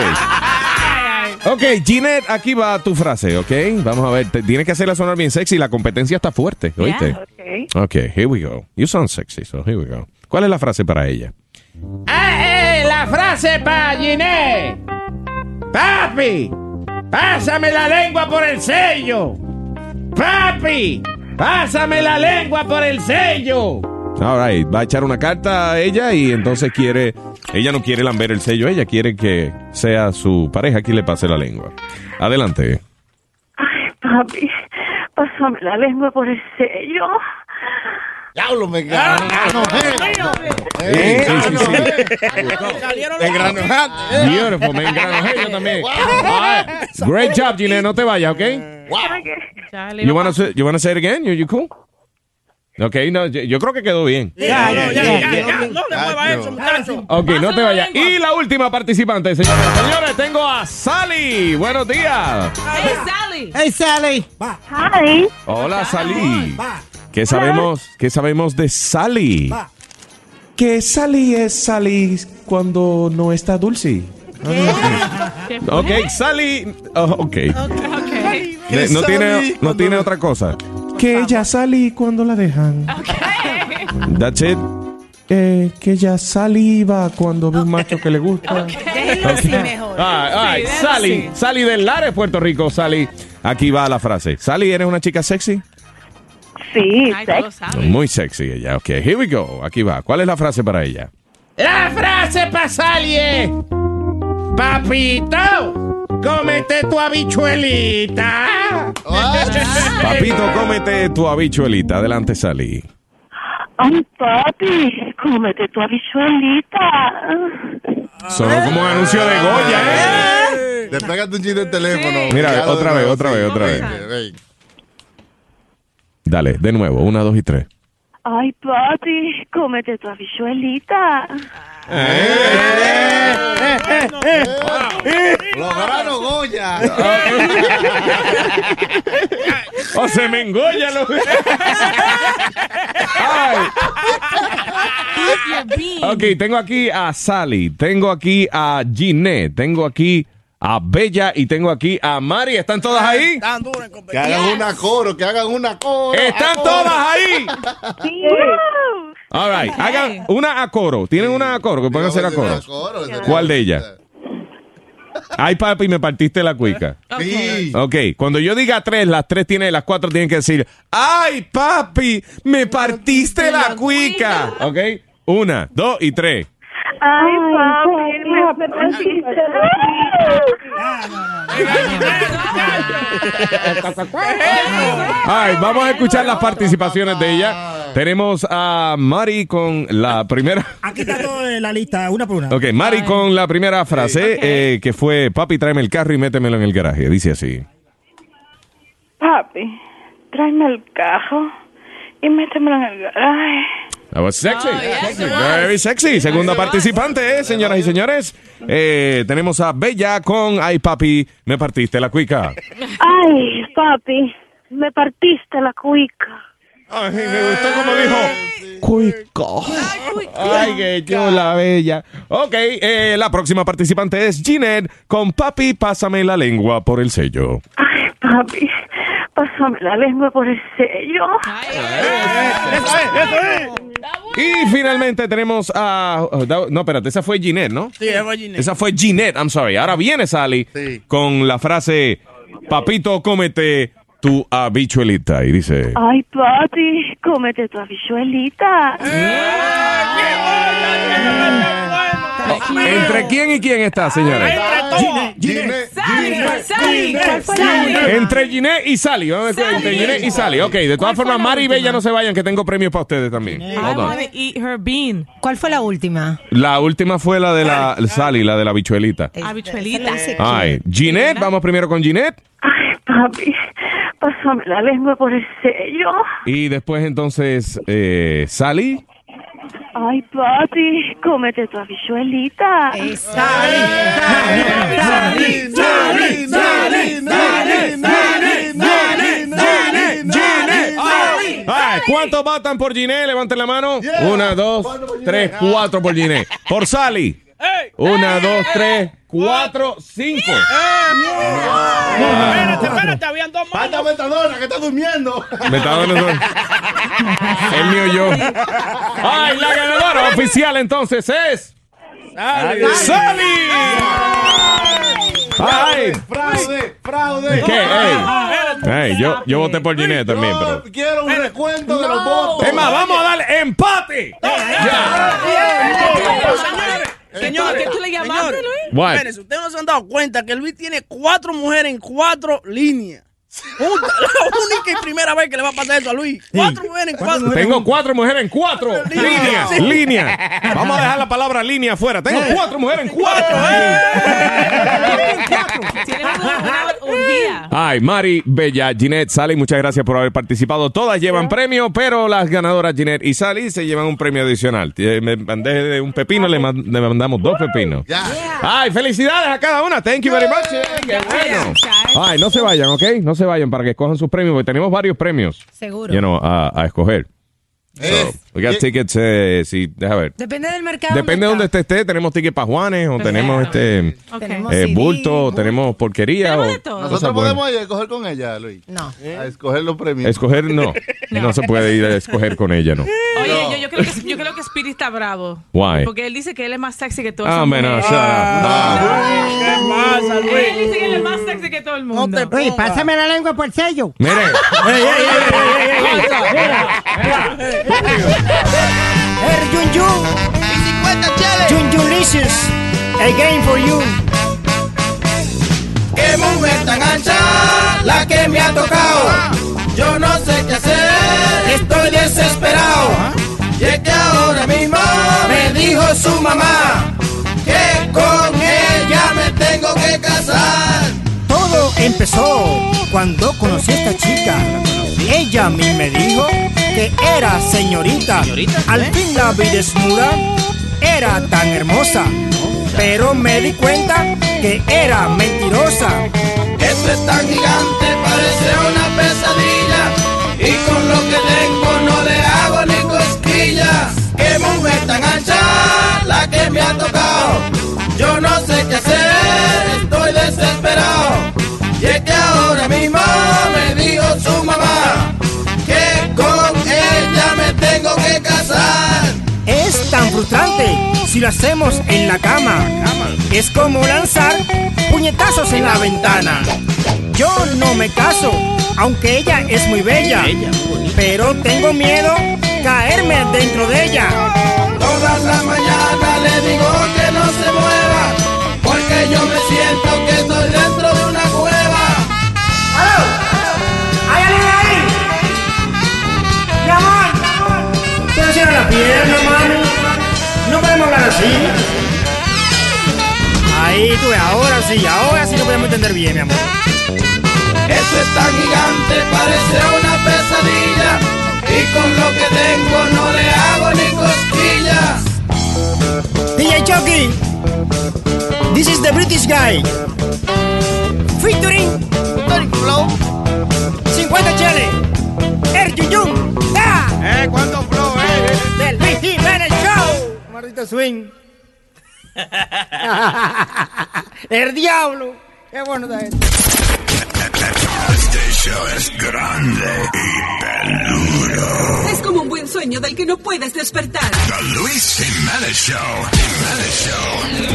Speaker 6: Ok, Ginette, aquí va tu frase, ¿ok? Vamos a ver, te- tienes que hacerla sonar bien sexy. La competencia está fuerte, ¿oíste? Ok, here we go. You sound sexy, so here we go. ¿Cuál es la frase para ella?
Speaker 19: ¡Eh, eh! La frase para Giné. Papi, pásame la lengua por el sello. Papi, pásame la lengua por el sello.
Speaker 6: All right, va a echar una carta a ella y entonces quiere, ella no quiere lamber el sello, ella quiere que sea su pareja quien le pase la lengua. Adelante.
Speaker 23: Ay, papi, pásame la lengua por el sello.
Speaker 7: Diablo, me ganó.
Speaker 6: Eh, sí, sí, sí.
Speaker 7: Me ganó.
Speaker 6: Beautiful, me engranojé yo también. Great job, Gina, no te vayas, ¿ok?
Speaker 4: Dale.
Speaker 6: You wanna, say- you wanna say it again? You, you cool? Ok, no, yo, yo creo que quedó bien.
Speaker 19: Ya, ya, ya, ya, ya. No le
Speaker 6: Ah,
Speaker 19: mueva
Speaker 6: no.
Speaker 19: eso, muchacho.
Speaker 6: Ok, no te vayas. Y la última participante, señores. Señores, tengo a Sally. Buenos días.
Speaker 4: Hey, Sally.
Speaker 22: Hey, Sally.
Speaker 23: Hi.
Speaker 6: Hola, Sally. ¿Qué sabemos, ¿Qué sabemos de Sally?
Speaker 30: Que Sally es Sally cuando no está dulce.
Speaker 6: Ok, Sally. oh, ok.
Speaker 4: Okay.
Speaker 6: Ne- No tiene, no tiene otra cosa.
Speaker 30: Que ella Sally cuando la dejan.
Speaker 6: (laughs) That's it.
Speaker 30: Eh, que ella saliva cuando ve un macho que le gusta.
Speaker 6: Déjenlo así mejor. All right, Sally. Sally del Lares, Puerto Rico. Sally. Aquí va la frase. Sally, ¿eres una chica sexy?
Speaker 16: Sí,
Speaker 6: Muy sexy ella. Ok, here we go. Aquí va. ¿Cuál es la frase para ella?
Speaker 19: La frase para Sally es, Papito, cómete tu habichuelita.
Speaker 6: Ah. Papito, cómete tu habichuelita. Adelante, Sally.
Speaker 23: Ay, papi, cómete tu habichuelita.
Speaker 6: Sonó como un anuncio de Goya, ¿eh?
Speaker 7: Despégate un chiste del teléfono.
Speaker 6: Mira,
Speaker 7: Ya lo
Speaker 6: otra
Speaker 7: de
Speaker 6: vez,
Speaker 7: nuevo,
Speaker 6: otra
Speaker 7: sí.
Speaker 6: vez, otra vez.
Speaker 7: Ey,
Speaker 6: Dale, de nuevo. Una, dos y tres.
Speaker 23: Ay, papi, cómete tu habichuelita.
Speaker 6: ¿Eh?
Speaker 7: Lograron Goya.
Speaker 6: Ah, (laughs) ¡O se me engolla! Lo... Ay. Ok, tengo aquí a Sally, tengo aquí a Ginette, tengo aquí a Bella y tengo aquí a Mari. ¿Están todas ahí?
Speaker 7: Que hagan una coro, que hagan una coro.
Speaker 6: ¡Están todas ahí!
Speaker 23: Sí.
Speaker 6: All right, hagan una a coro. ¿Tienen una a coro? que pueden hacer a coro? ¿Cuál de ellas? Ay, papi, me partiste la cuica.
Speaker 7: Sí.
Speaker 6: Ok, cuando yo diga tres, las tres tienen, las cuatro tienen que decir, ¡Ay, papi! ¡Me partiste la cuica! Ok, una, dos y tres.
Speaker 23: Ay, papi, me partiste la
Speaker 6: All right, vamos a escuchar las participaciones de ella. Tenemos a Mari con la primera.
Speaker 14: Aquí está toda la lista, una por una.
Speaker 6: Ok, Mari con la primera frase, eh, que fue, papi, tráeme el carro y métemelo en el garaje. Dice así.
Speaker 23: Papi, tráeme el cajo y métemelo en el garaje.
Speaker 6: That was sexy. Very sexy. Segunda participante, eh, señoras y señores. Eh, tenemos a Bella con, ay, papi, me partiste la cuica.
Speaker 23: Ay, papi, me partiste la cuica.
Speaker 6: Ay, me gustó como dijo. Cuica. Ay, que yo la bella. Ok, eh, la próxima participante es Ginette con papi, pásame la lengua por el sello.
Speaker 23: Papi,
Speaker 31: Pásame la lengua por el sello.
Speaker 6: Y finalmente tenemos a. oh, No, espérate, esa fue Ginette, ¿no?
Speaker 3: Sí, esa fue Ginette.
Speaker 6: Esa fue Ginette, I'm sorry. Ahora viene Sally con la frase: Papito, cómete tu habichuelita. Y dice:
Speaker 31: Ay, papi, cómete tu habichuelita.
Speaker 6: ¿Entre quién y quién está, señores? Entre Ginette y Sally. Vamos a decir,
Speaker 16: Sally.
Speaker 6: entre Ginette y Sally. Ok, de todas formas, Mari y Bella no se vayan, que tengo premios para ustedes también. Hold on.
Speaker 10: ¿Cuál fue la última?
Speaker 6: La última fue la de la Sally, la de la bichuelita.
Speaker 16: Habichuelita.
Speaker 6: Ay, Ginette, vamos primero con Ginette.
Speaker 31: Papi, pásame la lengua por el sello.
Speaker 6: Y después entonces eh, Sally.
Speaker 31: Ay, papi, cómete tu habichuelita.
Speaker 6: Ay, ¿Cuántos votan por Ginette? Levanten la mano. Una, dos, tres, cuatro por Ginette. Por Sally. Una, dos, tres, cuatro, cinco.
Speaker 3: Espérate, espérate, habían dos más.
Speaker 22: Falta metadona, que está durmiendo.
Speaker 6: Me está dando el El mío
Speaker 3: (laughs)
Speaker 6: yo. Ay, la ganadora oficial entonces es. ¡Sally! ¡Ay!
Speaker 22: ¡Fraude! ¡Fraude!
Speaker 6: ¿Qué? Ey. Ey, yo, yo voté por Ginette también, pero.
Speaker 22: Quiero un recuento de los votos.
Speaker 6: Es más, vamos a darle empate.
Speaker 3: Señor, ¿qué tú le llamaste, Luis?
Speaker 6: What?
Speaker 3: Espérense, ustedes no se han dado cuenta que Luis tiene cuatro mujeres en cuatro (laughs) líneas. Juntas. la única y primera vez que le va a pasar eso a Luis. Cuatro mujeres en cuatro.
Speaker 6: Tengo cuatro mujeres en cuatro. Línea,
Speaker 3: Sí.
Speaker 6: línea. Vamos a dejar la palabra línea afuera. Tengo cuatro mujeres en cuatro. Ay, Mari, Bella, Ginette, Sally, muchas gracias por haber participado. Todas llevan premio, pero las ganadoras Ginette y Sally se llevan un premio adicional. Eh, Me mandé de un pepino, le, man- le mandamos dos pepinos. Ay, felicidades a cada una. Thank you very much. Eh, qué bueno. Ay, no se vayan, ¿ok? No se vayan para que escojan sus premios, porque tenemos varios premios.
Speaker 10: Seguro.
Speaker 6: You know, a, a escoger. So, we got tickets, eh, sí, deja ver.
Speaker 10: Depende del mercado.
Speaker 6: Depende de donde esté, esté, tenemos tickets para Juanes, o tenemos este
Speaker 10: Ok.
Speaker 6: eh,
Speaker 10: CD,
Speaker 6: bulto, o tenemos porquería. o
Speaker 22: Nosotros
Speaker 6: cosas
Speaker 22: podemos ir a escoger con ella, Luis.
Speaker 10: No.
Speaker 22: A escoger los premios.
Speaker 6: Escoger no. no. se puede ir a escoger con ella, no.
Speaker 16: Oye, yo, yo creo que, yo creo que Spirit está bravo.
Speaker 6: Why?
Speaker 16: Porque él dice que él es más sexy que todo
Speaker 6: Ah, menos.
Speaker 16: ¿Qué
Speaker 3: pasa,
Speaker 16: Luis? Él dice que él es más sexy que todo el mundo.
Speaker 32: Oye, pásame la lengua por el sello.
Speaker 6: Mire.
Speaker 11: El Jun Jun. Jun Junlicious. A game for you.
Speaker 3: Qué mujer tan ancha la que me ha tocado. Yo no sé qué hacer, estoy desesperado. Y es que ahora mismo me dijo su mamá que con ella me tengo que casar.
Speaker 11: Todo empezó cuando conocí a esta chica. Ella a mí me dijo que era señorita. Al fin la vi desnuda, era tan hermosa. Pero me di cuenta que era mentirosa.
Speaker 3: Esto es Este tan gigante, parece una pesadilla. Y con lo que tengo no le hago ni cosquillas. Qué mujer tan ancha la que me ha tocado. Yo no sé qué hacer, estoy desesperado. Y es que ahora mismo me dijo su mamá que con ella me tengo que casar.
Speaker 11: Es tan frustrante si lo hacemos en la cama. Es como lanzar puñetazos en la ventana. Yo no me caso, aunque ella es muy bella. Pero tengo miedo caerme dentro de ella.
Speaker 3: Todas las mañanas le digo que no se mueva, porque yo me siento que estoy dentro de una cueva.
Speaker 11: ¡Hay alguien ahí! ¡Mi amor! ¿Te cierra la pierna, mami? No podemos hablar así. Ahí tú ves, ahora sí, ahora sí lo podemos entender bien, mi amor.
Speaker 3: Eso es tan gigante, parece una pesadilla, y con lo que tengo no le hago ni cosquillas.
Speaker 11: DJ Chucky, this is the British guy. Featuring Tonic Flow. 50 Chele. El Yuyun. ¡Eh! ¿Cuánto flow, eh? Del Luis Jiménez Show. Maldito (laughs) swing. El diablo. Qué bueno está esto.
Speaker 27: The bicho es grande y peludo.
Speaker 26: Es como un buen sueño del que no puedes despertar.
Speaker 27: The Luis Jimenez Show. Jimenez Show.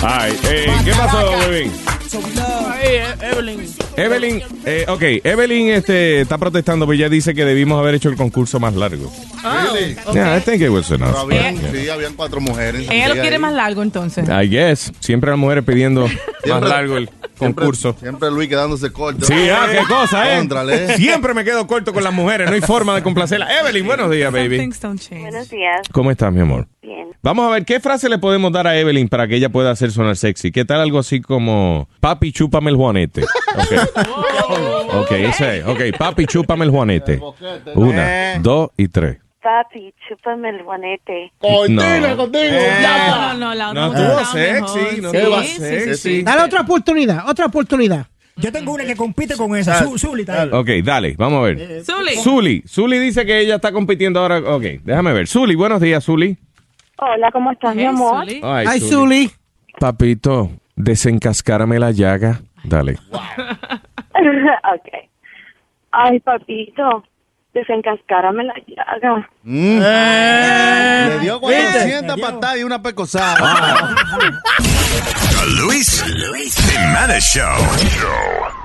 Speaker 6: Ay, eh, ¿qué pasó, Webin?
Speaker 22: Ay, Evelyn.
Speaker 6: Evelyn, eh, ok, Evelyn este, está protestando, pero ella dice que debimos haber hecho el concurso más largo.
Speaker 7: Really?
Speaker 6: Yeah, I think it was enough.
Speaker 7: Pero habían- sí, habían cuatro mujeres.
Speaker 16: Ella lo
Speaker 7: Sí,
Speaker 16: quiere
Speaker 7: ahí.
Speaker 16: más largo entonces.
Speaker 6: I guess. Siempre las mujeres pidiendo más
Speaker 7: Siempre-
Speaker 6: largo el
Speaker 7: siempre-
Speaker 6: concurso.
Speaker 7: Siempre Luis quedándose corto.
Speaker 6: Sí, ah, qué cosa, ¿eh?
Speaker 7: Contrale.
Speaker 6: Siempre me quedo corto con las mujeres, no hay forma de complacerlas. Evelyn, buenos días, baby.
Speaker 33: Buenos días.
Speaker 6: ¿Cómo estás, mi amor?
Speaker 33: Bien.
Speaker 6: Vamos a ver, ¿qué frase le podemos dar a Evelyn para que ella pueda hacer sonar sexy? ¿Qué tal algo así como, papi, chúpame el juanete? Ok, ok, ese es. Ok, papi, chúpame el Eh. juanete. Una, dos y tres.
Speaker 33: Papi, chúpame el guanete.
Speaker 6: Contigo, No. Eh.
Speaker 33: contigo.
Speaker 16: No, no, la
Speaker 6: No
Speaker 16: otra
Speaker 6: estuvo
Speaker 16: estaba mejor.
Speaker 6: sexy, no
Speaker 16: Sí,
Speaker 6: estuvo
Speaker 16: sí, sí,
Speaker 6: sexy.
Speaker 16: sí.
Speaker 19: Dale otra oportunidad, otra oportunidad.
Speaker 11: Yo tengo una que compite con esa, Su- Zulita.
Speaker 6: Ok, dale, Eh, vamos a ver.
Speaker 16: Zuli.
Speaker 6: Zuli. Zuli dice que ella está compitiendo ahora. Ok, déjame ver. Zuli, buenos días, Zuli.
Speaker 33: Hola, ¿cómo estás, mi amor?
Speaker 6: Ay, Zuli. Papito, desencascárame la llaga. Dale.
Speaker 33: (laughs) ok. Ay, papito, desencascárame la llaga.
Speaker 7: Mm. Eh. Le dio Ah. 400 patadas y una pecosada.
Speaker 27: The Luis Jimenez Show.